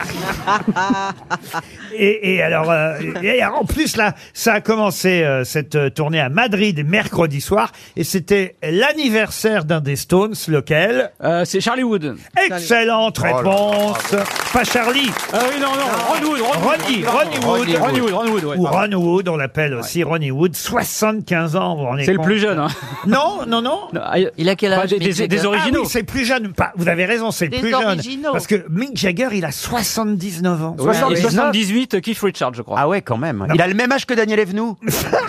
[SPEAKER 1] Et, et alors, euh, et alors, en plus là, ça a commencé euh, cette euh, tournée à Madrid mercredi soir, et c'était l'anniversaire d'un des Stones, lequel
[SPEAKER 5] Euh,
[SPEAKER 1] C'est Charlie Wood. Excellente
[SPEAKER 5] Charlie Wood.
[SPEAKER 1] réponse. Pas Charlie.
[SPEAKER 5] Ah oui, non, non, Ron Wood, Ron Wood.
[SPEAKER 1] Ronnie,
[SPEAKER 5] Pardon,
[SPEAKER 1] Ronnie Wood,
[SPEAKER 5] Ronnie Wood, Ronnie Wood, ouais,
[SPEAKER 1] ou
[SPEAKER 5] pardon.
[SPEAKER 1] Ron Wood, on l'appelle aussi Ronnie Wood, 75 ans. vous vous rendez
[SPEAKER 5] C'est le
[SPEAKER 1] compte
[SPEAKER 5] plus jeune, hein.
[SPEAKER 1] Non, non, non.
[SPEAKER 5] Il a quel Pas âge, des- Mick des- Jagger des originaux.
[SPEAKER 1] Ah oui, c'est le plus jeune. Pas, vous avez raison, c'est le
[SPEAKER 5] Des
[SPEAKER 1] plus jeune.
[SPEAKER 5] originaux.
[SPEAKER 1] Parce que Mick Jagger, il a 79 ans.
[SPEAKER 5] Ouais, et 78, Keith Richards, je crois.
[SPEAKER 7] Ah ouais, quand même. Il a le même âge que Daniel Evenou.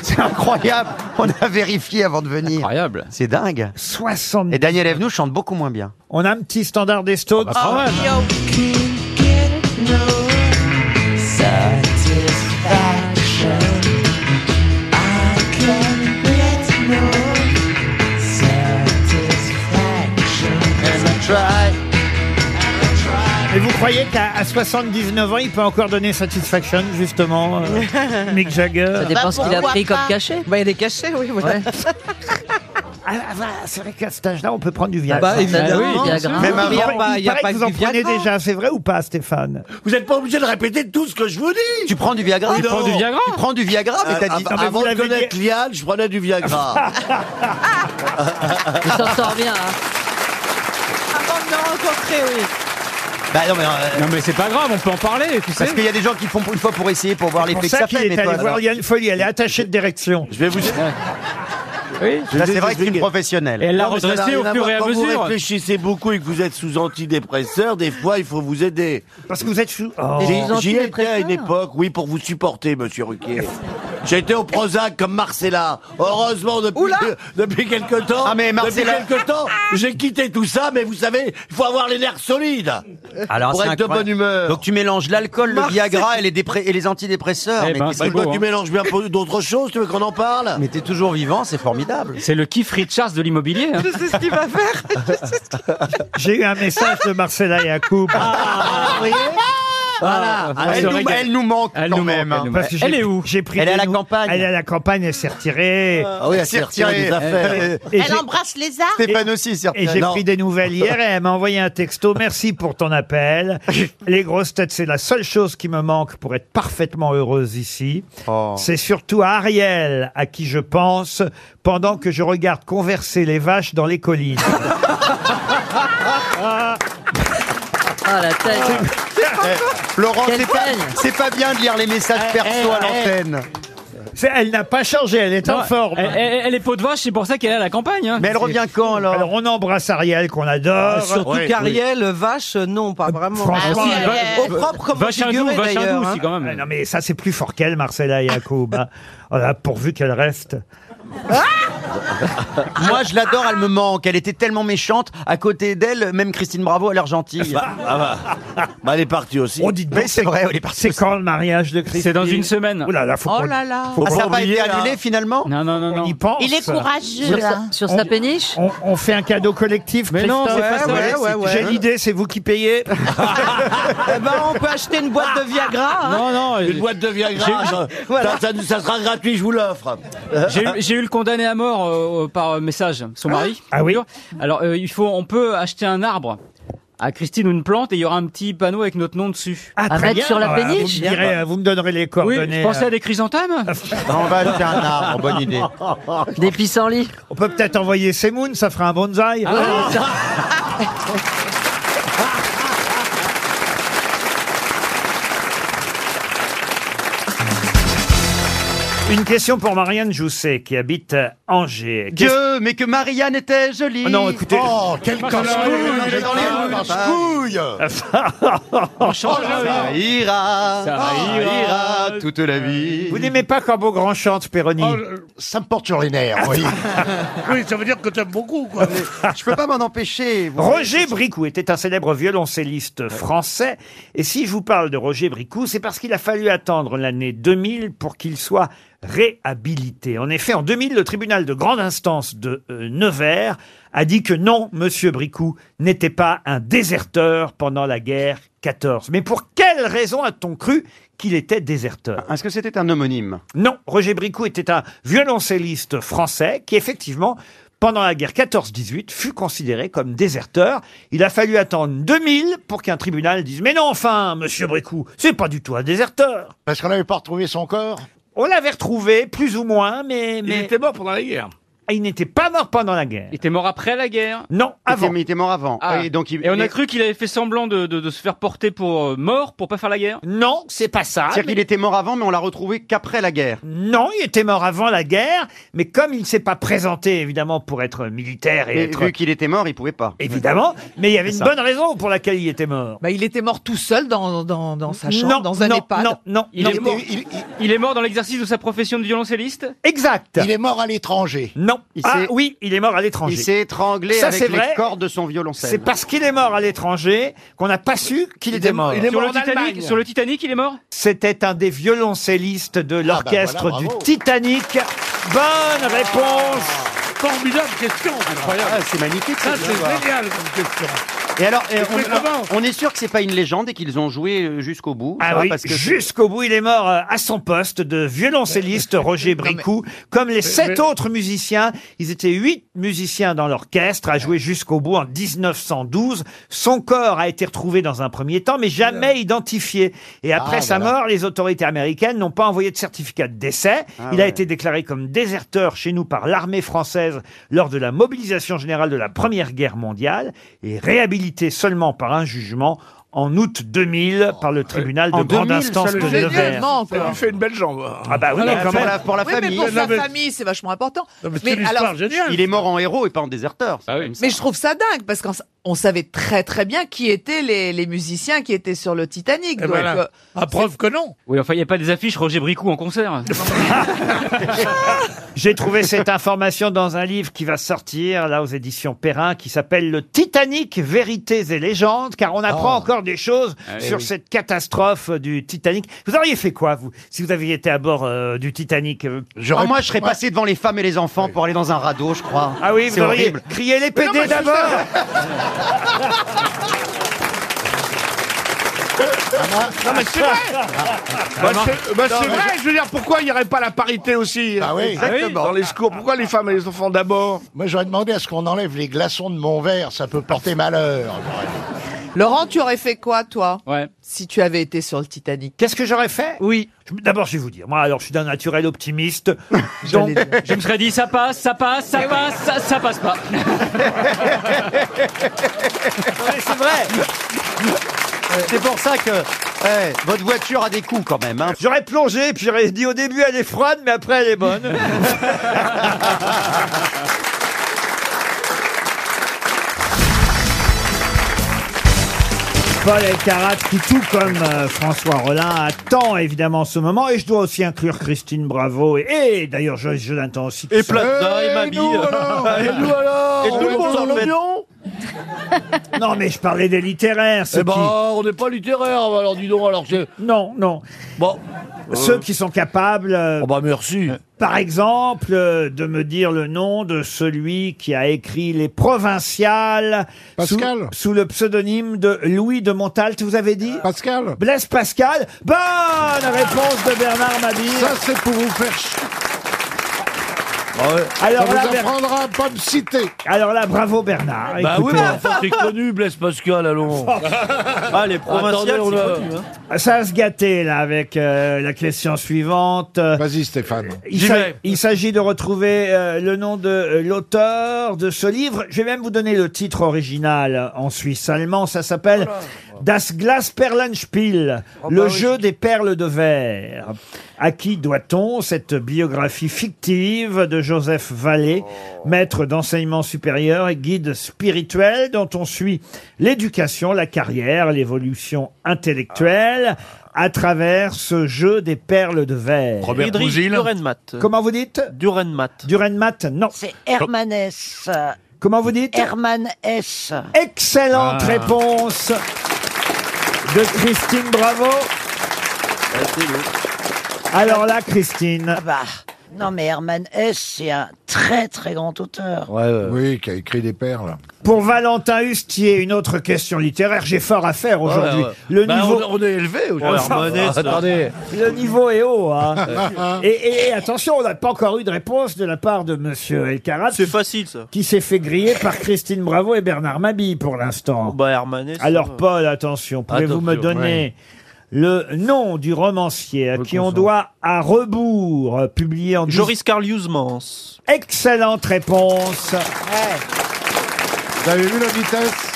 [SPEAKER 7] c'est incroyable. On a vérifié avant de venir. Incroyable. C'est dingue.
[SPEAKER 1] 60.
[SPEAKER 7] Et Daniel Evenou chante beaucoup moins bien.
[SPEAKER 1] On a un petit standard des Stones.
[SPEAKER 7] Ah bah, quand même.
[SPEAKER 6] Oh,
[SPEAKER 1] Et vous croyez qu'à à 79 ans, il peut encore donner satisfaction, justement, euh, Mick Jagger
[SPEAKER 6] Ça dépend Bah, ce qu'il a pris pourquoi comme pas cachet.
[SPEAKER 1] Bah, il est caché, oui.
[SPEAKER 6] voilà.
[SPEAKER 1] Ah, bah, c'est vrai qu'à cet âge-là, on peut prendre du Viagra.
[SPEAKER 6] Ah bah, évidemment, Bah oui, Viagra.
[SPEAKER 1] Même
[SPEAKER 6] Mais il y a
[SPEAKER 1] avant,
[SPEAKER 6] pas-
[SPEAKER 1] il
[SPEAKER 6] il y a
[SPEAKER 1] paraît
[SPEAKER 6] pas
[SPEAKER 1] que vous
[SPEAKER 6] que
[SPEAKER 1] en
[SPEAKER 6] du
[SPEAKER 1] prenez
[SPEAKER 6] Viagra.
[SPEAKER 1] déjà, c'est vrai ou pas, Stéphane
[SPEAKER 6] Vous n'êtes pas obligé de répéter tout ce que je vous dis. Tu prends du Viagra.
[SPEAKER 7] Tu prends du Viagra Tu prends du Viagra,
[SPEAKER 5] Ah,
[SPEAKER 7] mais t'as dit- Non, mais
[SPEAKER 6] Avant
[SPEAKER 7] vous
[SPEAKER 6] de
[SPEAKER 7] l'avez
[SPEAKER 6] connaître Liane, je prenais du Viagra.
[SPEAKER 12] Il s'en sort bien. hein.
[SPEAKER 6] Avant de me rencontrer, oui.
[SPEAKER 7] Bah non, mais, euh,
[SPEAKER 5] Non, mais c'est pas grave, on peut en parler, tu sais.
[SPEAKER 7] Parce qu'il y a des gens qui font une fois pour essayer pour voir
[SPEAKER 1] C'est
[SPEAKER 7] l'effet
[SPEAKER 1] pour
[SPEAKER 7] que
[SPEAKER 1] ça
[SPEAKER 7] ça
[SPEAKER 1] qu'il
[SPEAKER 7] fait.
[SPEAKER 1] est
[SPEAKER 7] mais toi,
[SPEAKER 1] allé voir
[SPEAKER 7] alors.
[SPEAKER 1] Liane Folie, elle est attachée de direction.
[SPEAKER 7] Je vais vous dire.
[SPEAKER 5] Oui,
[SPEAKER 7] Là, c'est vrai que c'est une professionnelle.
[SPEAKER 6] Non, mais ça n'a rien à voir. Quand vous réfléchissez beaucoup et que vous êtes sous antidépresseur, des fois, il faut vous aider.
[SPEAKER 1] Parce que vous êtes sous...
[SPEAKER 7] Oh.
[SPEAKER 6] J'y j'y étais à une époque, oui, pour vous supporter, monsieur Ruquier. J'étais au Prozac comme Marcella. Heureusement, depuis, depuis quelque temps,
[SPEAKER 7] Ah, Marcella-
[SPEAKER 6] depuis quelque temps, j'ai quitté tout ça, mais vous savez, il faut avoir les nerfs solides.
[SPEAKER 7] Alors,
[SPEAKER 6] pour
[SPEAKER 7] c'est
[SPEAKER 6] être de
[SPEAKER 7] incroyable.
[SPEAKER 6] bonne humeur.
[SPEAKER 7] Donc tu mélanges l'alcool, le
[SPEAKER 6] Marc,
[SPEAKER 7] Viagra
[SPEAKER 6] c'est-
[SPEAKER 7] et les, dépre- et les antidépresseurs.
[SPEAKER 6] Eh
[SPEAKER 7] mais
[SPEAKER 6] ben,
[SPEAKER 7] qu'est-ce
[SPEAKER 6] bah,
[SPEAKER 7] que
[SPEAKER 6] toi,
[SPEAKER 7] beau,
[SPEAKER 6] tu
[SPEAKER 7] hein.
[SPEAKER 6] mélanges bien peu- d'autres choses, tu veux qu'on en parle
[SPEAKER 7] Mais t'es toujours vivant, c'est formidable.
[SPEAKER 5] C'est le Keith Richards de l'immobilier. hein.
[SPEAKER 6] sais ce qu'il va faire.
[SPEAKER 1] J'ai eu un message de Marcella Yacoub.
[SPEAKER 7] Voilà.
[SPEAKER 1] Ah,
[SPEAKER 7] elle,
[SPEAKER 1] c'est
[SPEAKER 7] nous,
[SPEAKER 1] vrai qu'elle-
[SPEAKER 7] elle nous manque quand même. hein.
[SPEAKER 1] Parce que j'ai- j'ai pris
[SPEAKER 7] Elle est à
[SPEAKER 1] des
[SPEAKER 7] la
[SPEAKER 1] nou-
[SPEAKER 7] campagne.
[SPEAKER 1] Elle est à la campagne, elle s'est retirée.
[SPEAKER 7] Ah oui, elle s'est retirée des affaires.
[SPEAKER 1] Et
[SPEAKER 3] Elle
[SPEAKER 1] j'ai-
[SPEAKER 3] embrasse les arts.
[SPEAKER 7] aussi,
[SPEAKER 1] Et j'ai
[SPEAKER 7] Non.
[SPEAKER 1] pris des nouvelles hier et elle m'a envoyé un texto. Merci pour ton appel. Les grosses têtes, c'est la seule chose qui me manque pour être parfaitement heureuse ici.
[SPEAKER 14] Oh.
[SPEAKER 7] Oh.
[SPEAKER 1] C'est surtout à Ariel à qui je pense pendant que je regarde converser les vaches dans les collines.
[SPEAKER 12] Ah, la taille.
[SPEAKER 1] Eh,
[SPEAKER 6] eh,
[SPEAKER 7] Eh, Laurent, c'est pas, c'est pas bien de lire les messages perso à l'antenne.
[SPEAKER 1] C'est- Elle n'a pas changé, elle est en
[SPEAKER 5] Non,
[SPEAKER 1] forme.
[SPEAKER 5] Elle, elle- elle est peau de vache, c'est pour ça qu'elle est à la campagne. hein.
[SPEAKER 1] quand alors Alors on embrasse Ariel qu'on adore.
[SPEAKER 11] Ah, Surtout qu'Ariel, vache, non, pas vraiment.
[SPEAKER 1] Franchement,
[SPEAKER 11] Ah,
[SPEAKER 1] va-
[SPEAKER 11] au propre comme
[SPEAKER 1] vache
[SPEAKER 11] figuré,
[SPEAKER 1] hindou, vache
[SPEAKER 11] d'ailleurs,
[SPEAKER 1] hindou
[SPEAKER 11] hein.
[SPEAKER 1] aussi, quand même. Ah, non mais ça c'est plus fort qu'elle, Marcella Yacoub. hein. Voilà, pourvu qu'elle reste.
[SPEAKER 16] Ah Moi, je l'adore, Ah, elle me manque. Elle était tellement méchante. À côté d'elle, même Christine Bravo a l'air gentille.
[SPEAKER 6] Ah
[SPEAKER 7] Bah,
[SPEAKER 6] bah, elle est partie aussi.
[SPEAKER 7] oh,
[SPEAKER 1] On dit
[SPEAKER 16] Mais c'est vrai, elle est partie.
[SPEAKER 1] C'est quand le mariage de Christine
[SPEAKER 5] C'est dans une semaine.
[SPEAKER 1] Oh là là, faut
[SPEAKER 5] Oh
[SPEAKER 1] qu'on-
[SPEAKER 5] là là.
[SPEAKER 1] faut
[SPEAKER 5] Ah, ça
[SPEAKER 1] qu'on
[SPEAKER 5] a pas été
[SPEAKER 1] oublier, là.
[SPEAKER 5] annulé,
[SPEAKER 16] Finalement
[SPEAKER 5] Non, non, non, non.
[SPEAKER 1] On y pense.
[SPEAKER 5] Il est courageux, Sur sa- là. sur sa
[SPEAKER 1] péniche on, on fait un cadeau collectif,
[SPEAKER 5] Mais non,
[SPEAKER 1] Christophe
[SPEAKER 5] c'est pas ça. Ouais, ouais, ouais.
[SPEAKER 1] J'ai l'idée, c'est vous qui payez.
[SPEAKER 16] Eh ben,
[SPEAKER 11] on peut acheter une boîte de Viagra.
[SPEAKER 16] hein.
[SPEAKER 5] Non, non.
[SPEAKER 6] Une boîte de Viagra.
[SPEAKER 5] J'ai-
[SPEAKER 6] ça-
[SPEAKER 5] Voilà.
[SPEAKER 6] ça, ça- ça sera gratuit, je vous l'offre.
[SPEAKER 1] Euh,
[SPEAKER 6] Euh,
[SPEAKER 5] J'ai eu- J'ai eu le condamné à mort euh, euh, par euh, message, son mari. Ah oui. Alors euh, il faut, on peut acheter un arbre à Christine ou une plante et il y aura un petit panneau avec notre nom dessus.
[SPEAKER 1] Ah, très bien. Ah, voilà, vous me, direz, euh, vous me donnerez les
[SPEAKER 5] Oui,
[SPEAKER 1] coordonnées.
[SPEAKER 5] je pensais
[SPEAKER 1] euh.
[SPEAKER 5] à des chrysanthèmes.
[SPEAKER 16] Ah, on va acheter un arbre, bonne idée.
[SPEAKER 1] Des pissenlits. On peut peut-être envoyer Semoun, ça fera un bonsaï.
[SPEAKER 5] Ah,
[SPEAKER 1] Une question pour Marianne Jousset qui habite à Angers.
[SPEAKER 16] Dieu, mais que Marianne était jolie.
[SPEAKER 1] Oh non, écoutez. Oh, quel
[SPEAKER 16] casse-couille
[SPEAKER 1] Dans les rues,
[SPEAKER 6] Oh
[SPEAKER 16] Ça ira, Oh. ça ira toute la vie. Oh, euh,
[SPEAKER 1] Vous n'aimez pas quand Beaugrand chante, Péroni
[SPEAKER 10] Ça me porte sur les nerfs, oui.
[SPEAKER 16] Oui, ça veut dire que t'aimes beaucoup, quoi. Je peux pas m'en empêcher. vous
[SPEAKER 1] Roger Bricou était un célèbre violoncelliste français. Et si je vous parle de Roger Bricou, c'est parce qu'il a fallu attendre l'année 2000 pour qu'il soit réhabilité. En effet, en 2000, le tribunal de grande instance de euh, Nevers a dit que non, monsieur Bricou n'était pas un déserteur pendant la guerre 14. Mais pour quelle raison a-t-on cru qu'il était déserteur
[SPEAKER 16] Est-ce que c'était un homonyme
[SPEAKER 1] Non, Roger Bricou était un violoncelliste français qui effectivement, pendant la guerre 14-18, fut considéré comme déserteur. Il a fallu attendre 2000 pour qu'un tribunal dise mais non enfin, monsieur Bricou, c'est pas du tout un déserteur.
[SPEAKER 10] Parce qu'on n'avait pas retrouvé son corps
[SPEAKER 1] On l'avait retrouvé plus ou moins, mais, mais...
[SPEAKER 5] était mort pendant la guerre.
[SPEAKER 1] Ah, il n'était pas mort pendant la guerre.
[SPEAKER 5] Il était mort après la guerre.
[SPEAKER 1] Non,
[SPEAKER 5] avant.
[SPEAKER 16] Il était mort avant.
[SPEAKER 5] Ah.
[SPEAKER 16] Et, donc, il-
[SPEAKER 5] on a
[SPEAKER 16] il-
[SPEAKER 5] cru qu'il avait fait semblant de, de- de se faire porter pour euh, mort pour pas faire la guerre.
[SPEAKER 1] Non, c'est pas ça.
[SPEAKER 16] C'est-à-dire qu'il était mort avant, mais on l'a retrouvé qu'après la guerre.
[SPEAKER 1] Non, il était mort avant la guerre, mais comme il ne s'est pas présenté, évidemment, pour être militaire et
[SPEAKER 16] Mais
[SPEAKER 1] être...
[SPEAKER 16] vu qu'il était mort, il pouvait pas.
[SPEAKER 1] Évidemment, mais il y avait
[SPEAKER 16] C'est ça.
[SPEAKER 1] une bonne raison pour laquelle il était mort.
[SPEAKER 11] Bah, il était mort tout seul dans, dans, dans sa chambre,
[SPEAKER 1] Non,
[SPEAKER 11] dans un
[SPEAKER 1] non,
[SPEAKER 11] EHPAD.
[SPEAKER 1] non, non,
[SPEAKER 5] Il, est, mort. Il, est mort dans l'exercice de sa profession de violoncelliste.
[SPEAKER 1] Exact.
[SPEAKER 10] Il est mort à l'étranger.
[SPEAKER 1] Non.
[SPEAKER 16] Il
[SPEAKER 1] ah
[SPEAKER 16] s'est-
[SPEAKER 1] oui, il est mort à l'étranger.
[SPEAKER 16] Il s'est étranglé
[SPEAKER 1] Ça, c'est
[SPEAKER 16] avec les
[SPEAKER 1] vrai.
[SPEAKER 16] cordes de son violoncelle.
[SPEAKER 1] C'est parce qu'il est mort à l'étranger qu'on n'a pas su qu'il était mort.
[SPEAKER 5] sur, le Titanic, sur le Titanic, il est mort
[SPEAKER 1] C'était un des violoncellistes
[SPEAKER 16] Ah,
[SPEAKER 1] de
[SPEAKER 16] bah
[SPEAKER 1] l'orchestre
[SPEAKER 5] voilà,
[SPEAKER 1] du
[SPEAKER 5] bravo.
[SPEAKER 1] Titanic. Bonne réponse.
[SPEAKER 16] Formidable question, incroyable. Ah, c'est magnifique.
[SPEAKER 14] Ça,
[SPEAKER 16] cette
[SPEAKER 14] c'est
[SPEAKER 16] histoire.
[SPEAKER 14] génial comme question.
[SPEAKER 16] Et alors, et
[SPEAKER 14] Mais
[SPEAKER 16] on,
[SPEAKER 14] comment
[SPEAKER 16] on est sûr que c'est pas une légende et qu'ils ont joué euh, jusqu'au bout.
[SPEAKER 1] Ah
[SPEAKER 16] ça,
[SPEAKER 1] oui,
[SPEAKER 16] parce que
[SPEAKER 1] jusqu'au bout, il est mort euh, à son poste de violoncelliste Roger Bricou. Comme les sept autres musiciens, ils étaient huit musiciens dans l'orchestre à jouer jusqu'au bout en 1912. Son corps a été retrouvé dans un premier temps, mais jamais identifié. Et après
[SPEAKER 16] Ah,
[SPEAKER 1] sa
[SPEAKER 16] voilà.
[SPEAKER 1] mort, les autorités américaines n'ont pas envoyé de certificat de décès.
[SPEAKER 16] Ah,
[SPEAKER 1] il a
[SPEAKER 16] ouais.
[SPEAKER 1] été déclaré comme déserteur chez nous par l'armée française lors de la mobilisation générale de la Première Guerre mondiale et réhabilité seulement par un jugement en août 2000 par le tribunal de
[SPEAKER 5] En
[SPEAKER 1] grande
[SPEAKER 5] 2000,
[SPEAKER 1] instance
[SPEAKER 5] ça,
[SPEAKER 1] de
[SPEAKER 5] le génial,
[SPEAKER 1] Nevers.
[SPEAKER 5] non,
[SPEAKER 14] Ça lui fait une belle jambe.
[SPEAKER 1] Ah bah oui,
[SPEAKER 16] Alors,
[SPEAKER 1] mais
[SPEAKER 16] pour la-
[SPEAKER 1] quand même.
[SPEAKER 16] pour la
[SPEAKER 11] Oui, mais
[SPEAKER 16] famille.
[SPEAKER 11] pour
[SPEAKER 16] Non,
[SPEAKER 11] sa
[SPEAKER 16] mais-
[SPEAKER 11] famille, c'est vachement important.
[SPEAKER 16] Mais
[SPEAKER 11] mais alors,
[SPEAKER 16] Il est mort en héros et pas en déserteur.
[SPEAKER 1] Ah
[SPEAKER 16] c'est comme ça.
[SPEAKER 11] mais je trouve ça dingue parce qu'on s- on savait très très bien qui étaient les, les musiciens qui étaient sur le Titanic.
[SPEAKER 8] Eh ben,
[SPEAKER 11] donc, euh,
[SPEAKER 5] À preuve que non. Oui, enfin, il n'y a pas des affiches Roger Bricou en concert.
[SPEAKER 1] J'ai trouvé cette information dans un livre qui va sortir là aux éditions Perrin qui s'appelle Le Titanic, vérités et légendes, car on apprend encore des choses
[SPEAKER 15] Ah,
[SPEAKER 1] sur
[SPEAKER 15] oui.
[SPEAKER 1] cette catastrophe euh, du Titanic. Vous auriez fait quoi vous si vous aviez été à bord euh, du Titanic euh
[SPEAKER 16] Ah, moi, je serais passé devant les femmes et les enfants pour aller dans un radeau, je crois.
[SPEAKER 1] Ah oui, vous
[SPEAKER 16] c'est
[SPEAKER 1] auriez
[SPEAKER 16] horrible.
[SPEAKER 1] crié les PD d'abord.
[SPEAKER 14] Non, mais c'est vrai Bah, c'est bah, c'est vrai, je veux dire, pourquoi il n'y aurait pas la parité aussi hein
[SPEAKER 10] Ah oui. Exactement.
[SPEAKER 14] Dans les secours, pourquoi les femmes et les enfants d'abord
[SPEAKER 10] Moi, j'aurais demandé à ce qu'on enlève les glaçons de mon verre, ça peut porter malheur.
[SPEAKER 11] Laurent, tu aurais fait quoi, toi
[SPEAKER 5] Ouais.
[SPEAKER 11] Si tu avais été sur le Titanic
[SPEAKER 1] Qu'est-ce que j'aurais fait
[SPEAKER 11] Oui.
[SPEAKER 1] Je- D'abord, je vais vous dire. Moi, alors, je suis d'un naturel optimiste. donc,
[SPEAKER 5] Je me serais dit, ça passe, ça passe,
[SPEAKER 1] Eh
[SPEAKER 5] ça passe, ça, ça passe pas.
[SPEAKER 1] c'est vrai.
[SPEAKER 16] C'est pour ça que eh, votre voiture a des coups quand même. hein.
[SPEAKER 1] J'aurais plongé, puis j'aurais dit au début elle est froide, mais après elle est bonne. Paul Elkarat, qui tout comme euh, François Rollin, attend évidemment ce moment. Et je dois aussi inclure Christine Bravo et, et d'ailleurs Joyce Jonathan aussi.
[SPEAKER 8] Et Plaza, et Mabille.
[SPEAKER 1] Et nous alors
[SPEAKER 8] Et nous,
[SPEAKER 1] On est
[SPEAKER 8] on
[SPEAKER 1] dans
[SPEAKER 8] est
[SPEAKER 1] le Non mais je parlais des littéraires, ceux
[SPEAKER 9] Eh ben,
[SPEAKER 1] qui...
[SPEAKER 9] on n'est pas littéraire, alors dis donc, alors c'est...
[SPEAKER 1] Non, non.
[SPEAKER 9] Bon.
[SPEAKER 1] Ceux qui sont capables. Oh bah merci. Par exemple, euh, de me dire le nom de celui qui a écrit Les Provinciales sous-
[SPEAKER 14] Pascal
[SPEAKER 1] sous, le pseudonyme de Louis de Montalte, vous avez dit Euh, Pascal Blaise Pascal Bonne réponse de Bernard Mabille Ça, c'est pour vous faire
[SPEAKER 4] Ah
[SPEAKER 1] Alors
[SPEAKER 9] Ça
[SPEAKER 1] là,
[SPEAKER 9] vous
[SPEAKER 1] Ber-
[SPEAKER 9] apprendra à pas me citer.
[SPEAKER 1] Alors là, bravo Bernard.
[SPEAKER 9] Bah
[SPEAKER 1] Écoutez.
[SPEAKER 9] oui, mais enfin, c'est connu, Blaise Pascal, allons.
[SPEAKER 1] Ah,
[SPEAKER 9] les provinciales, c'est connu, hein.
[SPEAKER 1] Ça va se gâter, là, avec euh, la question suivante. euh, Vas-y, Stéphane. Il,
[SPEAKER 9] J'y
[SPEAKER 1] s'a-
[SPEAKER 9] vais.
[SPEAKER 1] il s'agit de retrouver euh, le nom de euh, l'auteur de ce livre. Je vais même vous donner le titre original en suisse allemand. Ça
[SPEAKER 9] Oh
[SPEAKER 1] s'appelle Das Glas Perlenspiel,
[SPEAKER 9] bah
[SPEAKER 1] le jeu des perles de verre. À qui doit-on cette biographie fictive de Joseph Vallée,
[SPEAKER 9] Oh.
[SPEAKER 1] maître d'enseignement supérieur et guide spirituel dont on suit l'éducation, la carrière, l'évolution
[SPEAKER 9] Ah.
[SPEAKER 1] intellectuelle à travers ce jeu des perles de verre.
[SPEAKER 9] Robert Friedrich Bouzil. Durenmatt.
[SPEAKER 1] Comment vous dites Durenmat. Durenmat, non.
[SPEAKER 9] C'est
[SPEAKER 2] Hermann S.
[SPEAKER 1] Comment vous dites
[SPEAKER 2] Hermann S.
[SPEAKER 1] Excellente
[SPEAKER 2] Ah.
[SPEAKER 1] réponse de Christine Bravo. Alors là, Christine.
[SPEAKER 2] bah, non, mais Hermann S, c'est un très très grand auteur.
[SPEAKER 13] Oui, qui a écrit des perles.
[SPEAKER 1] Pour Valentin Hustier, une autre question littéraire. J'ai fort à faire aujourd'hui.
[SPEAKER 13] Ouais, ouais.
[SPEAKER 1] Le
[SPEAKER 13] Bah,
[SPEAKER 1] niveau.
[SPEAKER 13] on- on est élevé aujourd'hui.
[SPEAKER 1] Enfin,
[SPEAKER 13] Hermann Hesse, là.
[SPEAKER 1] attendez. Le niveau est haut. hein. et, et- et attention, on n'a pas encore eu de réponse de la part de Monsieur Elkarat. C'est
[SPEAKER 9] facile, ça.
[SPEAKER 1] Qui s'est fait griller par Christine Bravo et Bernard Mabille pour l'instant.
[SPEAKER 9] Bah, Hermanès.
[SPEAKER 1] Alors Paul, attention, pouvez-vous
[SPEAKER 9] Attention,
[SPEAKER 1] me donner le nom du romancier à qui on doit à rebours, euh, publié en...
[SPEAKER 9] Joris
[SPEAKER 1] Carlius Mans. Excellente réponse. Vous avez vu la vitesse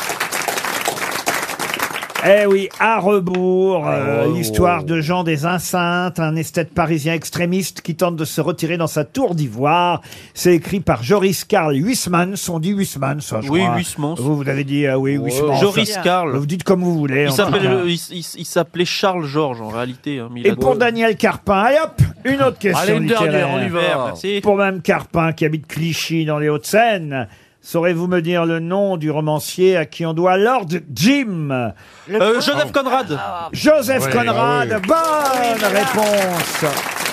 [SPEAKER 1] eh oui, à rebours, euh, l'histoire de Jean des Insaintes, un esthète parisien extrémiste qui tente de se retirer dans sa tour d'ivoire. C'est écrit par Joris Karl Huysmans. On dit Huysmans, ça, je
[SPEAKER 9] Oui,
[SPEAKER 1] crois.
[SPEAKER 9] Huysmans.
[SPEAKER 1] Vous, vous avez dit, ah oui,
[SPEAKER 9] Ouais.
[SPEAKER 1] Huysmans.
[SPEAKER 9] Joris Karl.
[SPEAKER 1] Vous dites comme vous voulez. en
[SPEAKER 9] Il
[SPEAKER 1] tout cas.
[SPEAKER 9] s'appelle- il- il- il s'appelait Charles Georges en réalité. hein, mais il
[SPEAKER 1] Et
[SPEAKER 9] a- Ah,
[SPEAKER 1] pour Daniel Carpin, allez hop, une autre question
[SPEAKER 9] Allez, une dernière,
[SPEAKER 1] littéraire.
[SPEAKER 9] on y va. Merci.
[SPEAKER 1] Pour Mme Carpin, qui habite Clichy, dans les Hauts-de-Seine, saurez-vous me dire le nom du romancier à qui on doit Lord Jim Ah,
[SPEAKER 9] Euh, Joseph Conrad.
[SPEAKER 1] bah, Joseph
[SPEAKER 9] Ouais,
[SPEAKER 1] Conrad,
[SPEAKER 9] ah
[SPEAKER 1] bonne réponse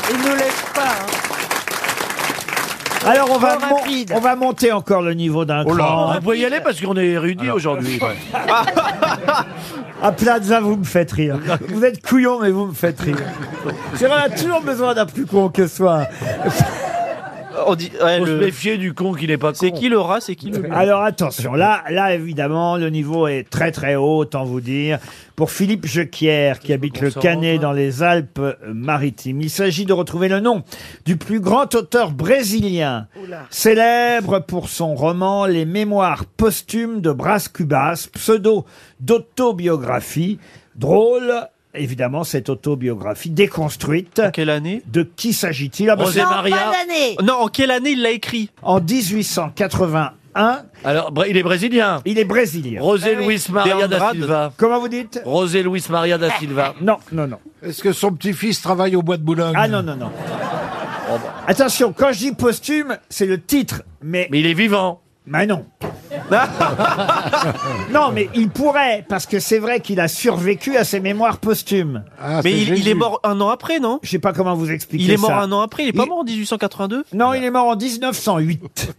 [SPEAKER 2] Il nous laisse pas. hein.
[SPEAKER 1] Alors, on va, mon- on va monter encore le niveau d'un
[SPEAKER 9] Oh là,
[SPEAKER 1] cran.
[SPEAKER 9] on peut y aller
[SPEAKER 1] parce qu'on est érudit
[SPEAKER 9] aujourd'hui.
[SPEAKER 1] euh, À Plaza, vous me faites rire. Vous êtes couillon, mais vous me faites rire. C'est vrai, on a toujours besoin d'un plus con que soi.
[SPEAKER 9] On dit, ouais,
[SPEAKER 1] Faut se
[SPEAKER 9] le-
[SPEAKER 1] méfier du con qui n'est pas
[SPEAKER 9] C'est
[SPEAKER 1] con.
[SPEAKER 9] qui le rat, c'est qui le
[SPEAKER 1] Alors attention, là, là évidemment, le niveau est très très haut, autant vous dire. Pour Philippe Jequière, qui habite le
[SPEAKER 9] s'en
[SPEAKER 1] Canet dans les Alpes-Maritimes, il s'agit de retrouver le nom du plus grand auteur brésilien, célèbre pour son roman Les Mémoires posthumes de Brás Cubas, pseudo d'autobiographie, drôle. Évidemment, cette autobiographie déconstruite. quelle année De qui s'agit-il Ah bah,
[SPEAKER 9] José
[SPEAKER 1] c'est-
[SPEAKER 9] Maria. Non, en quelle année il l'a écrit
[SPEAKER 1] En 1881.
[SPEAKER 9] Alors, il est brésilien.
[SPEAKER 1] Il est brésilien.
[SPEAKER 9] José
[SPEAKER 1] Luis Maria da Silva. Comment vous dites
[SPEAKER 9] José Luis Maria da Silva.
[SPEAKER 1] Non, non, non.
[SPEAKER 9] Est-ce que son petit-fils travaille au bois de Boulogne
[SPEAKER 1] Ah non, non, non.
[SPEAKER 4] Oh, bah.
[SPEAKER 1] Attention, quand je dis posthume, c'est le titre, mais... Mais
[SPEAKER 9] il est vivant.
[SPEAKER 1] Mais non. non, mais il pourrait, parce que c'est vrai qu'il a survécu à ses mémoires posthumes.
[SPEAKER 9] Mais Ah, c'est il- il Jésus. est mort
[SPEAKER 1] un an après, non Je sais pas comment vous expliquer ça.
[SPEAKER 9] Il est mort un an après, il est pas mort en 1882
[SPEAKER 1] Non, il est mort en 1908.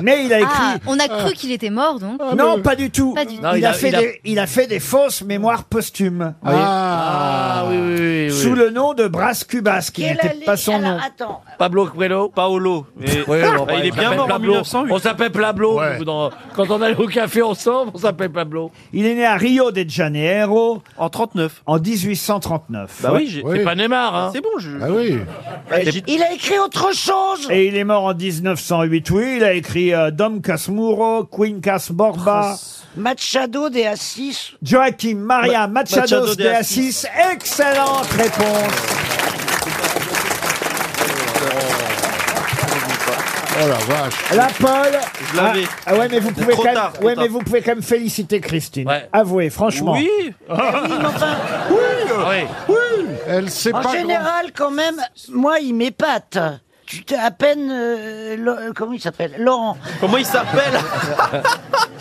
[SPEAKER 1] Mais il a écrit...
[SPEAKER 19] Ah, on a cru qu'il était mort, donc.
[SPEAKER 9] Ah,
[SPEAKER 1] Non, pas du tout.
[SPEAKER 19] Pas du tout.
[SPEAKER 1] il, a, fait Des, il a fait des fausses mémoires posthumes.
[SPEAKER 9] Ah oui. Ah, oui, oui, oui, oui.
[SPEAKER 1] Sous le nom de Bras Cubas, qui
[SPEAKER 9] Quelle
[SPEAKER 1] n'était pas son nom.
[SPEAKER 2] Attends.
[SPEAKER 9] Pablo Coelho Paolo. Mais-
[SPEAKER 1] Ouais, bon,
[SPEAKER 9] Ah, il
[SPEAKER 1] ouais,
[SPEAKER 9] est
[SPEAKER 1] on
[SPEAKER 9] bien
[SPEAKER 1] s'appelle
[SPEAKER 9] mort en
[SPEAKER 1] Pablo.
[SPEAKER 9] 1908.
[SPEAKER 1] On
[SPEAKER 9] s'appelle Pablo. Quand on allait au café ensemble, on s'appelle Pablo.
[SPEAKER 1] Il est né à Rio de Janeiro.
[SPEAKER 9] En 39.
[SPEAKER 1] En 1839.
[SPEAKER 9] Bah oui, j'ai- c'est pas Neymar. Hein. C'est bon, je.
[SPEAKER 1] Bah oui.
[SPEAKER 2] Il a écrit autre chose
[SPEAKER 1] Et il est mort en 1908, oui, oui, il a écrit euh, Dom Casmuro, Queen Borba.
[SPEAKER 2] Machado de Assis.
[SPEAKER 1] Joaquim Maria
[SPEAKER 2] Ma-
[SPEAKER 1] Machado
[SPEAKER 2] Machado
[SPEAKER 1] de
[SPEAKER 2] de
[SPEAKER 1] Assis. Excellente réponse.
[SPEAKER 13] Oh la vache.
[SPEAKER 1] La Paul.
[SPEAKER 13] Je l'avais.
[SPEAKER 1] Ah, ah ouais, mais vous pouvez
[SPEAKER 13] Trop
[SPEAKER 1] quand même,
[SPEAKER 13] tard, trop
[SPEAKER 1] ouais, mais
[SPEAKER 13] tard.
[SPEAKER 1] vous pouvez quand même féliciter Christine. Avouez, franchement.
[SPEAKER 13] Oui.
[SPEAKER 1] Eh
[SPEAKER 13] oui, mais enfin,
[SPEAKER 1] Oui.
[SPEAKER 13] Elle sait
[SPEAKER 2] En
[SPEAKER 13] pas.
[SPEAKER 2] général, quand même, moi, il m'épate. Tu t'es à peine... euh, Lo- euh, comment il s'appelle Laurent.
[SPEAKER 6] Comment il s'appelle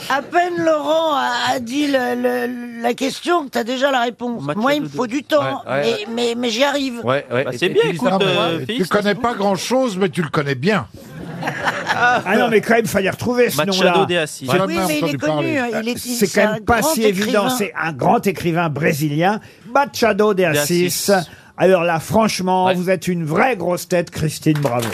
[SPEAKER 2] À peine Laurent a, a dit le- le- la question, t'as déjà la réponse. moi, il me faut du temps,
[SPEAKER 13] Ouais, ouais,
[SPEAKER 2] mais-
[SPEAKER 13] ouais.
[SPEAKER 2] mais, mais j'y arrive. Bah,
[SPEAKER 13] Ouais, ouais.
[SPEAKER 1] Et- et tu dis
[SPEAKER 10] Ah,
[SPEAKER 1] ça, moi,
[SPEAKER 13] tu connais pas grand chose, mais tu le connais bien.
[SPEAKER 1] Ah non, mais quand même, fallait retrouver ce
[SPEAKER 13] Machado
[SPEAKER 1] nom-là.
[SPEAKER 13] de Assis. Oui, mais il est
[SPEAKER 1] entendu
[SPEAKER 13] connu, hein,
[SPEAKER 1] parler.
[SPEAKER 13] il est-
[SPEAKER 1] C'est
[SPEAKER 13] c'est
[SPEAKER 1] quand
[SPEAKER 13] un
[SPEAKER 1] même pas
[SPEAKER 13] grand
[SPEAKER 1] si évident.
[SPEAKER 13] écrivain.
[SPEAKER 1] C'est un grand écrivain brésilien, Machado de Assis. Alors là, franchement, vous êtes une vraie grosse tête, Christine, bravo.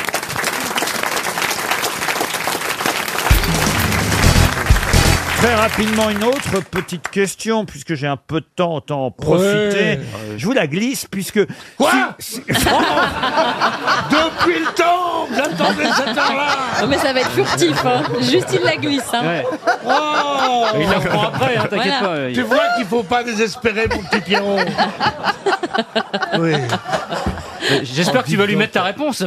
[SPEAKER 1] Très rapidement, une autre petite question, puisque j'ai un peu de temps, autant en profiter.
[SPEAKER 14] Ouais.
[SPEAKER 1] Je vous la glisse, puisque... Quoi
[SPEAKER 14] Depuis le temps J'attendais cette heure-là
[SPEAKER 4] Non, mais ça va être furtif, hein. juste il la glisse. Hein.
[SPEAKER 14] Ouais. Oh
[SPEAKER 4] Il la reprend après, hein, t'inquiète Voilà. pas, il-
[SPEAKER 14] Tu vois qu'il faut pas désespérer, mon petit Pierrot.
[SPEAKER 9] J'espère que tu vas lui mettre ta réponse.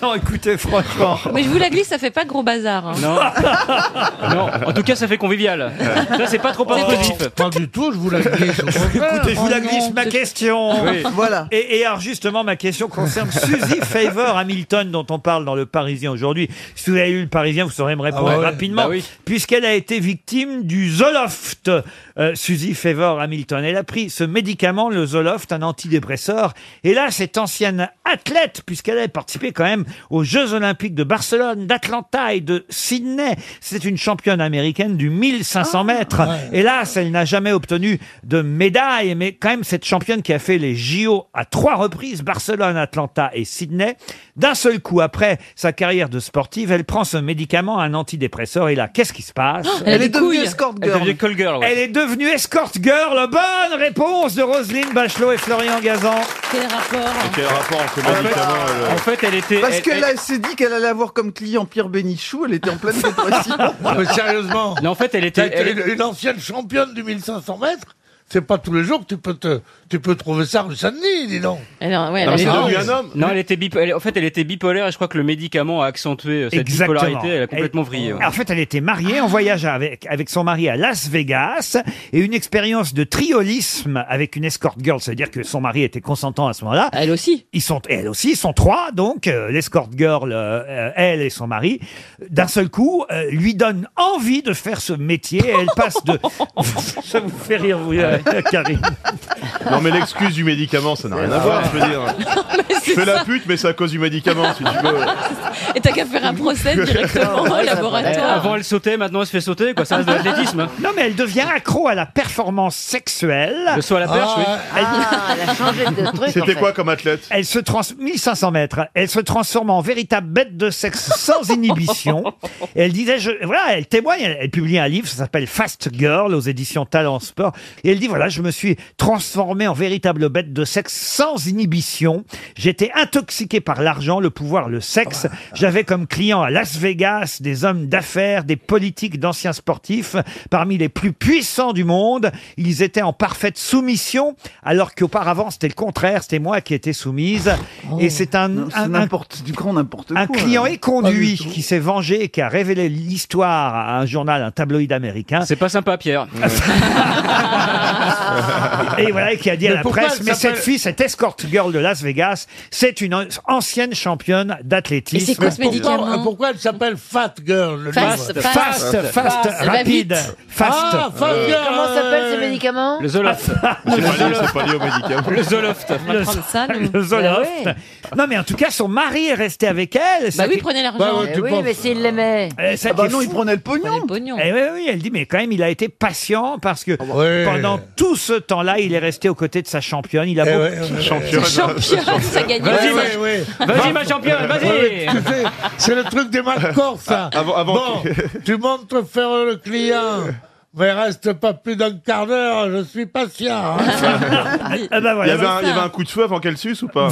[SPEAKER 1] non, écoutez, franchement.
[SPEAKER 4] Mais je vous la glisse, ça fait pas gros bazar. hein.
[SPEAKER 9] Non. non. En tout cas, ça fait convivial. Ça, c'est pas trop intrusif.
[SPEAKER 13] Pas du tout, je vous la glisse.
[SPEAKER 1] Écoutez, je vous la glisse ma question.
[SPEAKER 9] Oui.
[SPEAKER 1] Voilà. Et, et alors justement, ma question concerne Suzy Favor Hamilton, dont on parle dans Le Parisien aujourd'hui. Si vous avez lu Le Parisien, vous saurez me répondre
[SPEAKER 15] Ah ouais.
[SPEAKER 1] rapidement,
[SPEAKER 15] Bah oui.
[SPEAKER 1] puisqu'elle a été victime du Zoloft. Euh, Suzy Favor Hamilton, elle a pris ce médicament, le Zoloft, un antidépresseur. Et là, cette ancienne athlète, puisqu'elle avait participé quand même aux Jeux Olympiques de Barcelone, d'Atlanta et de Sydney, c'est une championne américaine du
[SPEAKER 4] Ah,
[SPEAKER 1] 1500 mètres. Hélas, elle n'a jamais obtenu de médaille, mais quand même cette championne qui a fait les JO à trois reprises, Barcelone, Atlanta et Sydney, d'un seul coup, après sa carrière de sportive, elle prend ce médicament, un antidépresseur, et là, qu'est-ce qui se passe
[SPEAKER 4] Oh, elle a Elle des est devenue couilles. escort
[SPEAKER 1] Elle est
[SPEAKER 4] girl.
[SPEAKER 1] devenue call girl. Elle est devenue escort girl. Bonne réponse de Roselyne Bachelot et Florian Gazan. Ah,
[SPEAKER 4] Quel rapport
[SPEAKER 7] Quel rapport entre
[SPEAKER 1] En fait-
[SPEAKER 7] médicaments et le-
[SPEAKER 1] en fait, elle était-
[SPEAKER 20] Parce
[SPEAKER 1] elle-
[SPEAKER 20] qu'elle
[SPEAKER 1] elle-
[SPEAKER 20] a- s'est dit qu'elle allait avoir comme client Pierre Bénichou, elle était en pleine dépression.
[SPEAKER 14] sérieusement.
[SPEAKER 9] Non, en fait, elle
[SPEAKER 14] T'as
[SPEAKER 9] était.
[SPEAKER 14] été une, une ancienne championne du 1500 mètres. C'est pas tous les jours que tu peux te, tu peux trouver ça rue Saint-Denis, dis donc.
[SPEAKER 4] Elle, a- ouais,
[SPEAKER 14] Non,
[SPEAKER 4] elle
[SPEAKER 14] mais
[SPEAKER 4] a-
[SPEAKER 14] c'est devenu un homme.
[SPEAKER 9] Non, elle était bipo- elle- en fait, elle était bipolaire et je crois que le médicament a accentué euh, cette
[SPEAKER 1] Exactement.
[SPEAKER 9] bipolarité. Elle a complètement vrillé. ouais.
[SPEAKER 1] En fait, elle était mariée en voyage avec, avec son mari à Las Vegas et une expérience de triolisme avec une escort girl. C'est-à-dire que son mari était consentant à ce moment-là.
[SPEAKER 4] Elle aussi.
[SPEAKER 1] Ils sont, et elle aussi, ils sont trois. Donc, euh, l'escort girl, euh, euh, elle et son mari, d'un seul coup, euh, lui donne envie de faire ce métier. Et elle passe de. Ça vous fait rire, vous, euh, Karine.
[SPEAKER 23] Non mais l'excuse du médicament, ça n'a rien
[SPEAKER 1] Ah,
[SPEAKER 23] à voir, je veux dire. Je fais la pute, mais c'est à cause du médicament, si tu veux.
[SPEAKER 4] Et t'as qu'à faire un procès directement au laboratoire.
[SPEAKER 9] Avant, elle sautait, maintenant, elle se fait sauter. Quoi. Ça reste de l'athlétisme. hein.
[SPEAKER 1] Non, mais elle devient accro à la performance sexuelle.
[SPEAKER 9] Le saut à la perche, oui.
[SPEAKER 4] Ah,
[SPEAKER 1] Elle-
[SPEAKER 20] elle a changé de Ah. truc, C'était en fait. quoi
[SPEAKER 23] comme athlète
[SPEAKER 1] Elle se trans 1500 mètres. Elle se transforme en véritable bête de sexe sans inhibition. Et elle disait, je, voilà, elle témoigne, elle, elle publie un livre, ça s'appelle Fast Girl aux éditions Talent Sport. Et elle dit, voilà, je me suis transformée en véritable bête de sexe sans inhibition. J'étais intoxiquée par l'argent, le pouvoir, le sexe.
[SPEAKER 20] Ah.
[SPEAKER 1] J'avais comme clients à Las Vegas des hommes d'affaires, des politiques, d'anciens sportifs, parmi les plus puissants du monde. Ils étaient en parfaite soumission, alors qu'auparavant c'était le contraire, c'était moi qui étais soumise. Et c'est un,
[SPEAKER 20] Oh. C'est
[SPEAKER 1] un, un-
[SPEAKER 20] n'importe, du grand n'importe quoi. Ah,
[SPEAKER 1] un client
[SPEAKER 20] là.
[SPEAKER 1] éconduit qui s'est vengé et qui a révélé l'histoire à un journal, un tabloïd américain. Ah,
[SPEAKER 9] C'est pas sympa, Pierre.
[SPEAKER 1] et voilà, et qui a dit
[SPEAKER 9] Mais
[SPEAKER 1] à la
[SPEAKER 9] pourquoi
[SPEAKER 1] presse,
[SPEAKER 9] elle
[SPEAKER 1] mais
[SPEAKER 9] s'appelle-
[SPEAKER 1] cette fille, cette escort girl de Las Vegas, c'est une an- ancienne championne d'athlétisme.
[SPEAKER 14] Pourquoi- euh, Pourquoi elle s'appelle Fat Girl le
[SPEAKER 1] Fast,
[SPEAKER 14] livre
[SPEAKER 1] fast, fast,
[SPEAKER 14] Elle va
[SPEAKER 1] rapide,
[SPEAKER 14] vite.
[SPEAKER 1] fast.
[SPEAKER 14] Ah, Fat
[SPEAKER 1] Euh,
[SPEAKER 14] Girl
[SPEAKER 1] comment
[SPEAKER 14] euh,
[SPEAKER 25] s'appellent ces médicaments
[SPEAKER 9] Le Zoloft.
[SPEAKER 23] C'est pas lié- c'est pas lié au médicament.
[SPEAKER 9] Le Zoloft.
[SPEAKER 1] Le, le Zoloft. Non, mais en tout cas, son mari est resté avec elle.
[SPEAKER 25] Bah oui, prenez l'argent. Eh oui, mais s'il l'aimait.
[SPEAKER 1] Ah bah non, il prenait le pognon. Ah
[SPEAKER 25] pognon.
[SPEAKER 1] Eh oui, oui, elle dit, mais quand même, il a été patient parce que
[SPEAKER 14] Ouais.
[SPEAKER 1] pendant tout ce temps-là, il est resté aux côtés de sa championne. Il a beaucoup...
[SPEAKER 14] ouais, ouais. Championne. Sa championne, Euh, ça gagnait.
[SPEAKER 1] Vas-y,
[SPEAKER 14] Ouais,
[SPEAKER 1] ma-
[SPEAKER 14] ouais, ouais. Vas-y, ma championne, vas-y. C'est le truc des macs corses, ça.
[SPEAKER 17] Ah,
[SPEAKER 23] Avant- avant
[SPEAKER 14] bon, tu montres faire le client. Mais reste pas plus d'un quart d'heure, je suis patient. hein.
[SPEAKER 17] Ah bah
[SPEAKER 14] voilà,
[SPEAKER 17] il, y avait
[SPEAKER 14] voilà
[SPEAKER 17] un, il y avait un coup de feu avant qu'elle suce ou pas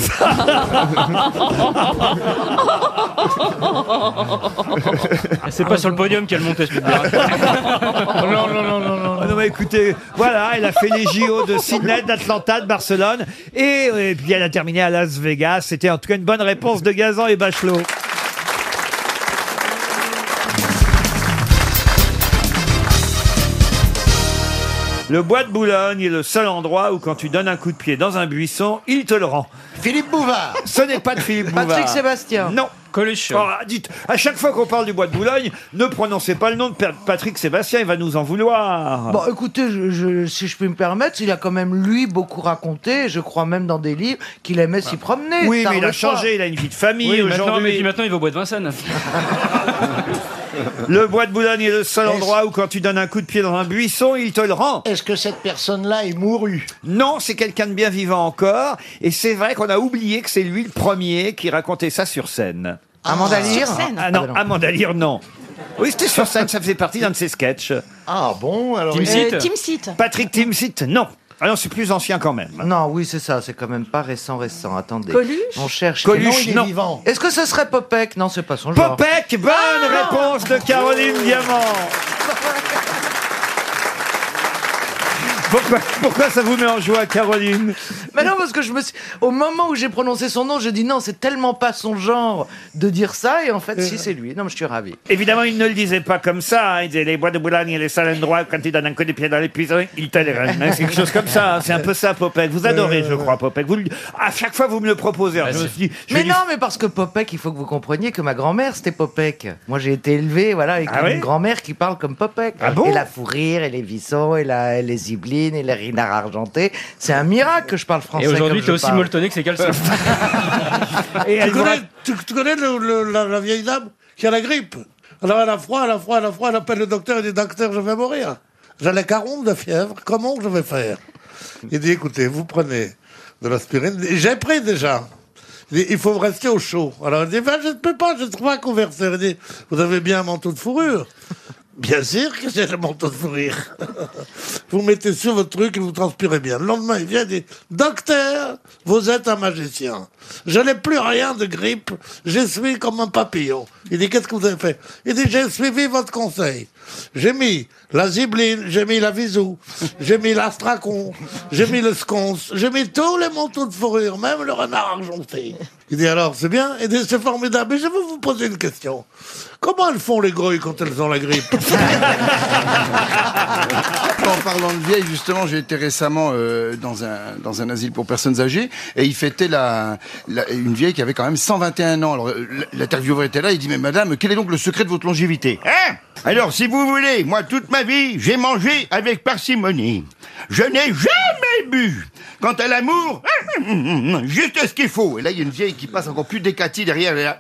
[SPEAKER 5] C'est pas sur le podium qu'elle montait, je peux te dire.
[SPEAKER 1] non, non, non, non, Oh, non. mais écoutez, voilà, elle a fait les JO de Sydney, d'Atlanta, de Barcelone. Et, euh, et puis elle a terminé à Las Vegas. C'était en tout cas une bonne réponse de Gazan et Bachelot. Le bois de Boulogne est le seul endroit où quand tu donnes un coup de pied dans un buisson, il te le rend. Philippe Bouvard Ce n'est pas de Philippe Bouvard.
[SPEAKER 11] Patrick Sébastien.
[SPEAKER 1] Non. Coluche. Ah, dites, à chaque fois qu'on parle du bois de Boulogne, ne prononcez pas le nom de Pa- Patrick Sébastien, il va nous en vouloir.
[SPEAKER 3] euh,
[SPEAKER 11] Bon, écoutez, je- je- si je puis me permettre, il a quand même, lui, beaucoup raconté. Je crois même dans des livres qu'il aimait s'y promener.
[SPEAKER 1] Ah. oui,
[SPEAKER 11] tard
[SPEAKER 1] mais il
[SPEAKER 11] le
[SPEAKER 1] a
[SPEAKER 11] soir.
[SPEAKER 1] changé, il a une vie de famille
[SPEAKER 5] Oui, maintenant, mais
[SPEAKER 1] aujourd'hui.
[SPEAKER 5] puis maintenant, il va au bois de Vincennes.
[SPEAKER 1] Le bois de Boulogne est le seul endroit où quand tu donnes un coup de pied dans un buisson, il te le rend.
[SPEAKER 3] Est-ce que cette personne-là est mourue
[SPEAKER 1] Non, c'est quelqu'un de bien vivant encore. Et c'est vrai qu'on a oublié que c'est lui le premier qui racontait ça sur scène.
[SPEAKER 11] Amanda Lear Sur scène
[SPEAKER 1] Ah
[SPEAKER 3] bah
[SPEAKER 1] non, Amanda Lear, non. Oui, c'était sur scène, ça faisait partie d'un de ses sketchs.
[SPEAKER 3] Ah bon alors
[SPEAKER 1] Euh, Patrick Timsit, non. Ah non, c'est plus ancien quand même.
[SPEAKER 11] Non, oui, c'est ça, c'est quand même pas récent, récent. Attendez.
[SPEAKER 1] Coluche
[SPEAKER 11] On cherche.
[SPEAKER 1] Coluche,
[SPEAKER 11] il est
[SPEAKER 1] non.
[SPEAKER 11] vivant. Est-ce que ce serait Popek Non, c'est pas son genre. Ah
[SPEAKER 1] Popek, bonne réponse de Caroline Diamant. Pourquoi, pourquoi ça vous met en joie, Caroline
[SPEAKER 11] Mais non, parce que je me suis... au moment où j'ai prononcé son nom, j'ai dit non, c'est tellement pas son genre de dire ça. Et en fait,
[SPEAKER 1] Euh.
[SPEAKER 11] si, c'est lui. Non, mais je suis ravi.
[SPEAKER 1] Évidemment, il ne le disait pas comme ça. hein. Il disait les bois de Boulogne et les salins droits, quand il donne un coup de pied dans les puissants, il te les règne. hein. C'est quelque chose comme ça. hein. C'est un peu ça, Popek. Vous adorez, je crois, Popek. Vous le- Ah, À chaque fois, vous me le proposez. Alors, je me suis dit, je vais
[SPEAKER 11] Mais
[SPEAKER 1] lui-
[SPEAKER 11] non, mais parce que Popek, il faut que vous compreniez que ma grand-mère, c'était Popek. Moi, j'ai été élevé, voilà, avec
[SPEAKER 1] Ah
[SPEAKER 11] une
[SPEAKER 1] ouais
[SPEAKER 11] grand-mère qui parle comme Popek.
[SPEAKER 1] Ah bon
[SPEAKER 11] et la fourrure, et les vissons, et, la, et les ziblines, et les rinards argentés. C'est un miracle que je parle français.
[SPEAKER 5] Et
[SPEAKER 11] comme
[SPEAKER 5] aujourd'hui, t'es
[SPEAKER 11] je
[SPEAKER 5] aussi
[SPEAKER 11] parle.
[SPEAKER 5] molletonné que c'est caleçon.
[SPEAKER 14] tu, connais, tu, tu connais le- le- la, la vieille dame qui a la grippe Alors elle a froid, elle a froid, elle a froid, elle appelle le docteur, elle dit Docteur, je vais mourir. J'ai les 40 de fièvre, comment je vais faire Il dit Écoutez, vous prenez de l'aspirine. J'ai pris déjà. Il dit, il faut rester au chaud. Alors elle dit Ben, Je ne peux pas, je ne trouve pas qu'on verse. Elle dit Vous avez bien un manteau de fourrure Bien sûr que j'ai le manteau de fourrure. vous mettez sur votre truc et vous transpirez bien. Le lendemain, il vient et dit Docteur, vous êtes un magicien. Je n'ai plus rien de grippe. Je suis comme un papillon. Il dit Qu'est-ce que vous avez fait Il dit J'ai suivi votre conseil. J'ai mis la zibline, j'ai mis la visou, j'ai mis l'astracon, j'ai mis le sconce, j'ai mis tous les manteaux de fourrure, même le renard argenté. Il dit alors, c'est bien, il dit c'est formidable, mais je veux vous poser une question. Comment elles font les grouilles quand elles ont la grippe
[SPEAKER 26] En parlant de vieille, justement, j'ai été récemment euh, dans, un, dans un asile pour personnes âgées et il fêtait la, la- une vieille qui avait quand même 121 ans. Alors, euh, l- l'intervieweur était là, il dit Mais madame, quel est donc le secret de votre longévité
[SPEAKER 7] Hein Alors, si vous voulez, moi, toute ma vie, j'ai mangé avec parcimonie. Je n'ai jamais bu. Quant à l'amour, juste ce qu'il faut. Et là, il y a une vieille qui passe encore plus décatie derrière. elle est là.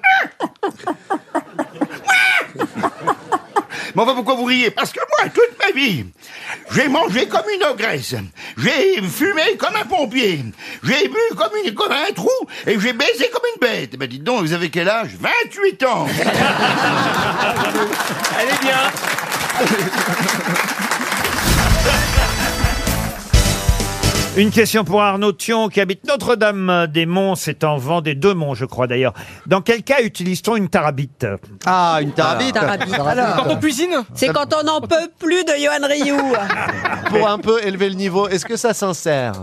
[SPEAKER 7] Mais enfin, pourquoi vous riez Parce que moi, toute ma vie, j'ai mangé comme une ogresse, j'ai fumé comme un pompier, j'ai bu comme, une, comme un trou, et j'ai baisé comme une bête. Eh Ben, dites donc, vous avez quel âge 28 ans
[SPEAKER 6] Elle est bien.
[SPEAKER 1] Une question pour Arnaud Thion qui habite Notre-Dame-des-Monts, c'est en Vendée, deux monts je crois d'ailleurs. Dans quel cas utilise-t-on une tarabite
[SPEAKER 27] Ah, une
[SPEAKER 1] tarabite.
[SPEAKER 22] Tarabite. hein. Alors,
[SPEAKER 1] Quand on
[SPEAKER 22] cuisine C'est quand on n'en peut plus de Johan Rioux.
[SPEAKER 28] Pour un peu élever le niveau, est-ce que ça s'insère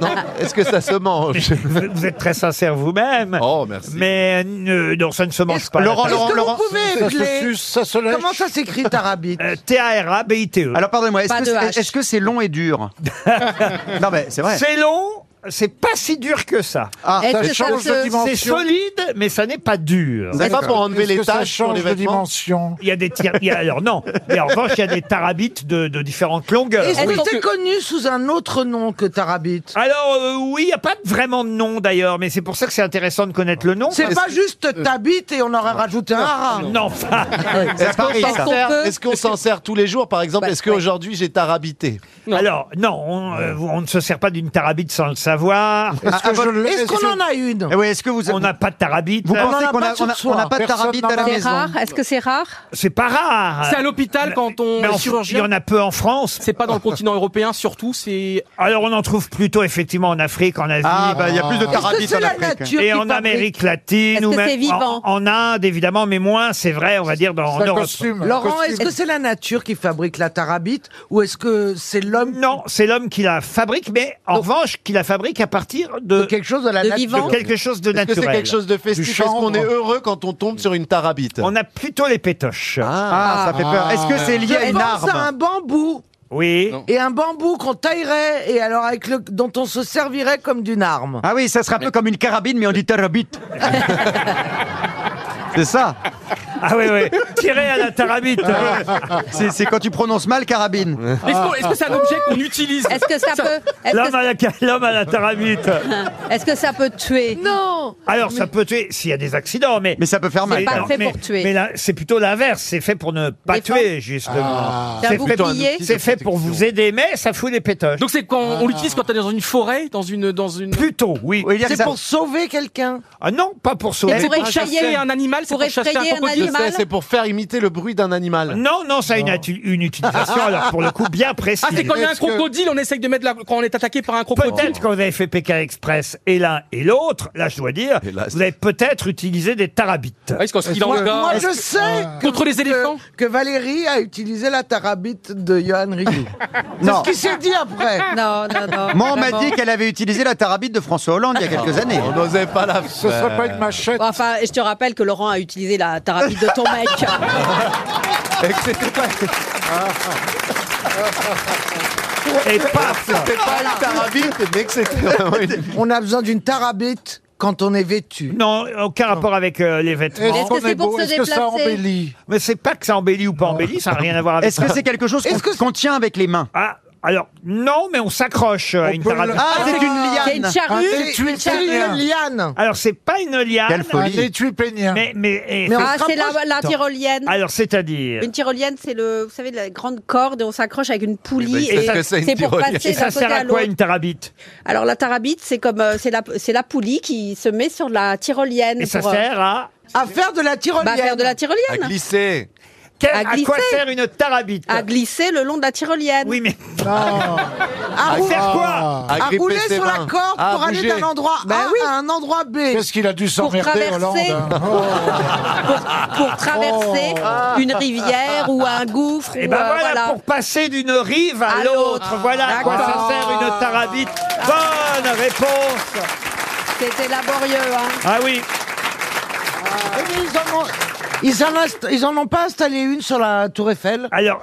[SPEAKER 28] Non Est-ce que ça se mange
[SPEAKER 1] Vous êtes très sincère vous-même.
[SPEAKER 28] Oh, merci.
[SPEAKER 1] Mais euh, non, ça ne se mange pas.
[SPEAKER 28] Laurent,
[SPEAKER 1] la
[SPEAKER 28] Laurent,
[SPEAKER 1] tarabite.
[SPEAKER 28] Laurent,
[SPEAKER 11] Vous pouvez épeler. Comment ça s'écrit Tarabit
[SPEAKER 1] Euh, T-A-R-A-B-I-T-E.
[SPEAKER 27] Alors pardonnez-moi, est-ce
[SPEAKER 1] Pas
[SPEAKER 27] que
[SPEAKER 1] de
[SPEAKER 27] c'est
[SPEAKER 1] H.
[SPEAKER 27] est-ce que c'est long et dur Non mais c'est vrai.
[SPEAKER 1] C'est long, c'est pas si dur que ça.
[SPEAKER 27] Ah, Est-ce ça que ça change de se- dimension
[SPEAKER 1] C'est solide, mais ça n'est pas dur.
[SPEAKER 29] C'est pas pour enlever Est-ce les que ça taches sur change les de vêtements
[SPEAKER 1] dimension. Il y a des tir- il y a- alors non, mais en revanche il y a des tarabites de, de différentes longueurs.
[SPEAKER 11] Est-ce que c'est connu sous un autre nom que Tarabit
[SPEAKER 1] Alors euh, oui, il n'y a pas vraiment de nom d'ailleurs, mais c'est pour ça que c'est intéressant de connaître le nom.
[SPEAKER 11] C'est
[SPEAKER 1] parce-
[SPEAKER 11] pas juste Tabit et on aurait rajouté un
[SPEAKER 27] hein.
[SPEAKER 11] hara.
[SPEAKER 1] Non, enfin.
[SPEAKER 28] Est-ce qu'on s'en sert, est-ce qu'on s'en sert tous les jours, par exemple
[SPEAKER 1] Bah,
[SPEAKER 28] Est-ce qu'aujourd'hui j'ai tarabité
[SPEAKER 1] Alors, non, on, euh, on ne se sert pas d'une tarabite sans le avoir.
[SPEAKER 11] Est-ce que À- à je votre- le- Ah, est-ce est-ce qu'on que- en a une
[SPEAKER 1] oui, est-ce que vous On n'a pas de tarabite.
[SPEAKER 11] Vous On pensez en a qu'on pas a- sur on a- soi. on n'a pas de Personne tarabite à la n'en a.
[SPEAKER 30] C'est
[SPEAKER 11] maison.
[SPEAKER 30] rare Est-ce que c'est rare
[SPEAKER 1] C'est pas rare.
[SPEAKER 30] C'est à l'hôpital quand on
[SPEAKER 1] Mais
[SPEAKER 30] est
[SPEAKER 1] en-
[SPEAKER 30] chirurgien
[SPEAKER 1] Il y en a peu en France.
[SPEAKER 30] C'est pas dans le continent européen surtout, c'est.
[SPEAKER 1] Alors on en trouve plutôt effectivement en Afrique, en Asie.
[SPEAKER 30] Ah, bah, il y a plus de tarabites Est-ce que c'est en la Afrique. nature
[SPEAKER 1] Et
[SPEAKER 30] qui
[SPEAKER 1] en
[SPEAKER 30] fabrique
[SPEAKER 1] Amérique latine
[SPEAKER 30] Est-ce
[SPEAKER 1] ou
[SPEAKER 30] que
[SPEAKER 1] même
[SPEAKER 30] c'est vivant
[SPEAKER 1] en, en Inde évidemment, mais moins, c'est vrai, on va dire dans en Europe.
[SPEAKER 11] Laurent, est-ce que c'est la nature qui fabrique la tarabite ou est-ce que c'est l'homme
[SPEAKER 1] Non, c'est l'homme qui la fabrique, mais en revanche, qui la fabrique à partir de,
[SPEAKER 11] quelque chose de la
[SPEAKER 1] de
[SPEAKER 6] nature.
[SPEAKER 1] vivant. quelque chose de
[SPEAKER 6] Est-ce que
[SPEAKER 1] naturel.
[SPEAKER 6] c'est quelque chose de festif
[SPEAKER 1] Du
[SPEAKER 6] Est-ce qu'on
[SPEAKER 1] chanvre.
[SPEAKER 6] est heureux quand on tombe sur une tarabite
[SPEAKER 1] On a plutôt les pétoches.
[SPEAKER 6] Ah, ça fait peur. Est-ce que c'est lié à une arme
[SPEAKER 11] à un bambou
[SPEAKER 1] Oui.
[SPEAKER 11] et un bambou qu'on taillerait et alors avec le dont on se servirait comme d'une arme.
[SPEAKER 7] Ah oui, ça sera un peu comme une carabine, mais on dit tarabite. C'est ça
[SPEAKER 1] Ah oui, oui. Tirer à la tarabite.
[SPEAKER 7] C'est c'est quand tu prononces mal carabine.
[SPEAKER 30] Est-ce qu'on- est-ce que c'est un objet qu'on utilise
[SPEAKER 22] Est-ce que ça peut- est-ce que- L'homme à
[SPEAKER 1] L'homme à la tarabite.
[SPEAKER 22] Est-ce que ça peut tuer Non
[SPEAKER 1] Alors, ça peut tuer s'il y a des accidents, mais. Mais
[SPEAKER 7] ça peut faire
[SPEAKER 22] mal. C'est pas fait pour tuer.
[SPEAKER 1] Mais là, c'est plutôt l'inverse. C'est fait pour ne pas tuer, justement.
[SPEAKER 30] Ah. C'est un
[SPEAKER 1] fait,
[SPEAKER 30] bouclier
[SPEAKER 1] c'est fait pour vous aider, mais ça fout les pétoches.
[SPEAKER 30] Donc c'est quand on l'utilise quand on est dans une forêt, dans une dans une.
[SPEAKER 1] Plutôt, oui.
[SPEAKER 11] C'est pour sauver quelqu'un.
[SPEAKER 1] Ah non, pas pour sauver.
[SPEAKER 30] C'est pour chasser un animal, c'est pour, chasser un crocodile.
[SPEAKER 6] C'est pour faire imiter le bruit d'un animal.
[SPEAKER 1] Non, non, ça a une, atu- une utilisation, alors pour le coup, bien précise.
[SPEAKER 30] Ah, c'est quand il y a un crocodile, on essaye de mettre la... quand on est attaqué par un crocodile.
[SPEAKER 1] Peut-être quand vous avez fait Pékin Express et l'un et l'autre, là je dois dire, vous avez peut-être utilisé des tarabites.
[SPEAKER 30] Est-ce qu'en ski dans
[SPEAKER 11] Moi,
[SPEAKER 30] le gars-
[SPEAKER 11] moi,
[SPEAKER 30] est-ce
[SPEAKER 11] je
[SPEAKER 30] que-
[SPEAKER 11] sais
[SPEAKER 1] Ah.
[SPEAKER 11] que-
[SPEAKER 30] Contre les
[SPEAKER 11] que-
[SPEAKER 30] éléphants
[SPEAKER 11] que, Valérie a utilisé la tarabite de Johan Rioux. C'est
[SPEAKER 7] Non.
[SPEAKER 11] ce qu'il s'est dit après.
[SPEAKER 22] Non, non, non.
[SPEAKER 7] Moi, on m'a dit qu'elle avait utilisé la tarabite de François Hollande il y a quelques années.
[SPEAKER 1] Oh,
[SPEAKER 6] On n'osait pas la Ce serait pas une
[SPEAKER 22] machette. Euh, enfin, je te rappelle que Laurent a utilisé la tarabite de ton mec.
[SPEAKER 6] Et que c'était pas...
[SPEAKER 1] Et paf
[SPEAKER 6] C'était pas une tarabite, mais que c'était
[SPEAKER 30] Ah
[SPEAKER 6] vraiment une...
[SPEAKER 11] On a besoin d'une tarabite quand on est vêtu.
[SPEAKER 1] Non, aucun rapport avec euh, les vêtements.
[SPEAKER 11] Est-ce que c'est pour se déplacer
[SPEAKER 1] Mais c'est pas que ça embellit ou pas embellit, ça n'a rien à voir avec
[SPEAKER 7] Est-ce que c'est quelque chose qu'on qu'on tient avec les mains
[SPEAKER 1] Ah, alors, non, mais on s'accroche euh, à une tarabite.
[SPEAKER 7] Ah, c'est une liane
[SPEAKER 11] C'est une charrue, Un étui une charrue. pénien. Une liane.
[SPEAKER 1] Alors, c'est pas une liane. Ah,
[SPEAKER 6] Quelle folie. Un étui
[SPEAKER 1] Mais, mais, et-
[SPEAKER 22] ah, c'est la, la tyrolienne.
[SPEAKER 1] Alors, c'est-à-dire
[SPEAKER 22] Une tyrolienne, c'est le, vous savez, la grande corde et on s'accroche avec une
[SPEAKER 1] Mais
[SPEAKER 22] poulie.
[SPEAKER 1] c'est ce
[SPEAKER 22] et
[SPEAKER 1] que c'est, une
[SPEAKER 22] c'est pour
[SPEAKER 1] tyrolienne.
[SPEAKER 22] passer
[SPEAKER 1] Et ça
[SPEAKER 22] d'un côté
[SPEAKER 1] sert à
[SPEAKER 22] à
[SPEAKER 1] quoi
[SPEAKER 22] l'autre.
[SPEAKER 1] une tarabite
[SPEAKER 22] Alors la tarabite, c'est comme euh, c'est la c'est la poulie qui se met sur la tyrolienne.
[SPEAKER 1] Et ça
[SPEAKER 22] pour, euh,
[SPEAKER 1] sert à
[SPEAKER 11] À faire de la tyrolienne.
[SPEAKER 22] Bah, faire de la tyrolienne. À
[SPEAKER 6] glisser.
[SPEAKER 1] Quel-
[SPEAKER 22] À
[SPEAKER 1] à, quoi
[SPEAKER 22] glisser.
[SPEAKER 1] sert une tarabite
[SPEAKER 22] À glisser le long de la tyrolienne.
[SPEAKER 1] Oui, mais.
[SPEAKER 11] À,
[SPEAKER 1] À
[SPEAKER 11] rou-
[SPEAKER 1] faire quoi
[SPEAKER 11] à
[SPEAKER 6] gripper
[SPEAKER 11] rouler
[SPEAKER 6] ses
[SPEAKER 11] sur la
[SPEAKER 6] mains.
[SPEAKER 11] corde
[SPEAKER 6] À
[SPEAKER 11] pour aller
[SPEAKER 6] bouger.
[SPEAKER 11] d'un
[SPEAKER 30] Ah,
[SPEAKER 11] endroit A à un endroit B. Qu'est-ce
[SPEAKER 6] qu'il a dû
[SPEAKER 22] s'emmerder, traverser. Hollande,
[SPEAKER 2] Oh.
[SPEAKER 22] pour traverser une rivière ou un gouffre.
[SPEAKER 1] Et
[SPEAKER 22] ou,
[SPEAKER 1] ben
[SPEAKER 22] euh,
[SPEAKER 1] voilà, pour passer d'une rive à,
[SPEAKER 22] À
[SPEAKER 1] l'autre.
[SPEAKER 22] l'autre.
[SPEAKER 1] Voilà à quoi ça
[SPEAKER 22] D'accord. Ah.
[SPEAKER 1] sert une tarabite. Bonne réponse.
[SPEAKER 22] C'était laborieux. Hein.
[SPEAKER 1] Ah oui.
[SPEAKER 11] Mais ils en ont- Ils en, inst- ils en ont pas installé une sur la Tour Eiffel
[SPEAKER 1] Alors.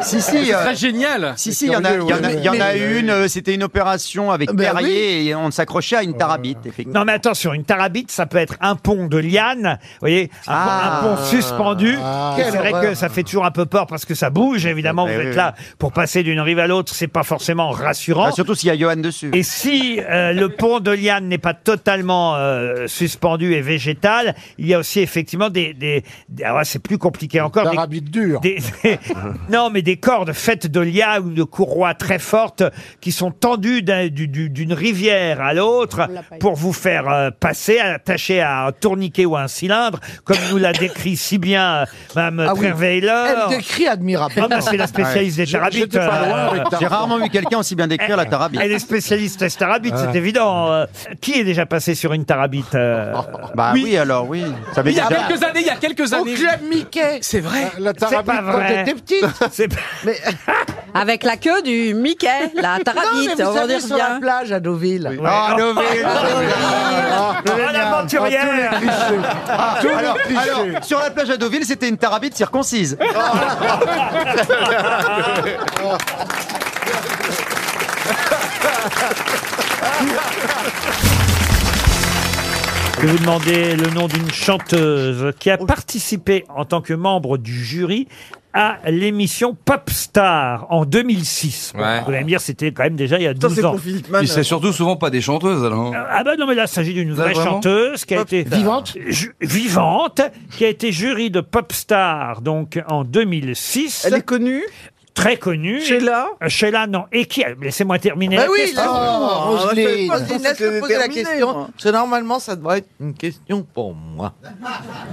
[SPEAKER 7] Si, si.
[SPEAKER 30] Ah, C'est
[SPEAKER 7] euh,
[SPEAKER 30] très génial.
[SPEAKER 7] Si, si, il y en a, il y en a- il y en a une, euh, c'était une opération avec
[SPEAKER 1] Ben oui. Euh,
[SPEAKER 7] Perrier et on s'accrochait à une tarabite, effectivement.
[SPEAKER 1] Non mais attention, une tarabite, ça peut être un pont de liane, vous voyez, un,
[SPEAKER 7] Ah.
[SPEAKER 1] pont, un pont suspendu.
[SPEAKER 7] Ah.
[SPEAKER 1] Et c'est vrai
[SPEAKER 7] Quelle
[SPEAKER 1] que
[SPEAKER 7] horreur.
[SPEAKER 1] ça fait toujours un peu peur parce que ça bouge, évidemment, vous
[SPEAKER 7] Eh
[SPEAKER 1] êtes
[SPEAKER 7] oui.
[SPEAKER 1] là pour passer d'une rive à l'autre, c'est pas forcément rassurant.
[SPEAKER 7] Ah, surtout s'il y a Johan dessus.
[SPEAKER 1] Et si euh, le pont de liane n'est pas totalement euh, suspendu et végétal, il y a aussi effectivement des... des, des- alors là, c'est plus compliqué encore. Des
[SPEAKER 6] dure.
[SPEAKER 1] des- des- non, mais des cordes faites de lianes ou de courroies très fortes qui sont tendues d'un- du- du- d'une rivière à l'autre pour vous faire euh, passer, attachées à un tourniquet ou à un cylindre, comme nous l'a décrit si bien euh, Mme
[SPEAKER 11] Ah oui.
[SPEAKER 1] Treveiller.
[SPEAKER 11] Elle décrit admirable.
[SPEAKER 1] Ah bah, c'est la spécialiste des tarabites. euh,
[SPEAKER 7] J'ai rarement vu quelqu'un aussi bien décrire la tarabite.
[SPEAKER 1] Elle est spécialiste des tarabites,
[SPEAKER 7] Ah.
[SPEAKER 1] c'est évident. Euh, qui est déjà passé sur une tarabite euh,
[SPEAKER 7] Bah oui, alors oui. Ça
[SPEAKER 30] Mais il y a
[SPEAKER 7] déjà-
[SPEAKER 30] quelques années, il y a quelques
[SPEAKER 11] Au
[SPEAKER 30] années.
[SPEAKER 11] club Mickey.
[SPEAKER 30] C'est vrai.
[SPEAKER 6] Ah,
[SPEAKER 11] La
[SPEAKER 1] tarabite pas quand vrai. t'étais
[SPEAKER 11] petite.
[SPEAKER 1] C'est pas-
[SPEAKER 22] Avec la queue du Mickey, la
[SPEAKER 11] non, mais
[SPEAKER 22] tarabite,
[SPEAKER 11] vous
[SPEAKER 22] on va
[SPEAKER 11] savez,
[SPEAKER 22] dire
[SPEAKER 11] sur la
[SPEAKER 22] bien.
[SPEAKER 11] plage à Deauville.
[SPEAKER 6] Ah, Deauville.
[SPEAKER 1] Ah, l'aventurière.
[SPEAKER 6] Ah,
[SPEAKER 11] Tous les
[SPEAKER 6] alors,
[SPEAKER 11] clichés.
[SPEAKER 6] alors,
[SPEAKER 7] Sur la plage à Deauville, c'était une tarabite circoncise.
[SPEAKER 6] Ah.
[SPEAKER 1] Je vais vous demander le nom d'une chanteuse qui a participé en tant que membre du jury à l'émission Popstar en 2006. Bon,
[SPEAKER 17] Ouais.
[SPEAKER 1] Vous allez me dire, c'était quand même déjà il y a 12 ans.
[SPEAKER 17] Et c'est surtout souvent pas des chanteuses alors. hein.
[SPEAKER 1] Ah bah non mais là il s'agit d'une vraie
[SPEAKER 17] vraiment
[SPEAKER 1] chanteuse qui a été
[SPEAKER 17] Vivante
[SPEAKER 1] Ju- vivante qui a été jury de Popstar donc en 2006. Elle est
[SPEAKER 30] connue
[SPEAKER 1] Très connue. Sheila Sheila, non. Et qui euh, Laissez-moi terminer
[SPEAKER 11] Bah
[SPEAKER 1] la
[SPEAKER 11] oui,
[SPEAKER 1] question.
[SPEAKER 11] laisse-moi Roselyne,
[SPEAKER 1] Ah,
[SPEAKER 11] laisse-le poser la
[SPEAKER 1] terminer,
[SPEAKER 11] question.
[SPEAKER 1] moi.
[SPEAKER 11] Parce que normalement, ça devrait être une question pour moi.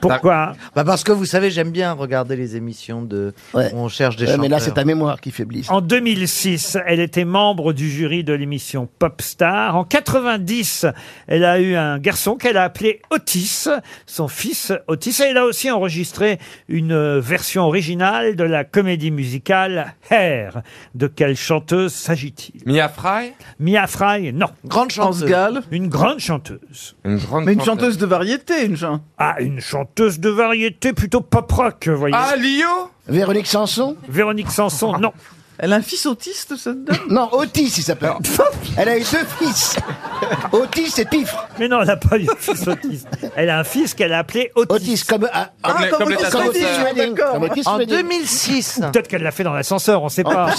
[SPEAKER 1] Pourquoi
[SPEAKER 11] bah Parce que vous savez, j'aime bien regarder les émissions de. On cherche des
[SPEAKER 15] Ouais, mais là, c'est ta
[SPEAKER 11] mémoire qui faiblit.
[SPEAKER 1] En 2006, elle était membre du jury de l'émission Popstar. En 90, elle a eu un garçon qu'elle a appelé Otis, son fils Otis. Et elle a aussi enregistré une euh, version originale de la comédie musicale Hair. De quelle chanteuse s'agit-il Mia Fry Mia Fry, non. Grande
[SPEAKER 20] chanteuse. France Gall
[SPEAKER 1] Une grande chanteuse. Une grande
[SPEAKER 20] Mais une chanteuse de variété, une chanteuse.
[SPEAKER 1] Ah, une chanteuse de variété plutôt pop-rock, vous voyez.
[SPEAKER 20] Ah, Lio
[SPEAKER 1] Véronique Sanson Véronique Sanson, non.
[SPEAKER 20] Elle a un fils autiste, cette dame
[SPEAKER 15] Non, Otis, il s'appelle. Elle a eu deux fils. Otis et Pifre.
[SPEAKER 1] Mais non, elle n'a pas eu de fils Otis. Elle a un fils qu'elle a appelé Otis. Otis,
[SPEAKER 15] comme...
[SPEAKER 11] Ah, comme les- comme les
[SPEAKER 15] Otis Redding, Redding. Comme Otis
[SPEAKER 11] En
[SPEAKER 15] Redding.
[SPEAKER 11] 2006.
[SPEAKER 1] Peut-être qu'elle l'a fait dans l'ascenseur, on ne sait pas.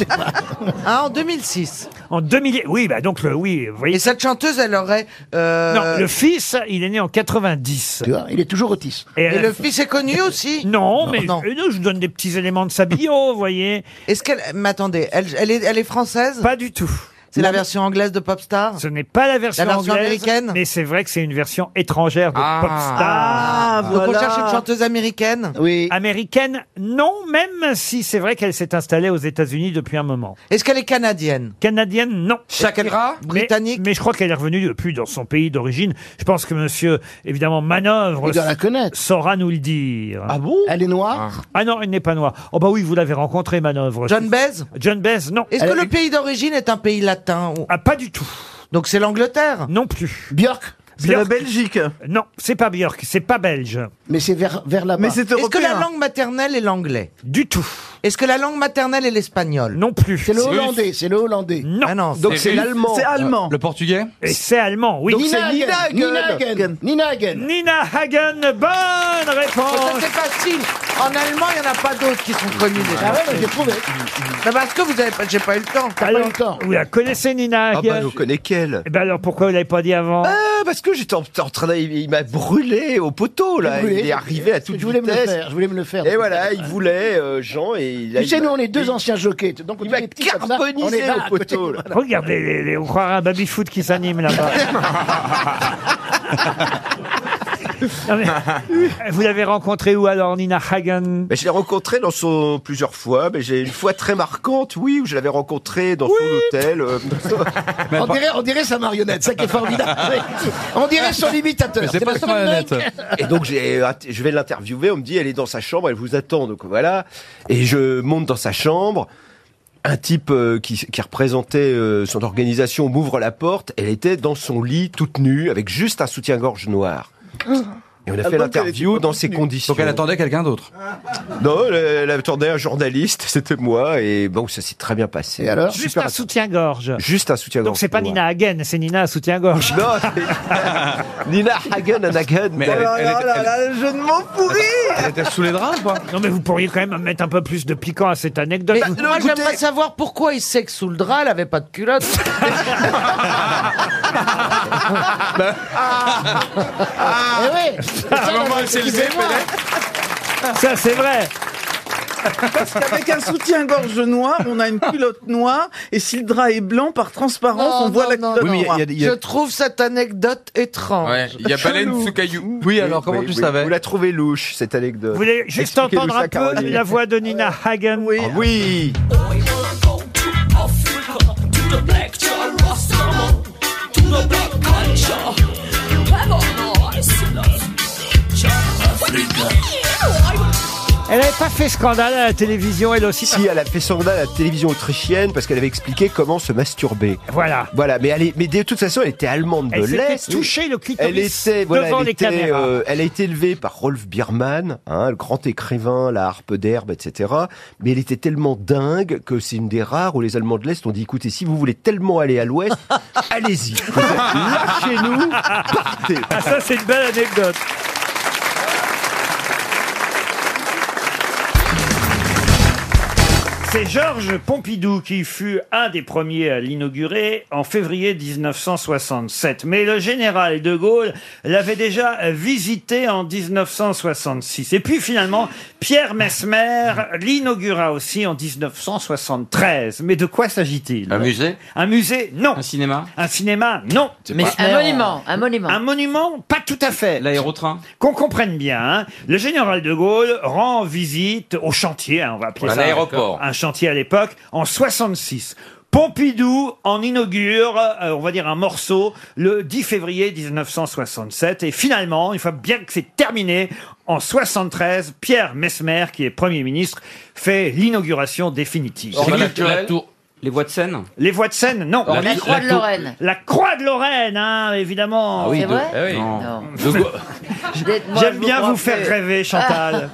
[SPEAKER 11] Ah, en 2006.
[SPEAKER 1] En 2000, oui, bah donc le oui, vous voyez.
[SPEAKER 11] Et cette chanteuse, elle aurait. euh,
[SPEAKER 1] Non, le fils, il est né en 90.
[SPEAKER 15] Tu vois, il est toujours autiste.
[SPEAKER 11] Et le fils est connu aussi
[SPEAKER 1] Non, mais
[SPEAKER 11] Non.
[SPEAKER 1] euh, non, je vous donne des petits éléments de sa bio, vous voyez.
[SPEAKER 11] Est-ce qu'elle. Mais attendez, elle, elle est, elle est française
[SPEAKER 1] Pas du tout.
[SPEAKER 11] C'est la version anglaise de Popstar
[SPEAKER 1] Ce n'est pas la version,
[SPEAKER 11] La version
[SPEAKER 1] anglaise,
[SPEAKER 11] américaine
[SPEAKER 1] mais c'est vrai que c'est une version étrangère de
[SPEAKER 11] Ah,
[SPEAKER 1] Popstar.
[SPEAKER 11] Donc on cherche une chanteuse américaine
[SPEAKER 15] Oui.
[SPEAKER 1] Américaine, non, même si c'est vrai qu'elle s'est installée aux États-Unis depuis un moment.
[SPEAKER 11] Est-ce qu'elle est canadienne
[SPEAKER 1] Canadienne, non.
[SPEAKER 11] Shakira
[SPEAKER 1] Mais- Mais, je crois qu'elle est revenue depuis dans son pays d'origine. Je pense que monsieur, évidemment, Manœuvre
[SPEAKER 15] Il doit la
[SPEAKER 1] saura nous le dire. Ah
[SPEAKER 15] bon Elle est noire
[SPEAKER 1] Ah non, elle n'est pas noire. Oh bah oui, vous l'avez rencontré, Manœuvre.
[SPEAKER 11] John Baez
[SPEAKER 1] John Baez, non.
[SPEAKER 11] Est-ce que le pays d'origine est un pays latin ou-
[SPEAKER 1] Ah, pas du tout.
[SPEAKER 11] Donc c'est l'Angleterre
[SPEAKER 1] Non plus.
[SPEAKER 15] Björk
[SPEAKER 11] C'est la
[SPEAKER 1] Belgique Non, c'est pas Björk, c'est pas belge.
[SPEAKER 15] Mais c'est vers, vers là-bas.
[SPEAKER 11] Est-ce que la langue maternelle est l'anglais
[SPEAKER 1] Du tout.
[SPEAKER 11] Est-ce que la langue maternelle est l'espagnol
[SPEAKER 1] Non plus.
[SPEAKER 15] C'est le hollandais, c'est le hollandais.
[SPEAKER 1] Non.
[SPEAKER 15] Donc Ah c'est l'allemand.
[SPEAKER 6] Le portugais
[SPEAKER 1] Et c'est allemand, oui.
[SPEAKER 15] Donc Nina c'est Hagen. Nina Hagen. Nina Hagen. Nina Hagen.
[SPEAKER 1] Nina Hagen, bonne
[SPEAKER 11] Ça,
[SPEAKER 1] réponse
[SPEAKER 11] c'est facile. En allemand, il n'y en a pas d'autres qui sont connus déjà.
[SPEAKER 15] Ah ouais, mais j'ai trouvé.
[SPEAKER 11] Mais Bah, parce que vous avez pas, j'ai pas eu le temps.
[SPEAKER 1] Alors, Vous la connaissez, Nina
[SPEAKER 31] Ah bah,
[SPEAKER 1] Hagen
[SPEAKER 31] je connais qu'elle.
[SPEAKER 1] Eh ben alors pourquoi vous l'avez pas dit avant
[SPEAKER 31] Ah, parce que j'étais en, en train de- il, il m'a brûlé au poteau là.
[SPEAKER 15] Brûlé.
[SPEAKER 31] Ah, il est arrivé à toute
[SPEAKER 15] Je voulais me le
[SPEAKER 31] vitesse.
[SPEAKER 15] faire, je voulais me le faire.
[SPEAKER 31] Et voilà, il voulait euh, Jean et il a. bah,
[SPEAKER 15] Tu sais,
[SPEAKER 31] il
[SPEAKER 15] nous,
[SPEAKER 31] m'a-
[SPEAKER 15] on est deux anciens jockeys. Donc, on est petits comme ça.
[SPEAKER 31] carbonisé
[SPEAKER 15] On est là,
[SPEAKER 31] au
[SPEAKER 15] à côté,
[SPEAKER 31] poteau, là.
[SPEAKER 15] voilà.
[SPEAKER 1] Regardez, les- les- on croirait un baby-foot qui s'anime là-bas. Non, mais- euh, vous l'avez rencontré où alors, Nina Hagen
[SPEAKER 31] Mais je l'ai rencontré dans son plusieurs fois, mais j'ai une fois très marquante, oui, où je l'avais rencontré dans son hôtel. euh,
[SPEAKER 15] On dirait, on dirait sa marionnette, ça qui est formidable. on dirait son imitateur. C'est pas son mec.
[SPEAKER 31] Et donc j'ai, att- je vais l'interviewer. On me dit elle est dans sa chambre, elle vous attend. Donc voilà. Et je monte dans sa chambre. Un type euh, qui, qui représentait euh, son organisation m'ouvre la porte. Elle était dans son lit toute nue avec juste un soutien-gorge noir.
[SPEAKER 15] Oh.
[SPEAKER 31] Et on
[SPEAKER 15] Ah,
[SPEAKER 17] Ah,
[SPEAKER 31] a fait l'interview dans ces conditions.
[SPEAKER 6] Donc elle attendait quelqu'un d'autre.
[SPEAKER 31] Non, elle, elle attendait un journaliste. C'était moi. Et bon, ça s'est très bien passé.
[SPEAKER 15] Et alors
[SPEAKER 1] Juste
[SPEAKER 31] Super
[SPEAKER 1] un soutien-gorge.
[SPEAKER 31] Juste un soutien-gorge.
[SPEAKER 1] Donc c'est pas
[SPEAKER 31] noir.
[SPEAKER 1] Nina Hagen, c'est Nina soutien-gorge.
[SPEAKER 31] Non, c'est- Nina Hagen and Hagen.
[SPEAKER 20] Oh
[SPEAKER 15] Oh
[SPEAKER 20] le jeu de mots pourri
[SPEAKER 1] était sous les draps, Non, mais vous pourriez quand même mettre un peu plus de piquant à cette anecdote.
[SPEAKER 11] Mais
[SPEAKER 1] Vous-
[SPEAKER 11] moi, j'aimerais savoir pourquoi il sait que sous le drap, elle avait pas de culotte.
[SPEAKER 1] Ah,
[SPEAKER 15] Eh oui.
[SPEAKER 6] Ah,
[SPEAKER 15] C'est ça, la vraie question.
[SPEAKER 1] Ça, c'est vrai.
[SPEAKER 20] Parce qu'avec un soutien-gorge noir, on a une culotte noire, et si le drap est blanc, par transparence,
[SPEAKER 11] Non,
[SPEAKER 20] on voit
[SPEAKER 11] non,
[SPEAKER 20] la
[SPEAKER 11] non,
[SPEAKER 20] culotte
[SPEAKER 11] non.
[SPEAKER 20] noire.
[SPEAKER 11] Je trouve cette anecdote étrange.
[SPEAKER 6] Il y a baleine sous caillou. Oui, alors comment tu savais
[SPEAKER 31] Vous la trouvez louche, cette anecdote.
[SPEAKER 1] Vous voulez juste
[SPEAKER 31] Euh, Expliquez-nous
[SPEAKER 1] entendre
[SPEAKER 31] ça,
[SPEAKER 1] un peu
[SPEAKER 31] Caroline.
[SPEAKER 1] la voix de Nina Hagen
[SPEAKER 31] Ah oui
[SPEAKER 1] Elle n'avait pas fait scandale à la télévision, elle aussi.
[SPEAKER 31] Si, elle a fait scandale à la télévision autrichienne parce qu'elle avait expliqué comment se masturber.
[SPEAKER 1] Voilà.
[SPEAKER 31] Voilà, mais, elle est- mais de toute façon, elle était allemande de
[SPEAKER 1] Elle s'était
[SPEAKER 31] l'Est.
[SPEAKER 1] touchée le
[SPEAKER 31] Elle
[SPEAKER 1] clitoris
[SPEAKER 31] était, voilà,
[SPEAKER 1] devant
[SPEAKER 31] elle,
[SPEAKER 1] les
[SPEAKER 31] était,
[SPEAKER 1] caméras.
[SPEAKER 31] euh, elle a été élevée par Rolf Biermann, hein, le grand écrivain, la harpe d'herbe, etc. Mais elle était tellement dingue que c'est une des rares où les Allemands de l'Est ont dit écoutez, si vous voulez tellement aller à l'Ouest, allez-y. Vous êtes Lâchez-nous, partez.
[SPEAKER 1] Ah, ça, c'est une belle anecdote. C'est Georges Pompidou qui fut un des premiers à l'inaugurer en février 1967. Mais le général de Gaulle l'avait déjà visité en 1966. Et puis finalement, Pierre Mesmer l'inaugura aussi en 1973. Mais de quoi s'agit-il Un musée Un musée, non. Un cinéma Un cinéma, non.
[SPEAKER 25] Mais un monument, un monument.
[SPEAKER 1] Un monument, pas tout à fait. L'aérotrain. Qu'on comprenne bien. hein. Le général de Gaulle rend visite au chantier, hein, on va appeler
[SPEAKER 6] Un
[SPEAKER 1] ça
[SPEAKER 6] aéroport.
[SPEAKER 1] un chantier à l'époque, en 66. Pompidou en inaugure, euh, on va dire un morceau, le 10 février 1967. Et finalement, une fois bien que c'est terminé, en 73, Pierre Mesmer, qui est Premier ministre, fait l'inauguration définitive.
[SPEAKER 9] C'est pas la- la tour- Les voies de Seine
[SPEAKER 1] Les voies de Seine, non.
[SPEAKER 9] La- La Croix de la- Lorraine.
[SPEAKER 1] La Croix de Lorraine, hein,
[SPEAKER 9] Ah
[SPEAKER 1] évidemment.
[SPEAKER 25] C'est
[SPEAKER 4] Eh
[SPEAKER 25] vrai
[SPEAKER 1] J'aime bien vous faire rêver, Chantal.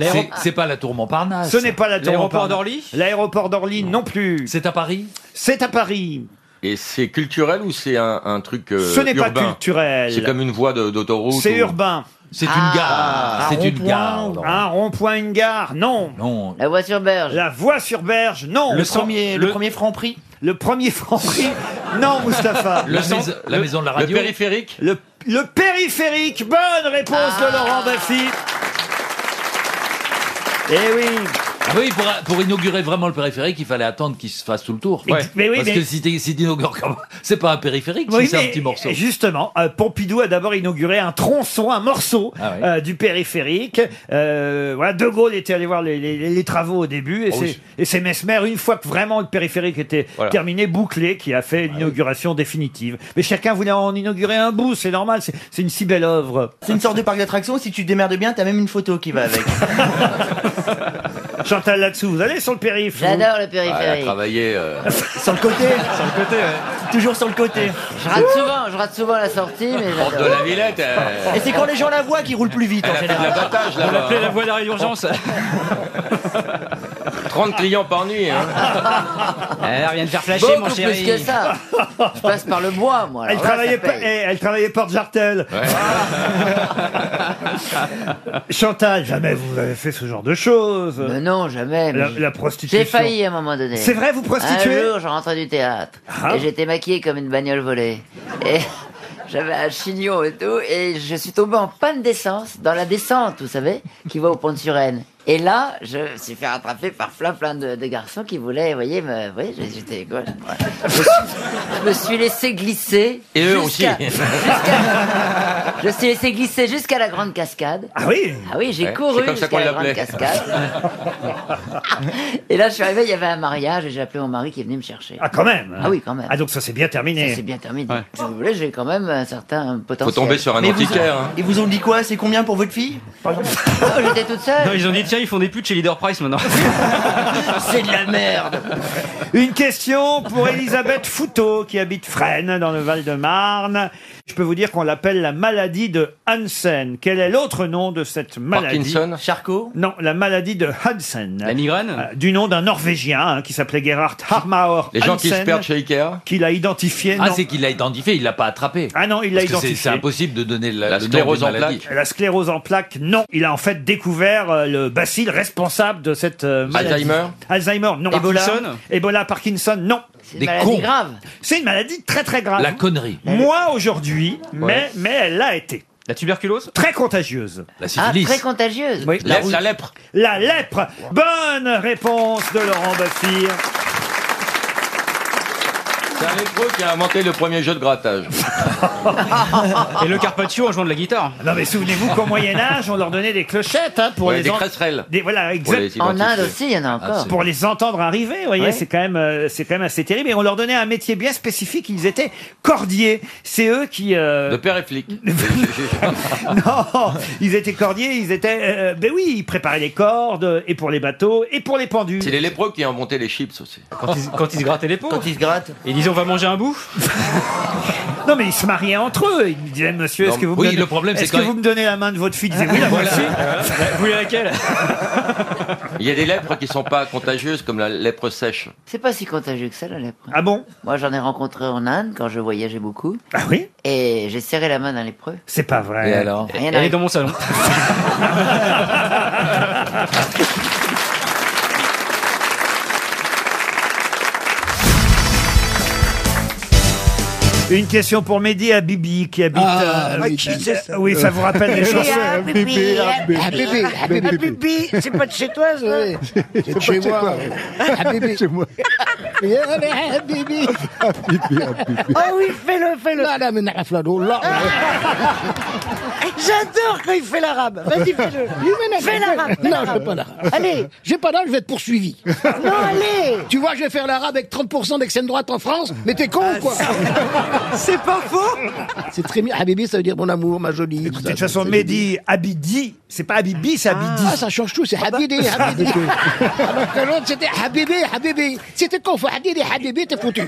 [SPEAKER 4] C'est- C'est pas la tour Montparnasse.
[SPEAKER 1] Ce n'est pas la tour
[SPEAKER 4] L'aéroport
[SPEAKER 1] Montparnasse.
[SPEAKER 4] d'Orly
[SPEAKER 1] L'aéroport d'Orly non plus.
[SPEAKER 4] C'est à Paris
[SPEAKER 1] C'est à Paris.
[SPEAKER 7] Et c'est culturel ou c'est un, un truc euh,
[SPEAKER 1] Ce n'est pas
[SPEAKER 7] urbain
[SPEAKER 1] culturel.
[SPEAKER 7] C'est comme une voie de- d'autoroute
[SPEAKER 1] C'est
[SPEAKER 7] ou-
[SPEAKER 1] urbain.
[SPEAKER 7] C'est une Ah. gare.
[SPEAKER 1] Un
[SPEAKER 7] C'est une
[SPEAKER 1] rond-point,
[SPEAKER 7] gare,
[SPEAKER 1] Un rond-point, une gare. Non. La voie sur berge. La voie sur berge. Non.
[SPEAKER 4] Le premier- le
[SPEAKER 1] premier franc prix. Le premier franc prix. non, Mustapha.
[SPEAKER 4] La maison- la maison de la radio. Le
[SPEAKER 1] périphérique. Le, le périphérique. Bonne réponse de Laurent Baffy. Eh oui.
[SPEAKER 4] Ah oui, pour, pour inaugurer vraiment le périphérique, il fallait attendre qu'il se fasse tout le tour.
[SPEAKER 1] Ouais. Mais oui,
[SPEAKER 4] Parce
[SPEAKER 1] mais-
[SPEAKER 4] que si t'es- si t'inaugures comme... C'est pas un périphérique, si
[SPEAKER 1] Oui,
[SPEAKER 4] c'est un
[SPEAKER 1] mais
[SPEAKER 4] petit morceau.
[SPEAKER 1] Justement, euh, Pompidou a d'abord inauguré un tronçon, un morceau
[SPEAKER 4] Ah oui.
[SPEAKER 1] euh, du périphérique. Euh, voilà, De Gaulle était allé voir les, les- les travaux au début, et
[SPEAKER 4] Oh
[SPEAKER 1] c'est
[SPEAKER 4] oui.
[SPEAKER 1] et c'est Mesmer, une fois que vraiment le périphérique était
[SPEAKER 4] Voilà. Ah
[SPEAKER 1] terminé, bouclé, qui a fait l'inauguration définitive. Mais chacun voulait en inaugurer un bout, c'est normal, c'est c'est une si belle œuvre.
[SPEAKER 2] C'est une sorte de parc d'attractions, si tu te démerdes bien, t'as même une photo qui va avec.
[SPEAKER 1] Chantal là-dessous, vous allez sur le périph' vous
[SPEAKER 2] J'adore le
[SPEAKER 7] Ah, elle a travaillé. euh,
[SPEAKER 2] sur le côté Sur le côté, Toujours sur le côté.
[SPEAKER 25] Je rate souvent, je rate souvent la sortie, mais
[SPEAKER 7] Porte de
[SPEAKER 25] j'adore.
[SPEAKER 7] la Villette. euh,
[SPEAKER 2] Et c'est quand les gens la voient qu'ils roulent plus vite en
[SPEAKER 7] elle a fait de
[SPEAKER 2] général.
[SPEAKER 7] l'abattage là-bas. hein.
[SPEAKER 9] On l'appelait la voie d'arrêt d'urgence.
[SPEAKER 7] 30 clients par nuit. Hein.
[SPEAKER 9] Elle vient de faire flasher,
[SPEAKER 25] Beaucoup
[SPEAKER 9] mon chéri.
[SPEAKER 25] plus que ça. Je passe par le bois, moi.
[SPEAKER 1] Elle
[SPEAKER 25] alors là,
[SPEAKER 1] travaillait,
[SPEAKER 25] ça
[SPEAKER 1] pas,
[SPEAKER 25] paye.
[SPEAKER 1] eh, elle travaillait porte jartel. Chantal, jamais vous avez fait ce genre de choses.
[SPEAKER 25] non, jamais. mais
[SPEAKER 1] La,
[SPEAKER 25] je-
[SPEAKER 1] la prostitution.
[SPEAKER 25] J'ai failli à un moment donné.
[SPEAKER 1] C'est vrai, vous prostituez
[SPEAKER 25] Un jour, je rentrais du théâtre
[SPEAKER 1] Ah.
[SPEAKER 25] et j'étais maquillée comme une bagnole volée. Et j'avais un chignon et tout, et je suis tombée en panne d'essence dans la descente, vous savez, qui va au pont de Suresnes. Et là, je me suis fait rattraper par plein plein de, de garçons qui voulaient, vous voyez, me, vous voyez, j'étais quoi je, je me suis, je me suis laissé glisser.
[SPEAKER 7] Et eux aussi.
[SPEAKER 25] jusqu'à- Je me suis laissé glisser jusqu'à la grande cascade.
[SPEAKER 1] Ah oui
[SPEAKER 25] Ah oui, j'ai
[SPEAKER 7] Ouais,
[SPEAKER 25] couru
[SPEAKER 7] C'est comme ça qu'on
[SPEAKER 25] jusqu'à la grande
[SPEAKER 7] l'appelait.
[SPEAKER 25] cascade. Et là, je suis arrivé, il y avait un mariage et j'ai appelé mon mari qui est venu me chercher.
[SPEAKER 1] Ah, quand même
[SPEAKER 25] Ah oui, quand même.
[SPEAKER 1] Ah, donc ça c'est bien terminé.
[SPEAKER 25] Ça, c'est bien terminé. Si vous voulez, j'ai quand même un certain potentiel.
[SPEAKER 7] tomber sur un
[SPEAKER 25] Mais vous-
[SPEAKER 7] antiquaire, hein.
[SPEAKER 25] Ils vous ont dit quoi C'est combien pour votre fille Par exemple Oh, J'étais toute seule.
[SPEAKER 9] Non, ils ont dit tiens, ils font des putes chez Leader Price maintenant.
[SPEAKER 25] C'est de la merde.
[SPEAKER 1] Une question pour Elisabeth Fouteau qui habite Fresnes dans le Val-de-Marne. Je peux vous dire qu'on l'appelle la maladie de Hansen. Quel est l'autre nom de cette maladie
[SPEAKER 7] Parkinson
[SPEAKER 1] Charcot Non, la maladie de Hansen. La migraine Du nom d'un Norvégien hein, qui s'appelait Gerhard Harmauer.
[SPEAKER 4] Les gens qui se perdent
[SPEAKER 7] chez Ikea
[SPEAKER 1] Qu'il a identifié.
[SPEAKER 4] Ah,
[SPEAKER 1] non.
[SPEAKER 4] c'est qu'il l'a identifié, il l'a pas attrapé.
[SPEAKER 1] Ah non, il l'a
[SPEAKER 4] Parce que c'est-
[SPEAKER 1] identifié.
[SPEAKER 4] C'est impossible de donner la,
[SPEAKER 7] La
[SPEAKER 4] le nom
[SPEAKER 7] sclérose
[SPEAKER 4] d'une
[SPEAKER 7] en
[SPEAKER 4] maladie.
[SPEAKER 1] La sclérose en plaques, non. Il a en fait découvert euh, le bacille responsable de cette euh, maladie.
[SPEAKER 7] Alzheimer
[SPEAKER 1] Alzheimer, non.
[SPEAKER 7] Ebola
[SPEAKER 1] Parkinson Ebola, Parkinson, non.
[SPEAKER 25] C'est une Des maladie cons. grave.
[SPEAKER 1] C'est une maladie très très grave.
[SPEAKER 4] La connerie.
[SPEAKER 1] Moi aujourd'hui, mais,
[SPEAKER 4] Ouais.
[SPEAKER 1] mais elle l'a été. La tuberculose Très contagieuse. La
[SPEAKER 25] Ah, très contagieuse.
[SPEAKER 1] La, lèpre. La lèpre. Bonne réponse de Laurent Baffir.
[SPEAKER 7] C'est un lépreux qui a inventé le premier jeu de grattage.
[SPEAKER 9] Et le Carpaccio en jouant de la guitare.
[SPEAKER 1] Non mais souvenez-vous qu'au Moyen Âge, on leur donnait des clochettes hein, pour
[SPEAKER 7] Ouais,
[SPEAKER 1] les
[SPEAKER 7] des
[SPEAKER 1] en-
[SPEAKER 7] cresserelles.
[SPEAKER 1] Des, voilà,
[SPEAKER 7] Pour les
[SPEAKER 1] exact.
[SPEAKER 7] identifier. Ah, En Inde aussi,
[SPEAKER 25] il y en
[SPEAKER 15] Ah,
[SPEAKER 25] a encore.
[SPEAKER 1] Pour les entendre arriver, vous voyez,
[SPEAKER 7] Ouais.
[SPEAKER 1] c'est quand même, euh, c'est quand même assez terrible. Et on leur donnait un métier bien spécifique. Ils étaient cordiers. C'est eux qui. euh,
[SPEAKER 7] Le père est flic.
[SPEAKER 1] non, ils étaient cordiers. Ils étaient. euh, ben oui, ils préparaient les cordes euh, et pour les bateaux et pour les pendus.
[SPEAKER 7] C'est les lépreux qui ont inventé les chips aussi.
[SPEAKER 9] Quand ils, quand ils se grattaient les peaux. Quand
[SPEAKER 2] ils se grattent.
[SPEAKER 9] Et ils disaient on va manger un bout.
[SPEAKER 1] Non, mais ils se mariaient entre eux. Ils me disaient, monsieur, est-ce
[SPEAKER 9] Non,
[SPEAKER 1] que vous me
[SPEAKER 9] oui,
[SPEAKER 1] donnez-
[SPEAKER 9] le problème, c'est Ah,
[SPEAKER 1] est-ce que
[SPEAKER 7] quand
[SPEAKER 1] vous
[SPEAKER 7] il-
[SPEAKER 1] me donnez la main de votre fille Ils disaient, oui, la
[SPEAKER 7] Voilà.
[SPEAKER 1] voici.
[SPEAKER 7] Voilà.
[SPEAKER 9] Euh, Vous voulez laquelle
[SPEAKER 7] Il y a des lèpres qui sont pas contagieuses comme la lèpre sèche.
[SPEAKER 25] C'est pas si contagieux que ça, la lèpre.
[SPEAKER 1] Ah bon
[SPEAKER 25] Moi, j'en ai rencontré en Inde quand je voyageais beaucoup.
[SPEAKER 1] Ah oui
[SPEAKER 25] Et j'ai serré la main d'un lépreux.
[SPEAKER 1] C'est pas vrai.
[SPEAKER 25] Et alors Rien
[SPEAKER 9] Elle
[SPEAKER 25] n'arrive.
[SPEAKER 9] est dans mon salon.
[SPEAKER 1] Une question pour Mehdi Habibi qui habite.
[SPEAKER 7] Ah,
[SPEAKER 1] euh,
[SPEAKER 7] oui, qui
[SPEAKER 1] euh,
[SPEAKER 7] c'est
[SPEAKER 1] euh, oui, ça vous rappelle les
[SPEAKER 7] Habibi,
[SPEAKER 1] chansons.
[SPEAKER 7] Habibi, Habibi, Habibi, Habibi.
[SPEAKER 2] Habibi, c'est pas de chez toi, ça
[SPEAKER 7] C'est chez Ah, moi.
[SPEAKER 2] Habibi.
[SPEAKER 7] C'est moi.
[SPEAKER 2] يا أنا حبيبي Oh oui, fais-le, fais-le. J'adore quand il fait l'arabe. Vas-y, fais-le. Fais l'arabe. fais
[SPEAKER 7] Non, je fais pas l'arabe.
[SPEAKER 2] Allez.
[SPEAKER 7] J'ai pas l'arabe, je vais être poursuivi.
[SPEAKER 2] Non, allez.
[SPEAKER 7] Tu vois, je vais faire l'arabe avec 30% d'extrême droite en France, mais t'es con ou quoi
[SPEAKER 2] Ah, C'est pas faux
[SPEAKER 7] C'est très bien. Habibi, ça veut dire mon amour, ma
[SPEAKER 1] De
[SPEAKER 7] jolie.
[SPEAKER 1] toute façon, Mehdi Habidi, c'est pas Habibi, c'est bah. Habidi.
[SPEAKER 7] Ah, ça change tout, c'est Habibi, Habibi.
[SPEAKER 1] Ah,
[SPEAKER 7] Alors que l'autre, c'était Habibi, Habibi. Si t'es con, faut Habibi, Habibi, t'es foutu.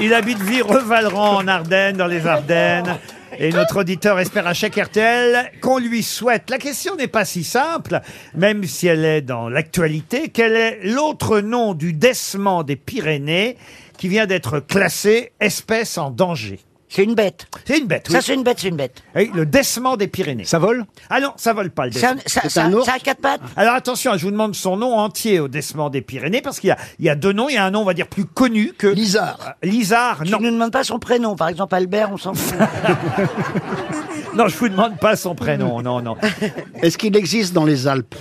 [SPEAKER 1] Il habite Vireux-Valran en Ardennes, dans les Ardennes. Et notre auditeur espère à chaque RTL qu'on lui souhaite. La question n'est pas si simple, même si elle est dans l'actualité. Quel est l'autre nom du décement des Pyrénées qui vient d'être classé espèce en danger
[SPEAKER 2] C'est une bête.
[SPEAKER 1] C'est une bête, oui.
[SPEAKER 2] Ça, c'est une bête, c'est une bête.
[SPEAKER 1] Oui, le décement des Pyrénées. Ça vole Ah non, ça vole pas le
[SPEAKER 2] C'est un-
[SPEAKER 1] décement.
[SPEAKER 2] ça- C'est ça- un ours ça a
[SPEAKER 1] quatre pattes Alors attention, je vous demande son nom entier au décement des Pyrénées parce qu'il y a, il y a deux noms. Il y a un nom, on va dire, plus connu que. Lizard. Lizard, non.
[SPEAKER 2] Tu ne demandes pas son prénom. Par exemple, Albert, on s'en fout.
[SPEAKER 1] Non, je vous demande pas son prénom, non, non. Est-ce qu'il existe dans les Alpes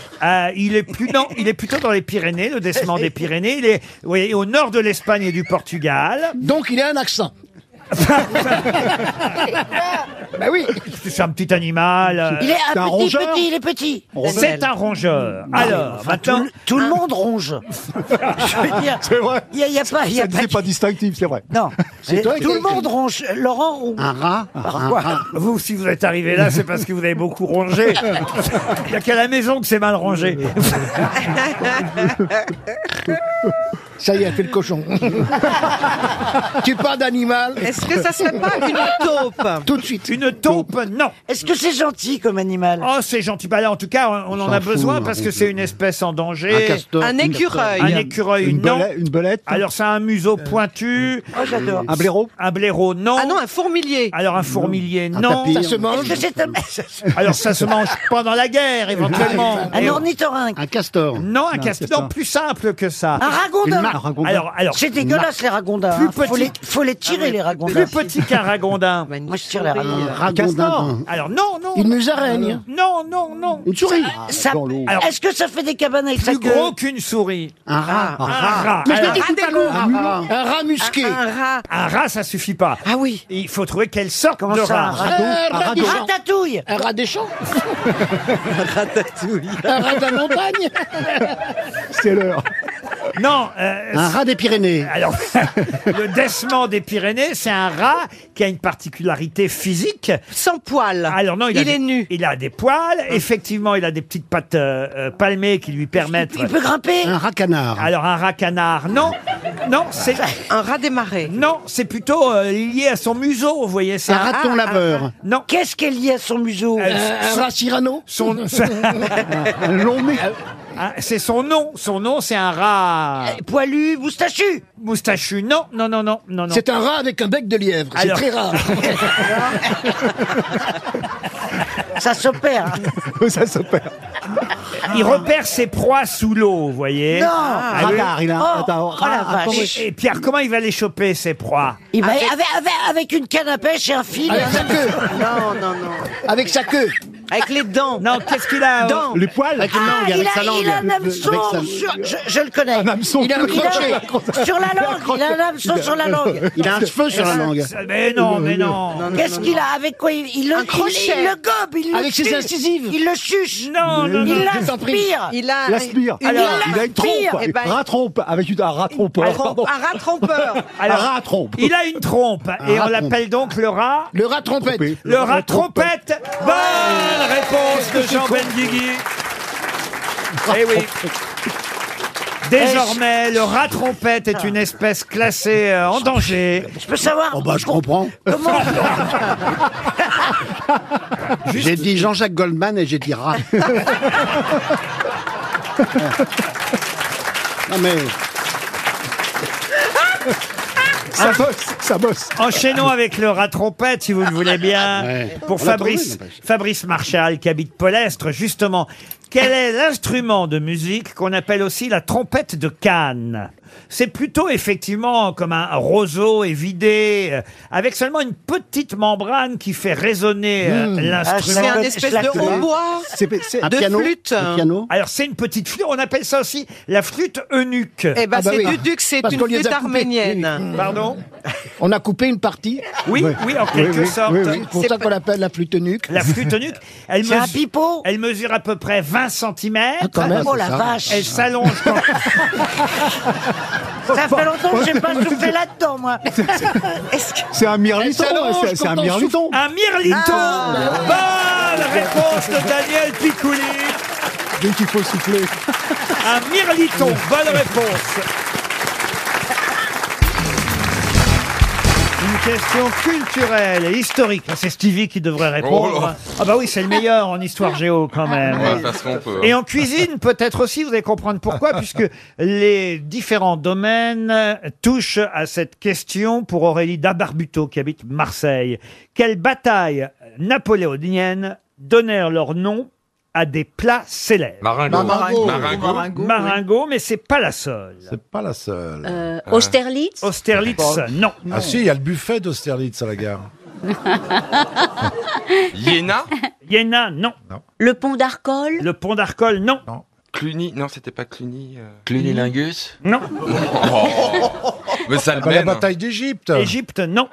[SPEAKER 1] Il est plus non, il est plutôt dans les Pyrénées, le décement des Pyrénées. Il est, vous voyez, au nord de l'Espagne et du Portugal. Donc il a un accent. bah oui. C'est un petit animal. euh,
[SPEAKER 2] Il est un petit, petit, il est petit.
[SPEAKER 1] C'est un rongeur. Alors,
[SPEAKER 2] Enfin, tout,
[SPEAKER 1] maintenant,
[SPEAKER 2] le- tout le monde ronge. Je veux dire,
[SPEAKER 1] C'est vrai.
[SPEAKER 2] Il n'y a, il y a pas. il Y a pas...
[SPEAKER 1] pas distinctif, c'est vrai.
[SPEAKER 2] Non.
[SPEAKER 1] C'est toi qui
[SPEAKER 2] tout
[SPEAKER 1] as
[SPEAKER 2] le
[SPEAKER 1] écrit.
[SPEAKER 2] monde ronge. Laurent ronge.
[SPEAKER 1] Un rat
[SPEAKER 2] Pourquoi rat.
[SPEAKER 1] Ah, Vous, si vous êtes arrivé là, c'est parce que vous avez beaucoup rongé. Il n'y a qu'à la maison que c'est mal rangé.
[SPEAKER 7] Ça y est, elle fait le cochon. tu parles d'animal.
[SPEAKER 2] Est-ce que ça serait pas une taupe
[SPEAKER 1] Tout de suite. Une taupe, non.
[SPEAKER 2] Est-ce que c'est gentil comme animal
[SPEAKER 1] Oh, c'est gentil. Bah là, en tout cas, on, on en
[SPEAKER 2] s'en
[SPEAKER 1] a
[SPEAKER 2] fout,
[SPEAKER 1] besoin
[SPEAKER 2] on
[SPEAKER 1] parce
[SPEAKER 2] s'en
[SPEAKER 1] que
[SPEAKER 2] fout.
[SPEAKER 1] c'est une espèce en danger.
[SPEAKER 2] Un castor, Un une écureuil.
[SPEAKER 1] Un
[SPEAKER 2] castor.
[SPEAKER 1] écureuil,
[SPEAKER 2] Une
[SPEAKER 1] non.
[SPEAKER 2] belette-
[SPEAKER 1] une belette. Alors, c'est un museau pointu.
[SPEAKER 2] Oh, j'adore.
[SPEAKER 1] Un blaireau Un blaireau, non. Ah non,
[SPEAKER 2] un fourmilier.
[SPEAKER 1] Alors, un fourmilier,
[SPEAKER 2] Un
[SPEAKER 1] non.
[SPEAKER 2] tapir. Ça se mange Est-ce que c'est
[SPEAKER 1] Alors, ça se mange pendant la guerre, éventuellement.
[SPEAKER 2] Un ornithorynque.
[SPEAKER 1] Un castor. Non, un castor. Non, plus simple que ça.
[SPEAKER 2] Un Ah, ragondin.
[SPEAKER 1] Alors, alors.
[SPEAKER 2] c'est dégueulasse les ragondins.
[SPEAKER 1] Plus
[SPEAKER 2] hein. Faut
[SPEAKER 1] petit- Ah
[SPEAKER 2] les, faut les tirer les ragondins.
[SPEAKER 1] Plus petit qu'un ragondin.
[SPEAKER 2] Moi je tire les ragondins.
[SPEAKER 1] Castor. Alors non, non.
[SPEAKER 2] Une musaraigne.
[SPEAKER 1] Non, non, non.
[SPEAKER 2] Euh. Une souris. Ah,
[SPEAKER 1] Alors-
[SPEAKER 2] Est-ce que ça fait des cabanes avec sa
[SPEAKER 1] Plus
[SPEAKER 2] queue
[SPEAKER 1] gros qu'une Euh, souris. Un rat. Un
[SPEAKER 2] rat.
[SPEAKER 1] rat.
[SPEAKER 2] Mais je
[SPEAKER 1] Alors-
[SPEAKER 2] l'ai dit tout à l'heure. Un rat.
[SPEAKER 7] Un rat musqué.
[SPEAKER 2] Un- un rat.
[SPEAKER 1] Un rat, ça suffit pas. Ah oui. Il faut trouver quelle sorte de
[SPEAKER 2] ça,
[SPEAKER 1] rat.
[SPEAKER 2] un radeau Un Un rat des radeau. champs.
[SPEAKER 7] ratatouille. Un rat des champs.
[SPEAKER 2] Ratatouille.
[SPEAKER 7] Un rat de la montagne.
[SPEAKER 1] C'est l'heure. Non. un rat des Pyrénées. Alors, le décement des Pyrénées, c'est un rat qui a une particularité physique. Sans poils. Alors non, il, Ah. a
[SPEAKER 2] Il
[SPEAKER 1] des-
[SPEAKER 2] est nu.
[SPEAKER 1] Il a des poils. Effectivement, il a des petites pattes euh, euh, palmées qui lui permettent.
[SPEAKER 2] Il peut grimper Un
[SPEAKER 1] rat canard. Alors un rat canard, non. Non, c'est un rat des marais. Non, c'est plutôt euh, lié à son museau, vous voyez. c'est
[SPEAKER 2] Un raton laveur.
[SPEAKER 1] Non.
[SPEAKER 2] Qu'est-ce qui est lié à son museau
[SPEAKER 1] Euh, son- son- Un long nez. Ah, C'est son nom. Son nom, c'est un rat.
[SPEAKER 2] Poilu, moustachu.
[SPEAKER 1] Moustachu, non, non, non, non, non. non.
[SPEAKER 7] C'est un rat avec un bec de lièvre. C'est
[SPEAKER 1] Alors-
[SPEAKER 7] très rare.
[SPEAKER 2] Ça s'opère.
[SPEAKER 1] Ça s'opère. Il repère ses proies sous l'eau, vous voyez.
[SPEAKER 2] Non.
[SPEAKER 1] Ah oui.
[SPEAKER 2] Radar, il a- Oh, attends, oh la attends, vache.
[SPEAKER 1] Et, et Pierre, comment il va les choper, ses proies
[SPEAKER 2] Il va avec... Avec, avec une canne à pêche et un fil.
[SPEAKER 7] Avec sa queue.
[SPEAKER 2] Non, non, non.
[SPEAKER 7] Avec sa queue.
[SPEAKER 2] Avec les dents.
[SPEAKER 1] Non, qu'est-ce qu'il a euh
[SPEAKER 2] Dents.
[SPEAKER 7] Les poils. Avec une
[SPEAKER 2] Ah,
[SPEAKER 7] langue,
[SPEAKER 2] il
[SPEAKER 7] avec
[SPEAKER 2] a,
[SPEAKER 7] sa langue.
[SPEAKER 2] Il a un
[SPEAKER 7] Le-
[SPEAKER 2] hameçon
[SPEAKER 7] avec sa-
[SPEAKER 2] sur... Je, je le connais. Un hameçon. Il a un
[SPEAKER 7] Il a-
[SPEAKER 2] crochet. sur la langue. Il a un hameçon sur la langue.
[SPEAKER 7] Il a un cheveu sur la langue.
[SPEAKER 1] Mais non, mais non.
[SPEAKER 2] Qu'est-ce qu'il a Avec quoi il, il le, il-
[SPEAKER 7] crochet.
[SPEAKER 2] il le gobe, il le
[SPEAKER 7] Avec ses
[SPEAKER 2] tue,
[SPEAKER 7] incisives.
[SPEAKER 2] Il le chuche.
[SPEAKER 1] Non,
[SPEAKER 2] il
[SPEAKER 32] non, non.
[SPEAKER 2] l'aspire.
[SPEAKER 32] Il a- L'aspire.
[SPEAKER 2] Il
[SPEAKER 32] Alors, il a une
[SPEAKER 2] l'aspire.
[SPEAKER 7] Eh
[SPEAKER 32] trompe.
[SPEAKER 7] ben,
[SPEAKER 32] Rat trompe avec une, un rat trompeur. pardon.
[SPEAKER 2] rat trompeur.
[SPEAKER 32] un rat trompe.
[SPEAKER 1] Il a une trompe
[SPEAKER 32] Un
[SPEAKER 1] et
[SPEAKER 32] rat
[SPEAKER 1] on l'appelle donc le rat.
[SPEAKER 7] Le rat trompette.
[SPEAKER 1] Le rat trompette. Bonne réponse de
[SPEAKER 7] Qu'est-ce que
[SPEAKER 1] Jean
[SPEAKER 7] c'est con.
[SPEAKER 1] Benguigui. Eh oui. Désormais, le rat trompette est une espèce classée euh, en danger.
[SPEAKER 2] Je peux savoir
[SPEAKER 1] Oh bah je comprends.
[SPEAKER 2] Comment
[SPEAKER 6] J'ai dit Jean-Jacques Goldman et j'ai dit rat. non mais.
[SPEAKER 1] Ça bosse, ça bosse. Ah. Enchaînons avec le rat trompette, si vous le voulez bien,
[SPEAKER 6] Ouais.
[SPEAKER 1] pour
[SPEAKER 6] On l'a trouvé,
[SPEAKER 1] Fabrice,
[SPEAKER 6] n'empêche.
[SPEAKER 1] Fabrice Marchal, qui habite Polestre, justement. Quel est l'instru- instrument de musique qu'on appelle aussi la trompette de Cannes. C'est plutôt effectivement comme un roseau évidé, euh, avec seulement une petite membrane qui fait résonner euh,
[SPEAKER 10] Mmh.
[SPEAKER 1] l'instrument.
[SPEAKER 10] Ah, c'est un espèce de hautbois,
[SPEAKER 13] C'est- c'est un
[SPEAKER 1] de
[SPEAKER 13] piano,
[SPEAKER 1] flûte.
[SPEAKER 13] un piano.
[SPEAKER 1] Alors c'est une petite flûte, on appelle ça aussi la flûte eunuque.
[SPEAKER 13] Eh ben, Ah bah c'est oui. du duc,
[SPEAKER 8] c'est Parce une qu'on les a flûte coupées. arménienne. Oui, oui.
[SPEAKER 1] Mm. Pardon
[SPEAKER 8] On a coupé une partie
[SPEAKER 1] Oui, oui, en quelque sorte.
[SPEAKER 8] oui, oui. C'est pour ça qu'on l'appelle la flûte nuque.
[SPEAKER 1] La flûte nuque, elle,
[SPEAKER 8] C'est un
[SPEAKER 1] mesure- elle mesure à peu près 20 cm.
[SPEAKER 13] Ah,
[SPEAKER 8] quand même, Oh, la ça. vache.
[SPEAKER 1] Elle s'allonge
[SPEAKER 10] Ça fait longtemps que
[SPEAKER 20] Oh,
[SPEAKER 10] j'ai pas soufflé là-dedans, moi. Est-ce que-
[SPEAKER 14] C'est un mirliton, ouais, c'est- c'est un mirliton.
[SPEAKER 1] Un mirliton
[SPEAKER 20] Ah.
[SPEAKER 1] Bonne Ah, réponse de Daniel Picouli
[SPEAKER 14] Dès qu'il faut souffler.
[SPEAKER 1] Un mirliton, bonne réponse Une question culturelle et historique. C'est Stevie qui devrait
[SPEAKER 6] Oh
[SPEAKER 1] répondre.
[SPEAKER 6] là.
[SPEAKER 1] ah bah oui, c'est le meilleur en histoire géo quand même.
[SPEAKER 6] On va faire ce qu'on peut.
[SPEAKER 1] Et en cuisine, peut-être aussi, vous allez comprendre pourquoi, puisque les différents domaines touchent à cette question pour Aurélie Dabarbuto, qui habite Marseille. Quelles batailles napoléoniennes donnèrent leur nom à des plats célèbres
[SPEAKER 17] Maringo. Maringo. Maringo.
[SPEAKER 1] Maringo, mais c'est pas la seule. C'est
[SPEAKER 17] Pas la seule.
[SPEAKER 3] Euh, Austerlitz
[SPEAKER 1] Austerlitz, non.
[SPEAKER 17] Ah si, il y a le buffet d'Austerlitz à la gare.
[SPEAKER 6] Iéna
[SPEAKER 1] Iéna, non.
[SPEAKER 3] Le pont d'Arcole
[SPEAKER 1] Le pont d'Arcole, non.
[SPEAKER 6] Cluny, non, c'était pas Cluny. euh.
[SPEAKER 7] Clunilingus Ah
[SPEAKER 1] Non.
[SPEAKER 6] Oh. Mais ça le
[SPEAKER 17] Bah, la
[SPEAKER 6] mène.
[SPEAKER 17] bataille d'Égypte.
[SPEAKER 1] Égypte, non.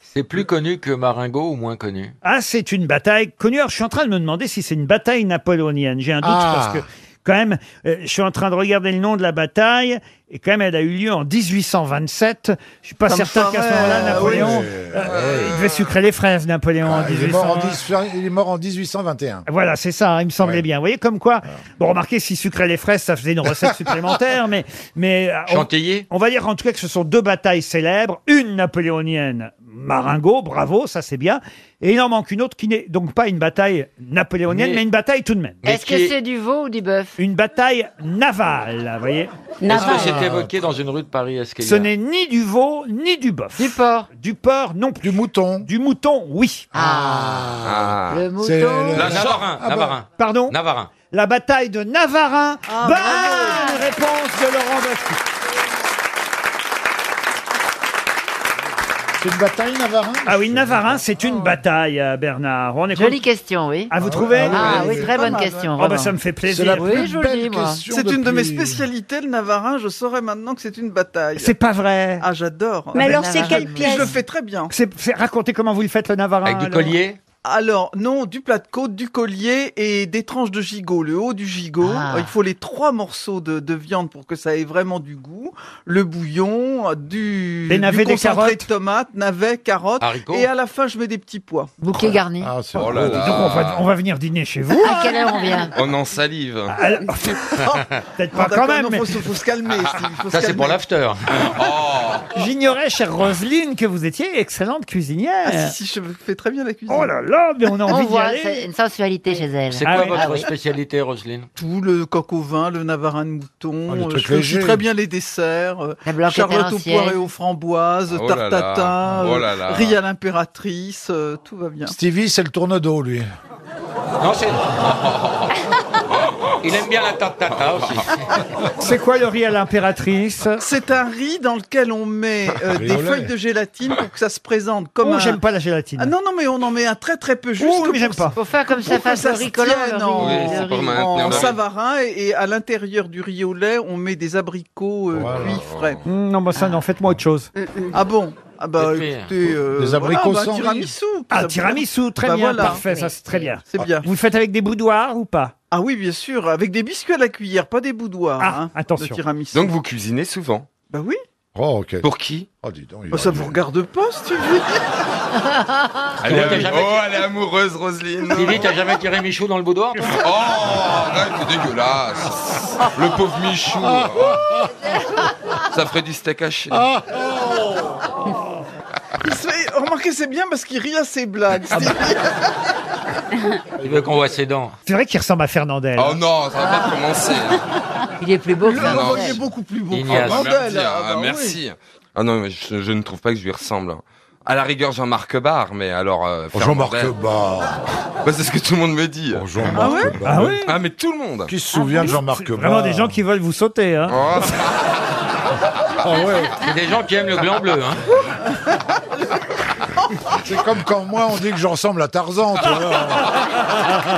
[SPEAKER 7] C'est plus connu que Maringo ou moins connu
[SPEAKER 1] Ah, c'est une bataille connue. Alors, je suis en train de me demander si c'est une bataille napoléonienne. J'ai un doute
[SPEAKER 7] Ah.
[SPEAKER 1] parce que, quand même, euh, je suis en train de regarder le nom de la bataille. Et quand même, elle a eu lieu en 1827. Je suis pas
[SPEAKER 17] Ça me
[SPEAKER 1] certain qu'à ce
[SPEAKER 17] paraît,
[SPEAKER 1] moment-là,
[SPEAKER 17] euh,
[SPEAKER 1] Napoléon,
[SPEAKER 17] oui. Ah,
[SPEAKER 1] euh, il devait sucrer les fraises, Napoléon, en
[SPEAKER 17] Il est, mort en
[SPEAKER 1] 1820.
[SPEAKER 17] 18 il est mort en 1821.
[SPEAKER 1] Voilà, c'est ça, hein, il me semblait bien. Vous voyez, comme quoi, bon, remarquez, si sucrer les fraises, ça faisait une recette supplémentaire, mais. mais euh, on-
[SPEAKER 7] Chantilly
[SPEAKER 1] on va dire en tout cas que ce sont deux batailles célèbres, une napoléonienne, Maringo, bravo, ça c'est bien, et il en manque une autre qui n'est donc pas une bataille napoléonienne, mais,
[SPEAKER 25] Mais-
[SPEAKER 1] une bataille tout de même.
[SPEAKER 25] Est-ce que c'est du veau ou du bœuf
[SPEAKER 1] Une bataille navale, vous voyez
[SPEAKER 7] Est-ce que c'est évoqué dans une rue de Paris Est-ce qu'il y
[SPEAKER 1] Ce
[SPEAKER 7] a-
[SPEAKER 1] n'est ni du veau, ni du bœuf. Du porc Du porc, non. Du mouton Du mouton, oui.
[SPEAKER 7] Ah.
[SPEAKER 1] Le mouton.
[SPEAKER 7] C'est
[SPEAKER 1] Le-
[SPEAKER 7] La Navarin.
[SPEAKER 1] Ah bah.
[SPEAKER 7] Navarin.
[SPEAKER 1] Pardon
[SPEAKER 7] Navarin.
[SPEAKER 1] La bataille de
[SPEAKER 25] Ah,
[SPEAKER 1] bah. Navarin.
[SPEAKER 25] bah.
[SPEAKER 1] Bonne réponse de Laurent Baffi.
[SPEAKER 17] C'est une bataille Navarin
[SPEAKER 1] Ah oui, Navarin, c'est une bataille, euh, Bernard. On est
[SPEAKER 25] Oh. Jolie
[SPEAKER 1] con-
[SPEAKER 25] question, oui.
[SPEAKER 1] Ah, vous trouvez
[SPEAKER 25] Ah oui, très
[SPEAKER 20] hein.
[SPEAKER 25] bonne question.
[SPEAKER 1] Oh, bah,
[SPEAKER 25] vraiment.
[SPEAKER 1] ça me fait plaisir.
[SPEAKER 25] Oui, jolie, moi.
[SPEAKER 20] C'est une de mes spécialités, le Navarin. Je saurais maintenant que c'est une bataille.
[SPEAKER 1] C'est pas vrai.
[SPEAKER 20] Ah, j'adore.
[SPEAKER 25] ben,
[SPEAKER 3] Mais alors, c'est quelle
[SPEAKER 20] Et
[SPEAKER 3] pièce
[SPEAKER 20] Je le fais très bien.
[SPEAKER 1] C'est, c'est- racontez comment vous le faites, le Navarin. alors.
[SPEAKER 20] alors, non, du plat de côte, du collier et des tranches de gigot. Le haut du gigot,
[SPEAKER 25] Ah.
[SPEAKER 20] euh, il faut les trois morceaux de, de viande pour que ça ait vraiment du goût. Le bouillon, euh, du,
[SPEAKER 1] Des navets,
[SPEAKER 20] du
[SPEAKER 1] des
[SPEAKER 20] concentré
[SPEAKER 1] carottes.
[SPEAKER 20] de tomates, navets, carottes.
[SPEAKER 1] Haricots.
[SPEAKER 20] Et à la fin, je mets des petits pois.
[SPEAKER 25] Bouquet garni.
[SPEAKER 7] Ah,
[SPEAKER 17] Oh
[SPEAKER 1] Oh, dis donc, on, va, on va venir dîner chez vous.
[SPEAKER 25] À quelle heure on vient
[SPEAKER 6] On en salive.
[SPEAKER 1] Alors- Peut-être pas quand même. mais-
[SPEAKER 20] Il faut, faut se calmer. Steve, faut se
[SPEAKER 7] Ça, c'est
[SPEAKER 20] calmer.
[SPEAKER 7] pour l'after.
[SPEAKER 1] J'ignorais, chère Roselyne, que vous étiez excellente cuisinière.
[SPEAKER 20] Ah, si, si, je fais très bien la cuisine.
[SPEAKER 1] Oh là là, mais on a
[SPEAKER 25] On
[SPEAKER 1] envie d'y
[SPEAKER 25] voit,
[SPEAKER 1] aller.
[SPEAKER 25] c'est une sensualité chez elle.
[SPEAKER 7] C'est
[SPEAKER 1] Ah
[SPEAKER 7] quoi
[SPEAKER 1] oui.
[SPEAKER 7] votre
[SPEAKER 1] Ah oui.
[SPEAKER 7] spécialité, Roselyne
[SPEAKER 20] Tout le coq au vin, le navarin de mouton,
[SPEAKER 7] Oh, le
[SPEAKER 20] euh,
[SPEAKER 7] truc
[SPEAKER 20] je fais je fais
[SPEAKER 7] léger.
[SPEAKER 20] très bien les desserts, euh,
[SPEAKER 25] La blanquette à
[SPEAKER 20] charlotte aux
[SPEAKER 25] l'ancienne.
[SPEAKER 20] poires et aux framboises,
[SPEAKER 1] Ah,
[SPEAKER 17] Oh là là.
[SPEAKER 20] tartatin,
[SPEAKER 17] Oh
[SPEAKER 20] euh,
[SPEAKER 17] là là.
[SPEAKER 20] riz à l'impératrice, euh, tout va bien.
[SPEAKER 17] Stevie, c'est le tourne-dos, lui.
[SPEAKER 7] Non, c'est. Il aime bien la tartata aussi.
[SPEAKER 1] C'est quoi le riz à l'impératrice
[SPEAKER 20] C'est un riz dans lequel on met euh,
[SPEAKER 1] Ah, Riz
[SPEAKER 20] des
[SPEAKER 1] au lait.
[SPEAKER 20] feuilles de gélatine pour que ça se présente comme
[SPEAKER 1] Oh,
[SPEAKER 20] un...
[SPEAKER 1] j'aime pas la gélatine.
[SPEAKER 20] Ah non, non, mais on en met un très très peu juste
[SPEAKER 1] Oh, mais
[SPEAKER 20] pour
[SPEAKER 1] j'aime pas.
[SPEAKER 25] Faut faire comme ça
[SPEAKER 20] pour que
[SPEAKER 25] fasse le
[SPEAKER 20] se
[SPEAKER 25] riz collant, le
[SPEAKER 20] tienne
[SPEAKER 25] riz-
[SPEAKER 20] en,
[SPEAKER 25] Oui, c'est pour
[SPEAKER 20] en
[SPEAKER 25] maintenir le riz.
[SPEAKER 20] savarin et, et à l'intérieur du riz au lait, on met des abricots euh, cuits frais.
[SPEAKER 1] Hmm, Non, bah ça, non, faites-moi autre chose.
[SPEAKER 20] Ah bon Ah bah
[SPEAKER 1] Des
[SPEAKER 20] écoutez, euh,
[SPEAKER 1] Des
[SPEAKER 20] voilà,
[SPEAKER 1] abricots
[SPEAKER 20] bah, un
[SPEAKER 1] sans
[SPEAKER 20] tiramisu.
[SPEAKER 1] Ah,
[SPEAKER 20] Ça-
[SPEAKER 1] tiramisu, très
[SPEAKER 20] Bah
[SPEAKER 1] bien,
[SPEAKER 20] voilà.
[SPEAKER 1] parfait, ça c'est très bien.
[SPEAKER 20] C'est bien.
[SPEAKER 1] Vous le faites avec des boudoirs ou pas
[SPEAKER 20] Ah oui, bien sûr, avec des biscuits à la cuillère, pas des boudoirs.
[SPEAKER 1] Ah,
[SPEAKER 20] hein, de tiramisu.
[SPEAKER 6] Donc vous cuisinez souvent
[SPEAKER 20] Bah oui.
[SPEAKER 17] Oh, ok.
[SPEAKER 6] Pour qui
[SPEAKER 17] Oh, dis donc.
[SPEAKER 20] Bah, ça vous regarde pas, si tu veux
[SPEAKER 6] Elle
[SPEAKER 7] Toi, t'as
[SPEAKER 6] est-
[SPEAKER 7] jamais-
[SPEAKER 6] Oh, elle est amoureuse, Roselyne.
[SPEAKER 7] Sylvie, t'as jamais tiré Michou dans le boudoir toi
[SPEAKER 6] Oh, arrête, c'est dégueulasse. Le pauvre Michou. oh. Ça ferait du steak haché.
[SPEAKER 20] Ah. Oh. Il se fait- Remarquez, c'est bien parce qu'il rit à ses blagues.
[SPEAKER 7] Il veut qu'on voit ses dents.
[SPEAKER 1] C'est vrai qu'il ressemble à Fernandel. hein.
[SPEAKER 6] Oh non, ça va pas commencer.
[SPEAKER 25] Il est plus beau que
[SPEAKER 20] Le
[SPEAKER 6] Non,
[SPEAKER 20] Laurent,
[SPEAKER 6] non.
[SPEAKER 20] il est beaucoup plus beau.
[SPEAKER 6] Ignace.
[SPEAKER 17] hein.
[SPEAKER 20] que Mandel,
[SPEAKER 6] Merci,
[SPEAKER 20] ah,
[SPEAKER 6] ah,
[SPEAKER 20] bah oui.
[SPEAKER 6] merci. Ah non, mais je, je ne trouve pas que je lui ressemble.
[SPEAKER 17] hein. À la rigueur, Jean-Marc Barr, mais alors. euh,
[SPEAKER 10] Oh,
[SPEAKER 17] Fernandel-
[SPEAKER 10] Jean-Marc Barr.
[SPEAKER 17] Bah, c'est ce que tout le monde me dit.
[SPEAKER 10] Jean-Marc Ah ouais Barr. Ah ouais
[SPEAKER 17] Ah, mais tout le monde.
[SPEAKER 10] Qui se souvient de Jean-Marc Barr
[SPEAKER 1] Ah, Vraiment des gens qui veulent vous sauter. Hein.
[SPEAKER 6] Oh.
[SPEAKER 21] C'est des gens qui aiment Ah le gland bleu. Hein.
[SPEAKER 10] C'est comme quand moi on dit que je ressemble à Tarzan, tu vois.